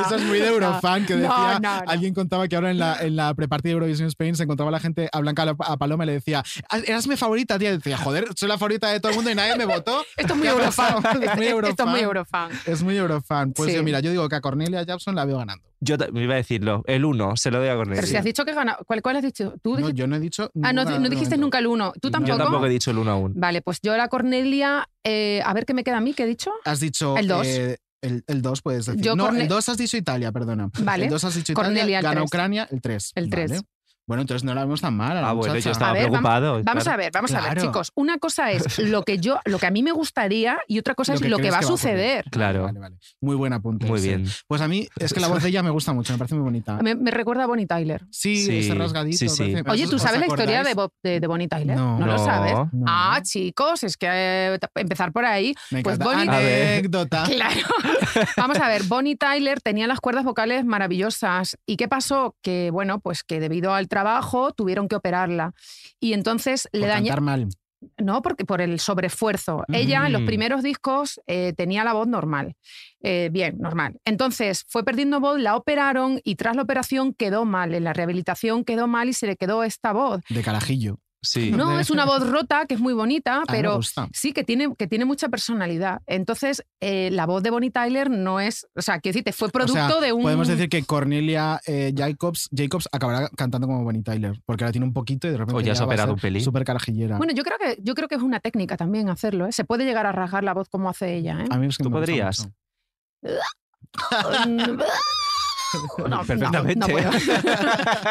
Speaker 4: Eso es muy de Eurofan, que
Speaker 12: no,
Speaker 4: decía,
Speaker 12: no, no.
Speaker 4: alguien contaba que ahora en la, en la prepartida de Eurovision Spain se encontraba la gente a Blanca a Paloma y le decía, "Ah, eras mi favorita, tía. Y decía, joder, soy la favorita de todo el mundo y nadie me votó.
Speaker 12: Esto es
Speaker 4: ¿Qué
Speaker 12: muy
Speaker 4: ha
Speaker 12: eurofan.
Speaker 4: pasado? Es muy
Speaker 12: Esto es
Speaker 4: eurofan.
Speaker 12: muy eurofan.
Speaker 4: Es muy Eurofan. Pues
Speaker 12: Sí.
Speaker 4: yo, mira, yo digo que a Cornelia Jackson la veo ganando.
Speaker 1: Yo ta- me iba a decirlo. El 1, se lo doy a Cornelia.
Speaker 12: Pero si has dicho que gana. ¿Cuál, cuál has dicho? ¿Tú
Speaker 4: No,
Speaker 12: dijiste-
Speaker 4: yo no he dicho.
Speaker 12: ah, no,
Speaker 4: ningún
Speaker 12: no
Speaker 4: ganador de
Speaker 12: dijiste
Speaker 4: momento.
Speaker 12: nunca el uno. ¿Tú
Speaker 4: Yo
Speaker 12: tampoco?
Speaker 1: Yo tampoco he dicho el 1 aún.
Speaker 12: Vale, pues yo la Cornelia, eh, a ver qué me queda a mí, ¿qué he dicho?
Speaker 4: Has dicho.
Speaker 12: El dos.
Speaker 4: eh, el, el 2 puedes decir.
Speaker 12: Yo
Speaker 4: no,
Speaker 12: Corne-
Speaker 4: el 2 has dicho Italia, perdona.
Speaker 12: Vale.
Speaker 4: El 2 has dicho Italia,
Speaker 12: Cornelia, el
Speaker 4: gana
Speaker 12: tres.
Speaker 4: Ucrania, el 3.
Speaker 12: El tres.
Speaker 4: Bueno, entonces no la vemos tan mal. a la
Speaker 1: Ah, bueno, yo
Speaker 4: muchacha.
Speaker 1: estaba
Speaker 12: A ver, vamos-
Speaker 1: preocupado.
Speaker 12: Vamos
Speaker 1: claro.
Speaker 12: a ver, vamos a ver,
Speaker 4: Pues Claro.
Speaker 12: chicos. Una cosa es lo que yo, lo que a mí me gustaría y otra cosa
Speaker 4: Lo
Speaker 12: es
Speaker 4: que
Speaker 12: lo que
Speaker 4: crees
Speaker 12: va a
Speaker 4: que va a ocurrir.
Speaker 12: suceder.
Speaker 1: Claro.
Speaker 4: Vale, vale. Muy buen apunte.
Speaker 1: Muy
Speaker 4: sí.
Speaker 1: bien.
Speaker 4: Pues a mí es que la voz de ella me gusta mucho, me parece muy bonita.
Speaker 12: Me, me recuerda a Bonnie Tyler.
Speaker 4: Sí,
Speaker 1: Sí,
Speaker 4: ese rasgadito.
Speaker 1: sí, sí.
Speaker 4: parece- Ah. pero
Speaker 12: Oye,
Speaker 4: ¿os-
Speaker 12: ¿tú
Speaker 4: os
Speaker 12: sabes la historia de,
Speaker 4: acordáis?
Speaker 12: Bob- de, de Bonnie Tyler?
Speaker 4: No.
Speaker 12: lo
Speaker 1: No.
Speaker 12: sabes.
Speaker 1: No.
Speaker 12: Ah, chicos, es que eh, empezar por ahí.
Speaker 4: Me
Speaker 12: pues
Speaker 4: encanta.
Speaker 12: Bonnie
Speaker 1: A ver.
Speaker 4: Anécdota.
Speaker 12: Claro. Vamos a ver, Bonnie Tyler tenía las cuerdas vocales maravillosas. ¿Y qué pasó? Que, bueno, pues que debido al trabajo tuvieron que operarla. Y entonces le
Speaker 4: Por
Speaker 12: dañaron.
Speaker 4: cantar mal.
Speaker 12: No, porque por el sobreesfuerzo. Ella en los
Speaker 1: Mm.
Speaker 12: primeros discos eh, tenía la voz normal. Eh, bien, normal. Entonces fue perdiendo voz, la operaron y tras la operación quedó mal. En la rehabilitación quedó mal y se le quedó esta voz.
Speaker 4: De carajillo.
Speaker 1: Sí.
Speaker 12: No, es una voz rota que es muy bonita,
Speaker 4: A mí me
Speaker 12: pero
Speaker 4: gusta.
Speaker 12: sí que tiene, que tiene mucha personalidad. Entonces eh, la voz de Bonnie Tyler no es. O sea, quiero decirte, fue
Speaker 4: O sea,
Speaker 12: producto de un.
Speaker 4: Podemos decir que Cornelia eh, Jacobs, Jacobs acabará cantando como Bonnie Tyler, porque ahora tiene un poquito y de repente.
Speaker 1: O ya se ha
Speaker 4: va a
Speaker 1: operado
Speaker 4: ser
Speaker 1: un pelín.
Speaker 4: Súper carajillera.
Speaker 12: Bueno, yo creo, que, yo creo que es una técnica también hacerlo. ¿eh? Se puede llegar a rasgar la voz como hace ella. ¿eh?
Speaker 4: a mí es que
Speaker 1: ¿Tú
Speaker 4: me gusta
Speaker 1: podrías?
Speaker 4: mucho.
Speaker 12: No, no,
Speaker 1: Perfectamente.
Speaker 12: No, puedo.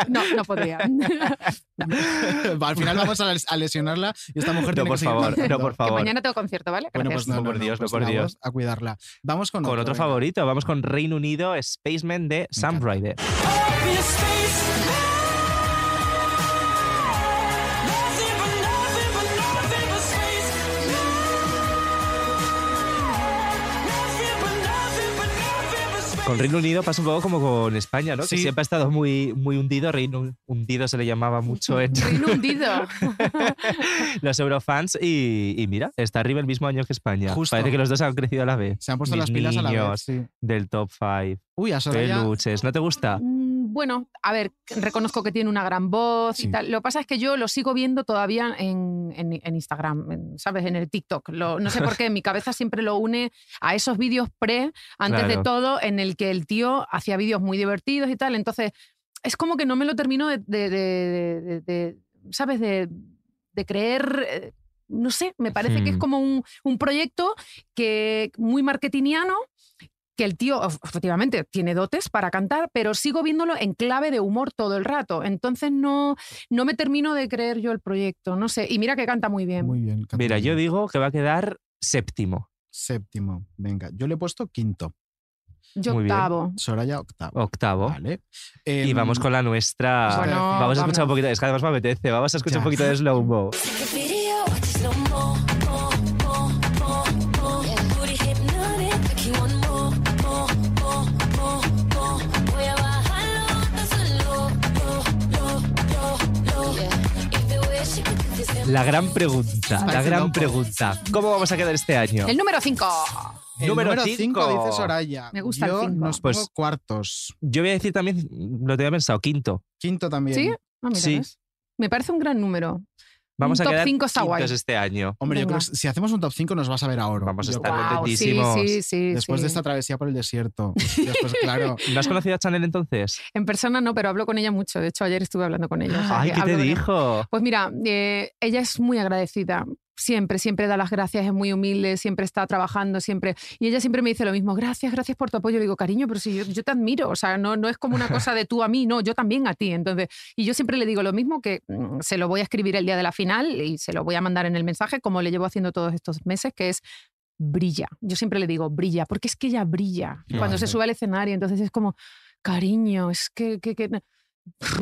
Speaker 12: no, no podría.
Speaker 4: Al final vamos a les- a lesionarla y esta
Speaker 1: No,
Speaker 4: mujer tiene
Speaker 1: por
Speaker 4: que seguir
Speaker 1: favor,
Speaker 4: cantando.
Speaker 1: no, por
Speaker 12: Que
Speaker 1: favor.
Speaker 12: mañana tengo concierto, ¿vale?
Speaker 4: Bueno, pues
Speaker 12: Gracias.
Speaker 4: no,
Speaker 1: No,
Speaker 4: no,
Speaker 1: por
Speaker 4: no,
Speaker 1: Dios,
Speaker 4: pues
Speaker 1: no, por
Speaker 4: la
Speaker 1: Dios.
Speaker 4: voz A cuidarla. Vamos con,
Speaker 1: Con otro
Speaker 4: venga.
Speaker 1: favorito, vamos con Reino Unido, Spaceman de Sam Ryder. Con Reino Unido pasa un poco como con España, ¿no? Sí. Que siempre ha estado muy, muy hundido. Reino hundido se le llamaba mucho. En...
Speaker 12: Reino hundido.
Speaker 1: los eurofans. Y, y, mira, está arriba el mismo año que España. Justo. Parece que los dos han crecido a la vez.
Speaker 4: Se han puesto Mis las pilas
Speaker 1: niños
Speaker 4: a la vez. Sí.
Speaker 1: Del top 5.
Speaker 4: Uy, a Soraya.
Speaker 1: Peluches. ¿No te gusta?
Speaker 12: Mm, Bueno, a ver, reconozco que tiene una gran voz sí. y tal. Lo que pasa es que yo lo sigo viendo todavía en, en, en Instagram, en, ¿sabes? En el TikTok. Lo, no sé por qué, mi cabeza siempre lo une a esos vídeos pre, antes claro. de todo, en el que el tío hacía vídeos muy divertidos y tal. Entonces, es como que no me lo termino de, de, de, de ¿sabes? De, creer. Eh, no sé, me parece hmm. que es como un, un proyecto que muy marketingiano que el tío efectivamente tiene dotes para cantar, pero sigo viéndolo en clave de humor todo el rato. Entonces no, no me termino de creer yo el proyecto, no sé. Y mira que canta muy bien.
Speaker 4: Muy bien. Canta
Speaker 1: mira,
Speaker 4: bien.
Speaker 1: yo digo que va a quedar séptimo.
Speaker 4: Séptimo, venga. Yo le he puesto quinto.
Speaker 12: Yo muy octavo.
Speaker 4: Bien. Soraya octavo.
Speaker 1: Octavo.
Speaker 4: Vale. Em,
Speaker 1: Eh, y vamos con la nuestra. Bueno, vamos a escuchar vamos. un poquito, es que además me apetece, vamos a escuchar ya. un poquito de slow mo. La gran pregunta, la gran pregunta. ¿Cómo vamos a quedar este año?
Speaker 12: El número 5.
Speaker 4: Número 5 dice Soraya.
Speaker 12: Me gusta
Speaker 4: yo
Speaker 12: el 5.
Speaker 4: Nos pues, cuartos.
Speaker 1: Yo voy a decir también, lo tenía pensado, quinto.
Speaker 4: Quinto también.
Speaker 12: ¿Sí? Ah, mira, sí. Ves. Me parece un gran número.
Speaker 1: Vamos
Speaker 12: un
Speaker 1: a quedar
Speaker 12: cinco está guay.
Speaker 1: este año.
Speaker 4: Hombre, Venga. yo creo que si hacemos un top 5 nos vas a ver ahora.
Speaker 1: Vamos a
Speaker 4: yo
Speaker 1: estar
Speaker 12: wow,
Speaker 1: contentísimos.
Speaker 12: Sí, sí, sí,
Speaker 4: Después
Speaker 12: sí.
Speaker 4: de esta travesía por el desierto. Después, claro.
Speaker 1: ¿No has conocido a Chanel entonces?
Speaker 12: En persona no, pero hablo con ella mucho. De hecho, ayer estuve hablando con ella. O sea,
Speaker 1: Ay, ¿qué te dijo?
Speaker 12: Pues mira, eh, ella es muy agradecida siempre, siempre da las gracias, es muy humilde, siempre está trabajando, siempre. Y ella siempre me dice lo mismo, gracias, gracias por tu apoyo. Le digo, cariño, pero si yo, yo, te admiro, o sea, no, no es como una cosa de tú a mí, no, yo también a ti. Entonces, y yo siempre le digo lo mismo, que mm, se lo voy a escribir el día de la final y se lo voy a mandar en el mensaje, como le llevo haciendo todos estos meses, que es brilla. Yo siempre le digo, brilla, porque es que ella brilla
Speaker 1: Ah,
Speaker 12: Qué cuando madre. se sube al escenario. Entonces es como, cariño, es que... que, que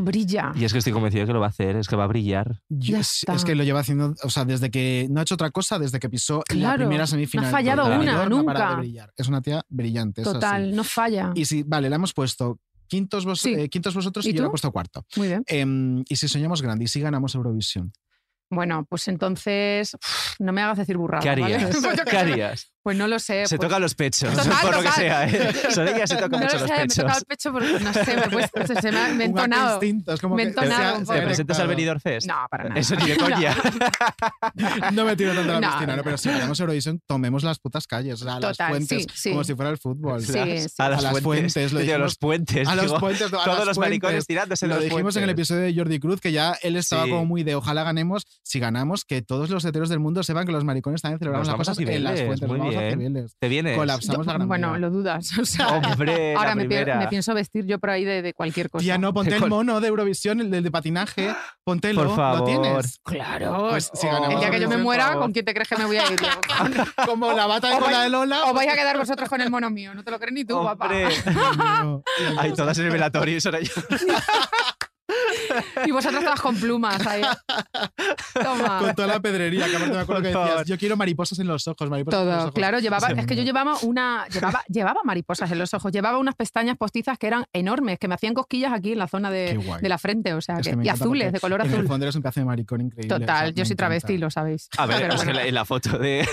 Speaker 12: brilla.
Speaker 1: Y es que estoy convencido que lo va a hacer, es que va a brillar.
Speaker 4: Ya es, es, que lo lleva haciendo, o sea, desde que no ha hecho otra cosa, desde que pisó
Speaker 12: claro,
Speaker 4: la primera semifinal.
Speaker 12: No ha fallado una, Mayor, nunca.
Speaker 4: No es una tía brillante.
Speaker 12: Total,
Speaker 4: así.
Speaker 12: no falla.
Speaker 4: Y sí, vale, la hemos puesto quintos, vos, sí. eh, quintos vosotros y, y yo la he puesto cuarto.
Speaker 12: Muy bien.
Speaker 4: Eh, y si soñamos grande y si ganamos Eurovisión.
Speaker 12: Bueno, pues entonces uf, no me hagas decir burradas.
Speaker 1: ¿Qué harías?
Speaker 12: ¿vale?
Speaker 1: ¿Qué harías?
Speaker 12: Pues no lo sé.
Speaker 1: Se
Speaker 12: pues...
Speaker 1: toca los pechos, total, por total. lo que sea. ¿eh? Soraya se toca
Speaker 12: no
Speaker 1: mucho
Speaker 12: lo
Speaker 1: los
Speaker 12: sé,
Speaker 1: pechos.
Speaker 12: Me toca el pecho porque no sé, me, pues, pues, se me ha me entonado.
Speaker 4: Instinto, es como
Speaker 12: me
Speaker 4: que
Speaker 12: entonado.
Speaker 1: ¿Te, ¿Te presentas al Benidorm Fest?
Speaker 12: No, para nada.
Speaker 1: Eso ni de coña.
Speaker 4: No, no me tiro tanto a la piscina, no, pero si ganamos Eurovisión, tomemos las putas calles, o sea, a las
Speaker 12: total,
Speaker 4: fuentes,
Speaker 12: sí, sí.
Speaker 4: como si fuera el fútbol.
Speaker 12: Sí, las,
Speaker 1: a, las a las fuentes,
Speaker 4: fuentes lo
Speaker 1: dijimos, los puentes.
Speaker 4: A los puentes,
Speaker 1: digo,
Speaker 4: a
Speaker 1: todos
Speaker 4: las
Speaker 1: los
Speaker 4: fuentes.
Speaker 1: maricones tirándose
Speaker 4: Lo
Speaker 1: los
Speaker 4: dijimos
Speaker 1: puentes.
Speaker 4: en el episodio de Jordi Cruz, que ya él estaba como muy de ojalá ganemos, si ganamos, que todos los heteros del mundo sepan que los maricones también celebramos las cosas en las fuentes.
Speaker 1: Muy bien. Pues, Te vienes.
Speaker 4: Colapsamos la gran
Speaker 12: Bueno, lo dudas. O sea,
Speaker 1: Hombre,
Speaker 12: ahora
Speaker 1: la
Speaker 12: me,
Speaker 1: primera.
Speaker 12: me pienso vestir yo por ahí de, de cualquier cosa.
Speaker 4: Tía, no, ponte el mono de Eurovisión, el del de patinaje. Póntelo.
Speaker 1: Por favor.
Speaker 4: ¿Lo tienes?
Speaker 12: Claro.
Speaker 4: Pues si
Speaker 12: Oh.
Speaker 4: ganamos
Speaker 12: el día que yo me
Speaker 4: Eurovisión,
Speaker 12: muera, ¿con quién te crees que me voy a ir? Diego?
Speaker 4: Como la bata de
Speaker 12: O
Speaker 4: cola
Speaker 12: vais-
Speaker 4: de Lola. pues,
Speaker 12: Os vais a quedar vosotros con el mono mío, no te lo crees ni tú, papá.
Speaker 1: Hombre. Hay todas en el velatorio y Soraya.
Speaker 12: Y vosotros todas con plumas ahí. Toma.
Speaker 4: Con toda la pedrería, que aparte me acuerdo que
Speaker 1: Por
Speaker 4: decías,
Speaker 1: favor.
Speaker 4: yo quiero mariposas en los ojos, mariposas en los
Speaker 12: Todo,
Speaker 4: ojos.
Speaker 12: claro, llevaba,
Speaker 4: Sí.
Speaker 12: es que yo llevaba una, llevaba, llevaba mariposas en los ojos, llevaba unas pestañas postizas que eran enormes, que me hacían cosquillas aquí en la zona
Speaker 4: Qué
Speaker 12: de,
Speaker 4: guay.
Speaker 12: de la frente, o sea,
Speaker 4: Es
Speaker 12: que-
Speaker 4: que me
Speaker 12: y
Speaker 4: encanta
Speaker 12: azules,
Speaker 4: porque
Speaker 12: de color
Speaker 4: En el
Speaker 12: azul.
Speaker 4: fondo eres un pedazo de maricón increíble.
Speaker 12: Total, yo soy travesti, lo sabéis.
Speaker 1: A ver,
Speaker 12: Pero
Speaker 1: es que
Speaker 12: bueno.
Speaker 1: la- en la foto de,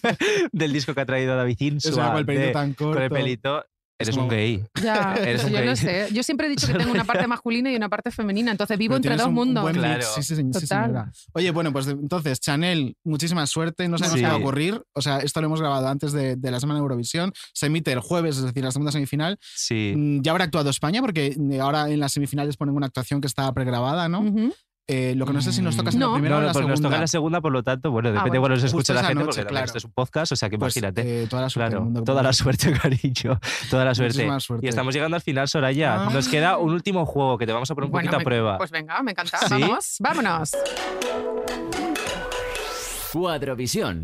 Speaker 1: del disco que ha traído David Insua.
Speaker 4: Es con el pelito
Speaker 1: de-
Speaker 4: tan corto.
Speaker 1: Con el pelito. Eres
Speaker 4: como-
Speaker 1: un gay.
Speaker 12: Ya,
Speaker 1: Eres un
Speaker 12: yo
Speaker 1: gay.
Speaker 12: no sé. Yo siempre he dicho que tengo una parte masculina y una parte femenina, entonces vivo
Speaker 4: Pero
Speaker 12: entre
Speaker 4: tienes
Speaker 12: dos
Speaker 4: un- un
Speaker 12: mundos.
Speaker 4: buen
Speaker 1: Claro.
Speaker 4: mix, sí, sí, señ- sí,
Speaker 12: Total.
Speaker 4: señora. Oye, bueno, pues de- entonces, Chanel, muchísima suerte. No sabemos
Speaker 1: Sí.
Speaker 4: qué va a ocurrir. O sea, esto lo hemos grabado antes de, de la semana de Eurovisión. Se emite el jueves, es decir, la segunda semifinal.
Speaker 1: Sí.
Speaker 4: Mm, Ya habrá actuado España, porque mm, ahora en las semifinales ponen una actuación que está pregrabada, ¿no?
Speaker 12: Ujú.
Speaker 4: Eh, lo que no sé si nos toca es en
Speaker 12: Mm. No.
Speaker 4: la primera
Speaker 1: No,
Speaker 4: o en
Speaker 1: no,
Speaker 4: la
Speaker 1: pues nos
Speaker 4: segunda.
Speaker 1: toca la segunda, por lo tanto, bueno, depende
Speaker 12: Ah, bueno.
Speaker 1: cuando nos
Speaker 4: Justo
Speaker 1: escuche la
Speaker 4: esta
Speaker 1: gente,
Speaker 4: noche,
Speaker 1: porque
Speaker 4: claro.
Speaker 1: claro. esto es un podcast, o sea que
Speaker 4: Pues,
Speaker 1: imagínate.
Speaker 4: eh, toda la suerte del
Speaker 1: Claro,
Speaker 4: mundo que
Speaker 1: toda la
Speaker 4: podamos.
Speaker 1: suerte, cariño. Toda la suerte.
Speaker 4: Muchísima suerte.
Speaker 1: Y estamos llegando al final, Soraya.
Speaker 4: Ah.
Speaker 1: Nos queda un último juego que te vamos a poner un
Speaker 12: Bueno,
Speaker 1: poquito
Speaker 12: me-
Speaker 1: a prueba.
Speaker 12: Pues venga, me encanta.
Speaker 1: ¿Sí?
Speaker 12: Vamos, vámonos.
Speaker 14: Cuadrovisión.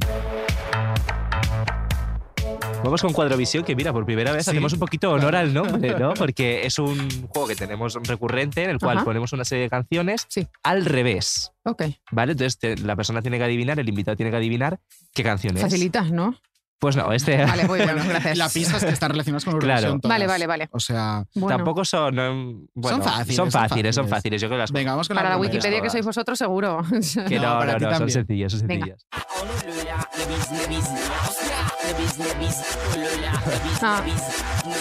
Speaker 1: Vamos con Cuadrovisión, que mira, por primera vez
Speaker 4: Sí.
Speaker 1: hacemos un poquito honor al nombre, ¿no? Porque es un juego que tenemos recurrente en el cual
Speaker 12: Ajá.
Speaker 1: ponemos una serie de canciones
Speaker 12: Sí.
Speaker 1: al revés,
Speaker 12: Ok.
Speaker 1: ¿vale? Entonces te- la persona tiene que adivinar, el invitado tiene que adivinar qué canción es.
Speaker 12: Facilitas, ¿no?
Speaker 1: Pues no, este.
Speaker 12: Vale, muy bueno, gracias.
Speaker 4: La pista es que están relacionadas con Eurovisión.
Speaker 1: Claro.
Speaker 4: todas.
Speaker 12: Vale, vale, vale.
Speaker 4: O sea.
Speaker 12: Bueno.
Speaker 1: Tampoco son. em, bueno,
Speaker 4: Son fáciles,
Speaker 1: Son
Speaker 4: son
Speaker 1: fáciles, son
Speaker 4: fáciles.
Speaker 1: fáciles. Yo creo que las.
Speaker 4: Venga, vamos con
Speaker 12: Para la
Speaker 4: primera.
Speaker 12: Wikipedia que sois vosotros, seguro.
Speaker 1: Que
Speaker 4: No,
Speaker 1: no,
Speaker 4: para
Speaker 1: no,
Speaker 4: ti
Speaker 1: no, son
Speaker 4: también.
Speaker 1: sencillas, son
Speaker 12: Venga.
Speaker 1: sencillas.
Speaker 12: Ah,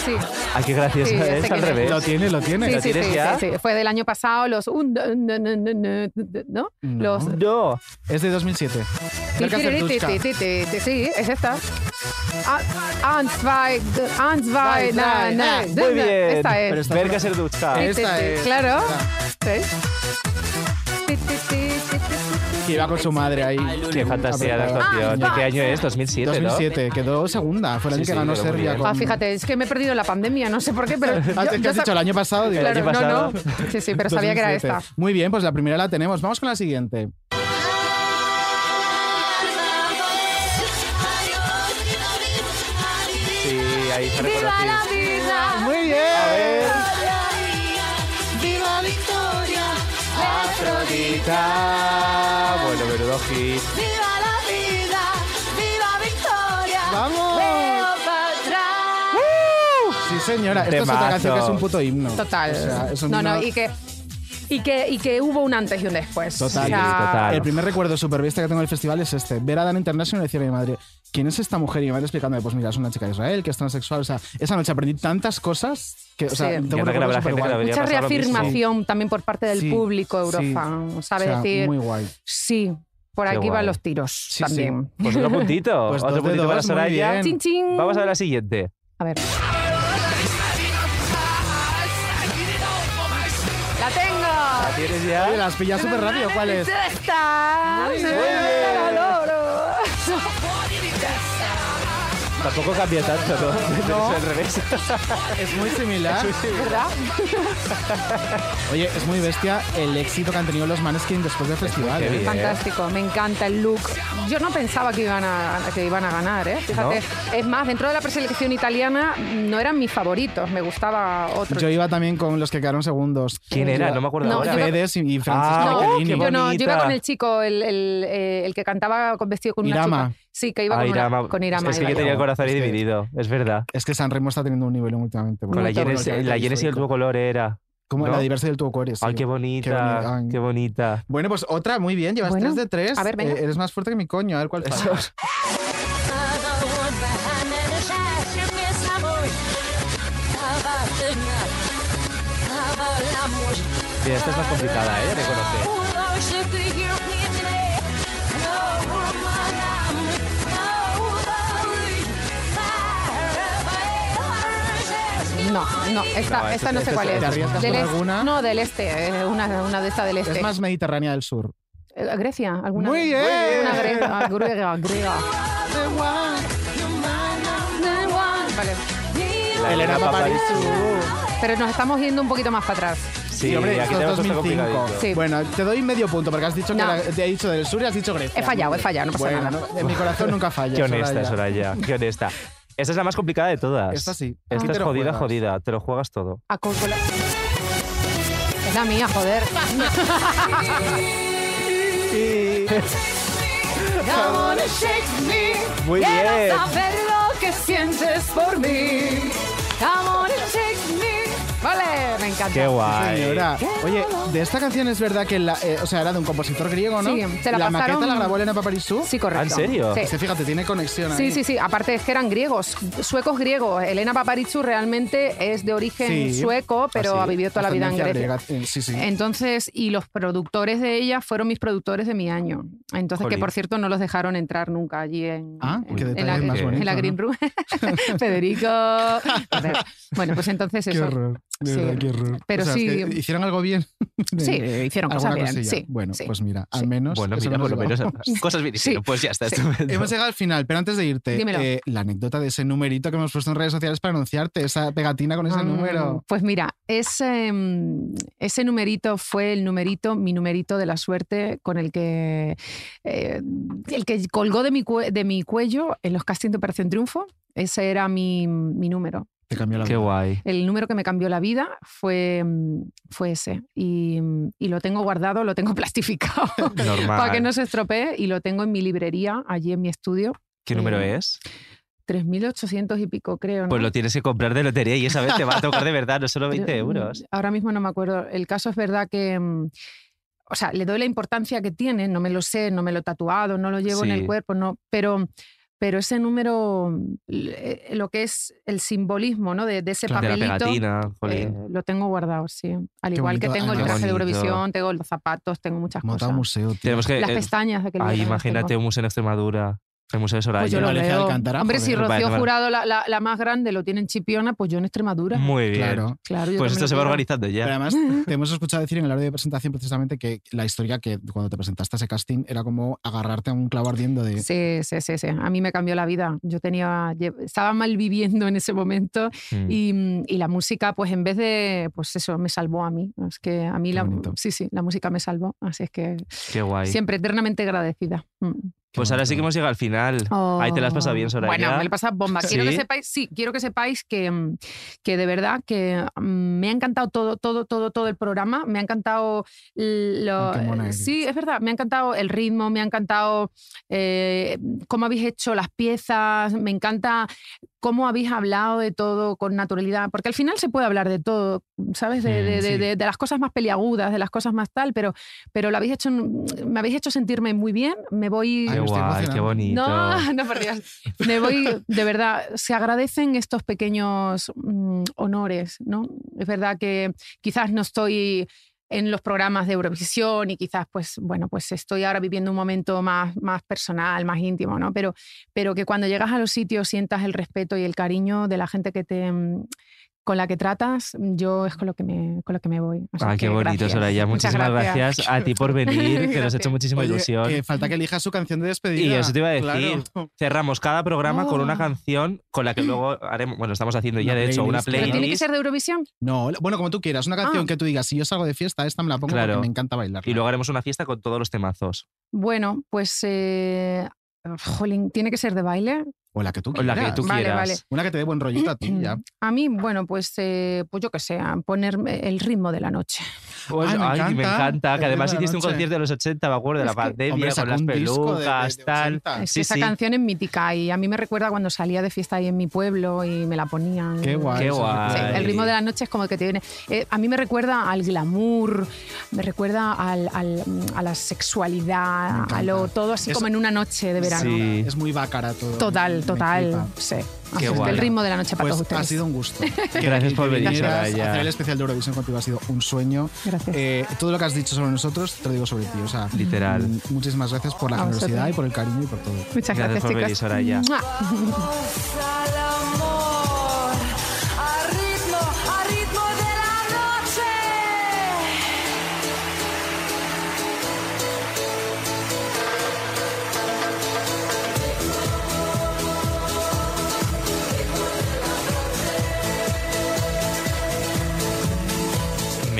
Speaker 12: sí.
Speaker 1: Ah, qué gracioso
Speaker 12: Sí, ya sé
Speaker 1: es, al
Speaker 12: quién es.
Speaker 1: revés.
Speaker 4: este Lo tiene, lo tiene.
Speaker 12: Sí,
Speaker 1: ¿Lo
Speaker 12: sí,
Speaker 1: tienes
Speaker 12: sí,
Speaker 1: ya?
Speaker 12: sí, sí. Fue del año pasado los... un- no, no, no, no, no,
Speaker 4: No.
Speaker 12: Los...
Speaker 1: No.
Speaker 4: Es de 2007.
Speaker 12: Ti,
Speaker 4: Verka
Speaker 12: ti, ti, ti,
Speaker 4: Sertushka.
Speaker 12: ti, ti, ti, ti, Sí, es esta. Ah, Ein, zwei, d- ein, zwei,
Speaker 4: Nein,
Speaker 12: na,
Speaker 4: nein,
Speaker 12: na,
Speaker 4: nein.
Speaker 12: na,
Speaker 1: Muy
Speaker 12: na.
Speaker 1: bien.
Speaker 12: Esta
Speaker 1: Pero
Speaker 12: es.
Speaker 1: está- Verga Serduchka.
Speaker 12: Ti, ti,
Speaker 4: Esta
Speaker 12: ti,
Speaker 4: es.
Speaker 12: Claro. Sí.
Speaker 4: Que iba con su madre ahí.
Speaker 1: Qué fantasía de
Speaker 4: Apretada.
Speaker 1: actuación. ¿De qué año es? 2007, ¿no?
Speaker 4: 2007. Quedó segunda. Fue el
Speaker 1: Sí,
Speaker 4: año que
Speaker 1: sí,
Speaker 4: ganó
Speaker 1: quedó muy
Speaker 4: Serbia.
Speaker 1: bien.
Speaker 4: con-
Speaker 12: Ah, fíjate, es que me he perdido la pandemia, no sé por qué, pero.
Speaker 4: Ah,
Speaker 12: yo-
Speaker 4: es que
Speaker 12: yo
Speaker 4: has dicho
Speaker 12: sab-
Speaker 4: el año pasado. digo,
Speaker 12: Claro,
Speaker 1: año
Speaker 12: no,
Speaker 1: pasado.
Speaker 12: no. Sí, sí, pero sabía que era
Speaker 4: 2007.
Speaker 12: esta.
Speaker 4: Muy bien, pues la primera la tenemos. Vamos con la siguiente.
Speaker 1: Sí, ahí se
Speaker 7: ¡Viva la
Speaker 1: reconoce.
Speaker 7: vida!
Speaker 4: Muy bien.
Speaker 7: ¡Viva Victoria!
Speaker 1: Afrodita. Bueno, menudo hit.
Speaker 7: ¡Viva la vida! ¡Viva Victoria!
Speaker 4: ¡Vamos! Sí, señora. Esta es otra
Speaker 1: Temazos.
Speaker 4: canción que es un puto himno.
Speaker 12: Total.
Speaker 4: O sea, es un
Speaker 12: no, no,
Speaker 4: himno-
Speaker 12: y que, y, que, y que hubo un antes y un después.
Speaker 4: Total.
Speaker 12: O
Speaker 4: Sí,
Speaker 12: sea,
Speaker 1: total.
Speaker 4: El primer recuerdo supervista que tengo del festival es este. Ver a Dan International y decirle a mi madre, ¿quién es esta mujer? Y mi madre explicándome, pues mira, es una chica de Israel, que es transexual. O sea, esa noche aprendí tantas cosas que, o sea,
Speaker 12: Sí.
Speaker 1: Yo creo
Speaker 4: tengo un
Speaker 1: que la
Speaker 4: recuerdo
Speaker 1: habrá gente que la
Speaker 4: superguay.
Speaker 1: vería
Speaker 12: Mucha
Speaker 1: pasar lo mismo.
Speaker 12: reafirmación también por parte del
Speaker 4: Sí,
Speaker 12: público
Speaker 4: sí.
Speaker 12: eurofan,
Speaker 4: O
Speaker 12: ¿sabe?
Speaker 4: sea,
Speaker 12: decir,
Speaker 4: muy guay.
Speaker 12: sí, por
Speaker 1: Qué
Speaker 12: aquí van
Speaker 1: guay.
Speaker 12: los tiros
Speaker 4: sí.
Speaker 12: también.
Speaker 1: Pues otro puntito.
Speaker 4: Pues
Speaker 1: otro
Speaker 4: dos de
Speaker 1: puntito para
Speaker 4: dos, muy
Speaker 1: Soraya.
Speaker 4: bien.
Speaker 12: Chin, chin.
Speaker 1: Vamos a ver la siguiente.
Speaker 12: A ver. ¡La tengo!
Speaker 1: ¿La tienes
Speaker 4: Oye,
Speaker 1: ya?
Speaker 4: las pillas súper rápido, ¿cuál es?
Speaker 12: ¡Esta! ¡La adoro!
Speaker 1: Tampoco cambia tanto, ¿no? Es al revés.
Speaker 4: Es muy similar.
Speaker 12: ¿Verdad?
Speaker 4: Oye, es muy bestia el éxito que han tenido los Maneskin después del festival.
Speaker 1: heavy,
Speaker 4: ¿eh?
Speaker 1: ¿eh?
Speaker 12: Fantástico, me encanta el look. Yo no pensaba que iban a, que iban a ganar, ¿eh? Fíjate. Es más, dentro de la preselección italiana no eran mis favoritos, me gustaba otro.
Speaker 4: Yo iba también con los que quedaron segundos.
Speaker 1: eh. ¿Quién era? No me acuerdo
Speaker 12: No,
Speaker 1: ahora.
Speaker 12: yo-
Speaker 4: Fedes y, y
Speaker 1: Ah,
Speaker 4: Francisco
Speaker 12: no,
Speaker 1: qué
Speaker 4: Michelini.
Speaker 12: yo no, yo iba
Speaker 1: bonita.
Speaker 12: con el chico, el, el, eh, el que cantaba con vestido con una
Speaker 4: Irama.
Speaker 12: chupa. Sí, que iba
Speaker 1: Ah,
Speaker 12: con, una-
Speaker 1: Irama.
Speaker 12: con Irama.
Speaker 1: Es que
Speaker 12: iba
Speaker 1: yo
Speaker 12: yo.
Speaker 1: tenía el corazón ahí
Speaker 4: Es que-
Speaker 1: dividido. Es verdad.
Speaker 4: Es que San Remo está teniendo un nivel último
Speaker 1: Con la Yenes
Speaker 4: Genesis
Speaker 1: la Yenes y el tubo color era.
Speaker 4: Como
Speaker 1: ¿no?
Speaker 4: la diversidad del tubo cueres.
Speaker 1: Ay,
Speaker 4: sí.
Speaker 1: qué bonita.
Speaker 4: boni- ay.
Speaker 1: Qué bonita.
Speaker 4: Bueno, pues otra, muy bien, llevas
Speaker 12: Bueno,
Speaker 4: 3 de 3.
Speaker 12: a ver, venga.
Speaker 4: eres más fuerte que mi coño, a ver cuál pasa.
Speaker 1: Sí, esta es más complicada, ¿eh? Reconocer.
Speaker 12: No, no, esta
Speaker 1: No,
Speaker 12: no,
Speaker 1: esa
Speaker 12: esta no
Speaker 1: es-
Speaker 12: sé
Speaker 1: esa
Speaker 12: cuál
Speaker 1: es-
Speaker 12: es.
Speaker 4: este ¿Te arriesgas
Speaker 12: Del
Speaker 4: con
Speaker 12: est-
Speaker 4: alguna?
Speaker 12: No, del este, eh, una, una de estas del este.
Speaker 4: es más mediterránea del sur.
Speaker 12: Eh, Grecia, alguna.
Speaker 4: Muy bien.
Speaker 12: Una griega, griega, griega. Vale.
Speaker 4: Elena
Speaker 12: Pero nos estamos yendo un poquito más para atrás.
Speaker 1: Sí,
Speaker 4: Sí, hombre,
Speaker 1: aquí
Speaker 4: esto es
Speaker 1: tenemos otro
Speaker 4: 2005.
Speaker 1: complicadito.
Speaker 12: Sí.
Speaker 4: Bueno, te doy medio punto porque has dicho que
Speaker 12: No.
Speaker 4: era- te he dicho del sur y has dicho Grecia.
Speaker 12: He fallado, he fallado, no pasa
Speaker 4: Bueno,
Speaker 12: nada.
Speaker 4: no, en mi corazón nunca falla.
Speaker 1: Qué honesta,
Speaker 4: Soraya.
Speaker 1: Soraya. Qué honesta. Esta es la más complicada de todas.
Speaker 4: Esta sí. Aquí
Speaker 1: Esta
Speaker 4: te
Speaker 1: es
Speaker 4: lo
Speaker 1: jodida,
Speaker 4: juegas.
Speaker 1: jodida. Te lo juegas todo.
Speaker 12: A Cúrcula. Es la mía, joder.
Speaker 1: Muy bien.
Speaker 12: que sientes por mí. Vale, me encanta.
Speaker 1: Qué guay.
Speaker 4: Señora, oye, de esta canción es verdad que la, eh, o sea, era de un compositor griego, ¿no?
Speaker 12: Sí, se la
Speaker 4: maqueta
Speaker 12: pasaron-
Speaker 4: la grabó Elena Paparizou.
Speaker 12: Sí, correcto.
Speaker 1: ¿En serio?
Speaker 12: Sí.
Speaker 4: Sí, fíjate, tiene conexión ahí.
Speaker 12: Sí, sí, sí. Aparte es que eran griegos, suecos griegos. Elena Paparizou realmente es de origen
Speaker 4: Sí.
Speaker 12: sueco, pero
Speaker 4: Ah, sí.
Speaker 12: ha vivido toda la vida en
Speaker 4: Ascendencia
Speaker 12: Grecia.
Speaker 4: griega, eh, Sí, sí.
Speaker 12: Entonces, y los productores de ella fueron mis productores de mi año. Entonces, que
Speaker 1: Jolín.
Speaker 12: por cierto no los dejaron entrar nunca allí en,
Speaker 4: Ah,
Speaker 12: en-
Speaker 4: qué
Speaker 12: en
Speaker 4: detalle
Speaker 12: la,
Speaker 4: más
Speaker 12: en
Speaker 4: bonito,
Speaker 12: la
Speaker 4: ¿no?
Speaker 12: Green Room. Federico. Joder. Bueno, pues entonces
Speaker 4: Qué
Speaker 12: eso.
Speaker 4: horror. De
Speaker 12: Sí.
Speaker 4: verdad, qué horror.
Speaker 12: Pero
Speaker 4: O sea, es
Speaker 12: sí.
Speaker 4: que ¿Hicieron algo bien?
Speaker 12: Sí, hicieron cosas
Speaker 4: Eh, ¿Alguna
Speaker 12: bien,
Speaker 4: cosilla?
Speaker 12: sí,
Speaker 4: Bueno,
Speaker 12: sí,
Speaker 4: pues mira,
Speaker 12: sí.
Speaker 4: al menos.
Speaker 1: Bueno,
Speaker 4: eso
Speaker 1: mira,
Speaker 4: nos
Speaker 1: por lo menos
Speaker 4: llevamos.
Speaker 1: cosas bien
Speaker 12: Sí.
Speaker 1: hicieron. Pues ya está. estupendo.
Speaker 4: Hemos llegado al final, pero antes de irte,
Speaker 12: Dímelo.
Speaker 4: eh, la anécdota de ese numerito que hemos puesto en redes sociales para anunciarte, esa pegatina con ese
Speaker 12: Ah,
Speaker 4: número.
Speaker 12: Pues mira, ese, mm, ese numerito fue el numerito, mi numerito de la suerte con el que, eh, el que colgó de mi, cue- de mi cuello en los castings de Operación Triunfo. Ese era mi, mi número.
Speaker 4: Te cambió la
Speaker 1: Qué
Speaker 4: vida.
Speaker 1: guay.
Speaker 12: El número que me cambió la vida fue, mm, fue ese. Y, mm, y lo tengo guardado, lo tengo plastificado
Speaker 1: Normal.
Speaker 12: para que no se estropee y lo tengo en mi librería, allí en mi estudio.
Speaker 1: ¿Qué número es?
Speaker 12: 3.800 y pico, creo. ¿no?
Speaker 1: Pues lo tienes que comprar de lotería y esa vez te va a tocar de verdad, no solo 20
Speaker 12: Pero, mm,
Speaker 1: euros.
Speaker 12: Ahora mismo no me acuerdo. El caso es verdad que. mm, O sea, le doy la importancia que tiene, no me lo sé, no me lo he tatuado, no lo llevo en el
Speaker 1: Sí.
Speaker 12: cuerpo, no, pero, mm, pero ese número, eh, lo que es el simbolismo ¿no? de, de ese
Speaker 1: Claro, de la
Speaker 12: papelito,
Speaker 1: pegatina,
Speaker 12: eh,
Speaker 1: jolín.
Speaker 12: lo tengo guardado, sí. Al
Speaker 1: Qué
Speaker 12: igual que
Speaker 1: bonito,
Speaker 12: tengo el
Speaker 1: Ana. Qué
Speaker 12: traje de
Speaker 1: bonito.
Speaker 12: Eurovisión, tengo los zapatos, tengo muchas
Speaker 4: Monta un
Speaker 12: cosas.
Speaker 4: museo, tío.
Speaker 1: Tenemos que,
Speaker 12: Las
Speaker 1: eh,
Speaker 12: pestañas de que
Speaker 1: Ay, imagínate un museo en Extremadura, el museo de Soraya.
Speaker 12: Pues yo lo
Speaker 4: Valencia de
Speaker 12: leo.
Speaker 4: Alcántara,
Speaker 12: Hombre, si
Speaker 4: joder.
Speaker 12: Rocío
Speaker 1: Vale, vale.
Speaker 12: Jurado, la, la- la más grande, lo tiene en Chipiona, pues yo en Extremadura.
Speaker 1: Muy bien.
Speaker 4: Claro.
Speaker 12: Claro, yo
Speaker 1: Mm. Pues esto
Speaker 12: también
Speaker 1: se va
Speaker 12: lo
Speaker 1: organizando
Speaker 12: quiero.
Speaker 1: ya.
Speaker 4: Pero además, te hemos escuchado decir en el área de presentación precisamente que la historia que cuando te presentaste a ese casting era como agarrarte a un clavo ardiendo de.
Speaker 12: Sí, sí, sí, sí. A mí me cambió la vida. Yo tenía, lle- estaba mal viviendo en ese momento
Speaker 1: Mm.
Speaker 12: y, mm, y la música, pues en vez de, pues eso, me salvó a mí. Es que a mí la,
Speaker 1: bonito.
Speaker 12: sí, sí, la música me salvó. Así es que
Speaker 1: Qué guay.
Speaker 12: siempre eternamente agradecida. Mm.
Speaker 1: Pues ahora sí que hemos llegado al final. Ahí te las has pasado bien,
Speaker 12: Oh.
Speaker 1: Soraya.
Speaker 12: Bueno, me lo he pasado bomba. Quiero que
Speaker 1: Sí.
Speaker 12: sepáis, sí, quiero que sepáis que, mm, que de verdad que mm, me ha encantado todo, todo, todo, todo el programa. Me ha encantado lo-
Speaker 4: Ay, qué mona eres.
Speaker 12: sí, es verdad. Me ha encantado el ritmo, me ha encantado eh, cómo habéis hecho las piezas, me encanta cómo habéis hablado de todo con naturalidad, porque al final se puede hablar de todo, ¿sabes? De,
Speaker 1: Mm,
Speaker 12: de- de-
Speaker 1: sí.
Speaker 12: de- de las cosas más peliagudas, de las cosas más tal, pero, pero lo habéis hecho, en- me habéis hecho sentirme muy bien. Me voy.
Speaker 1: Qué
Speaker 4: me estoy
Speaker 1: guay, qué
Speaker 4: emocionando.
Speaker 1: bonito.
Speaker 12: No, no, por Dios. Me voy, de verdad, se agradecen estos pequeños mm, honores, ¿no? Es verdad que quizás no estoy en los programas de Eurovisión y quizás, pues, bueno, pues estoy ahora viviendo un momento más, más personal, más íntimo, ¿no? Pero, pero que cuando llegas a los sitios sientas el respeto y el cariño de la gente que te... mm, con la que tratas, yo es con lo que me, con lo que me voy. O sea
Speaker 1: Ah, qué
Speaker 12: que
Speaker 1: bonito,
Speaker 12: gracias.
Speaker 1: Soraya.
Speaker 12: Muchas
Speaker 1: Muchísimas gracias. a ti por venir, que nos ha hecho muchísima
Speaker 4: Oye,
Speaker 1: ilusión.
Speaker 4: eh, falta que elija su canción de despedida.
Speaker 1: Y eso te iba a decir.
Speaker 4: Claro.
Speaker 1: Cerramos cada programa con una
Speaker 12: Oh.
Speaker 1: canción con la que luego haremos. Bueno, estamos haciendo ya,
Speaker 4: Una
Speaker 1: de hecho, una
Speaker 4: playlist,
Speaker 12: ¿Pero
Speaker 1: playlist.
Speaker 12: tiene que ser de Eurovisión?
Speaker 4: No, bueno, como tú quieras, una canción
Speaker 12: Ah.
Speaker 4: que tú digas, si yo salgo de fiesta, esta me la pongo
Speaker 1: Claro.
Speaker 4: porque me encanta bailar.
Speaker 1: Y luego haremos una fiesta con todos los temazos.
Speaker 12: Bueno, pues. eh, jolín, tiene que ser de baile.
Speaker 4: O la que tú
Speaker 1: O
Speaker 4: quieras.
Speaker 1: la que tú
Speaker 12: Vale, Mm.
Speaker 1: quieras.
Speaker 12: vale.
Speaker 4: Una que te dé buen rollito a ti, ya.
Speaker 12: A mí, bueno, pues, eh, pues yo que sé, a ponerme el ritmo de la noche.
Speaker 1: Pues,
Speaker 4: Ay, me
Speaker 1: ay, me
Speaker 4: encanta.
Speaker 1: encanta. Que
Speaker 4: El
Speaker 1: además
Speaker 4: día de la
Speaker 1: hiciste un
Speaker 4: noche.
Speaker 1: concierto de los 80, me acuerdo, de
Speaker 12: Es
Speaker 1: la
Speaker 12: que-
Speaker 1: pandemia,
Speaker 4: Hombre,
Speaker 1: con
Speaker 4: sacó
Speaker 1: las
Speaker 4: un disco de-
Speaker 1: pelucas,
Speaker 4: de- de
Speaker 1: tal.
Speaker 4: 80.
Speaker 12: Es
Speaker 1: Sí,
Speaker 12: que esa
Speaker 1: sí.
Speaker 12: canción es mítica y a mí me recuerda cuando salía de fiesta ahí en mi pueblo y me la ponían.
Speaker 4: Qué guay.
Speaker 1: Qué
Speaker 4: eso,
Speaker 1: guay.
Speaker 12: Sí,
Speaker 4: claro.
Speaker 12: el ritmo de la noche es como el que te viene. Eh, a mí me recuerda al glamour, me recuerda al- al- a la
Speaker 4: Me
Speaker 12: sexualidad,
Speaker 4: encanta.
Speaker 12: a lo todo así
Speaker 4: Es-
Speaker 12: como en una noche de verano.
Speaker 1: Sí.
Speaker 4: Es muy bácara todo. Me
Speaker 12: Total, total.
Speaker 4: flipa.
Speaker 12: Sí.
Speaker 1: Qué
Speaker 12: Así es que
Speaker 1: guay.
Speaker 12: el ritmo de la noche para
Speaker 4: Pues
Speaker 12: todos ustedes.
Speaker 4: ha sido un gusto.
Speaker 1: Gracias por venir,
Speaker 4: vinieras,
Speaker 1: Soraya.
Speaker 4: Hacer el especial de Eurovisión contigo ha sido un sueño.
Speaker 12: Gracias.
Speaker 4: Eh, todo lo que has dicho sobre nosotros, te lo digo sobre ti. O sea,
Speaker 1: Literal.
Speaker 4: mm, Muchísimas gracias por la
Speaker 12: A vosotros.
Speaker 4: generosidad y por el cariño y por todo.
Speaker 1: Gracias
Speaker 12: Muchas gracias,
Speaker 1: por venir,
Speaker 12: chicos.
Speaker 1: Soraya.
Speaker 12: ¡Mua!
Speaker 7: al amor, al ritmo, al ritmo de la noche.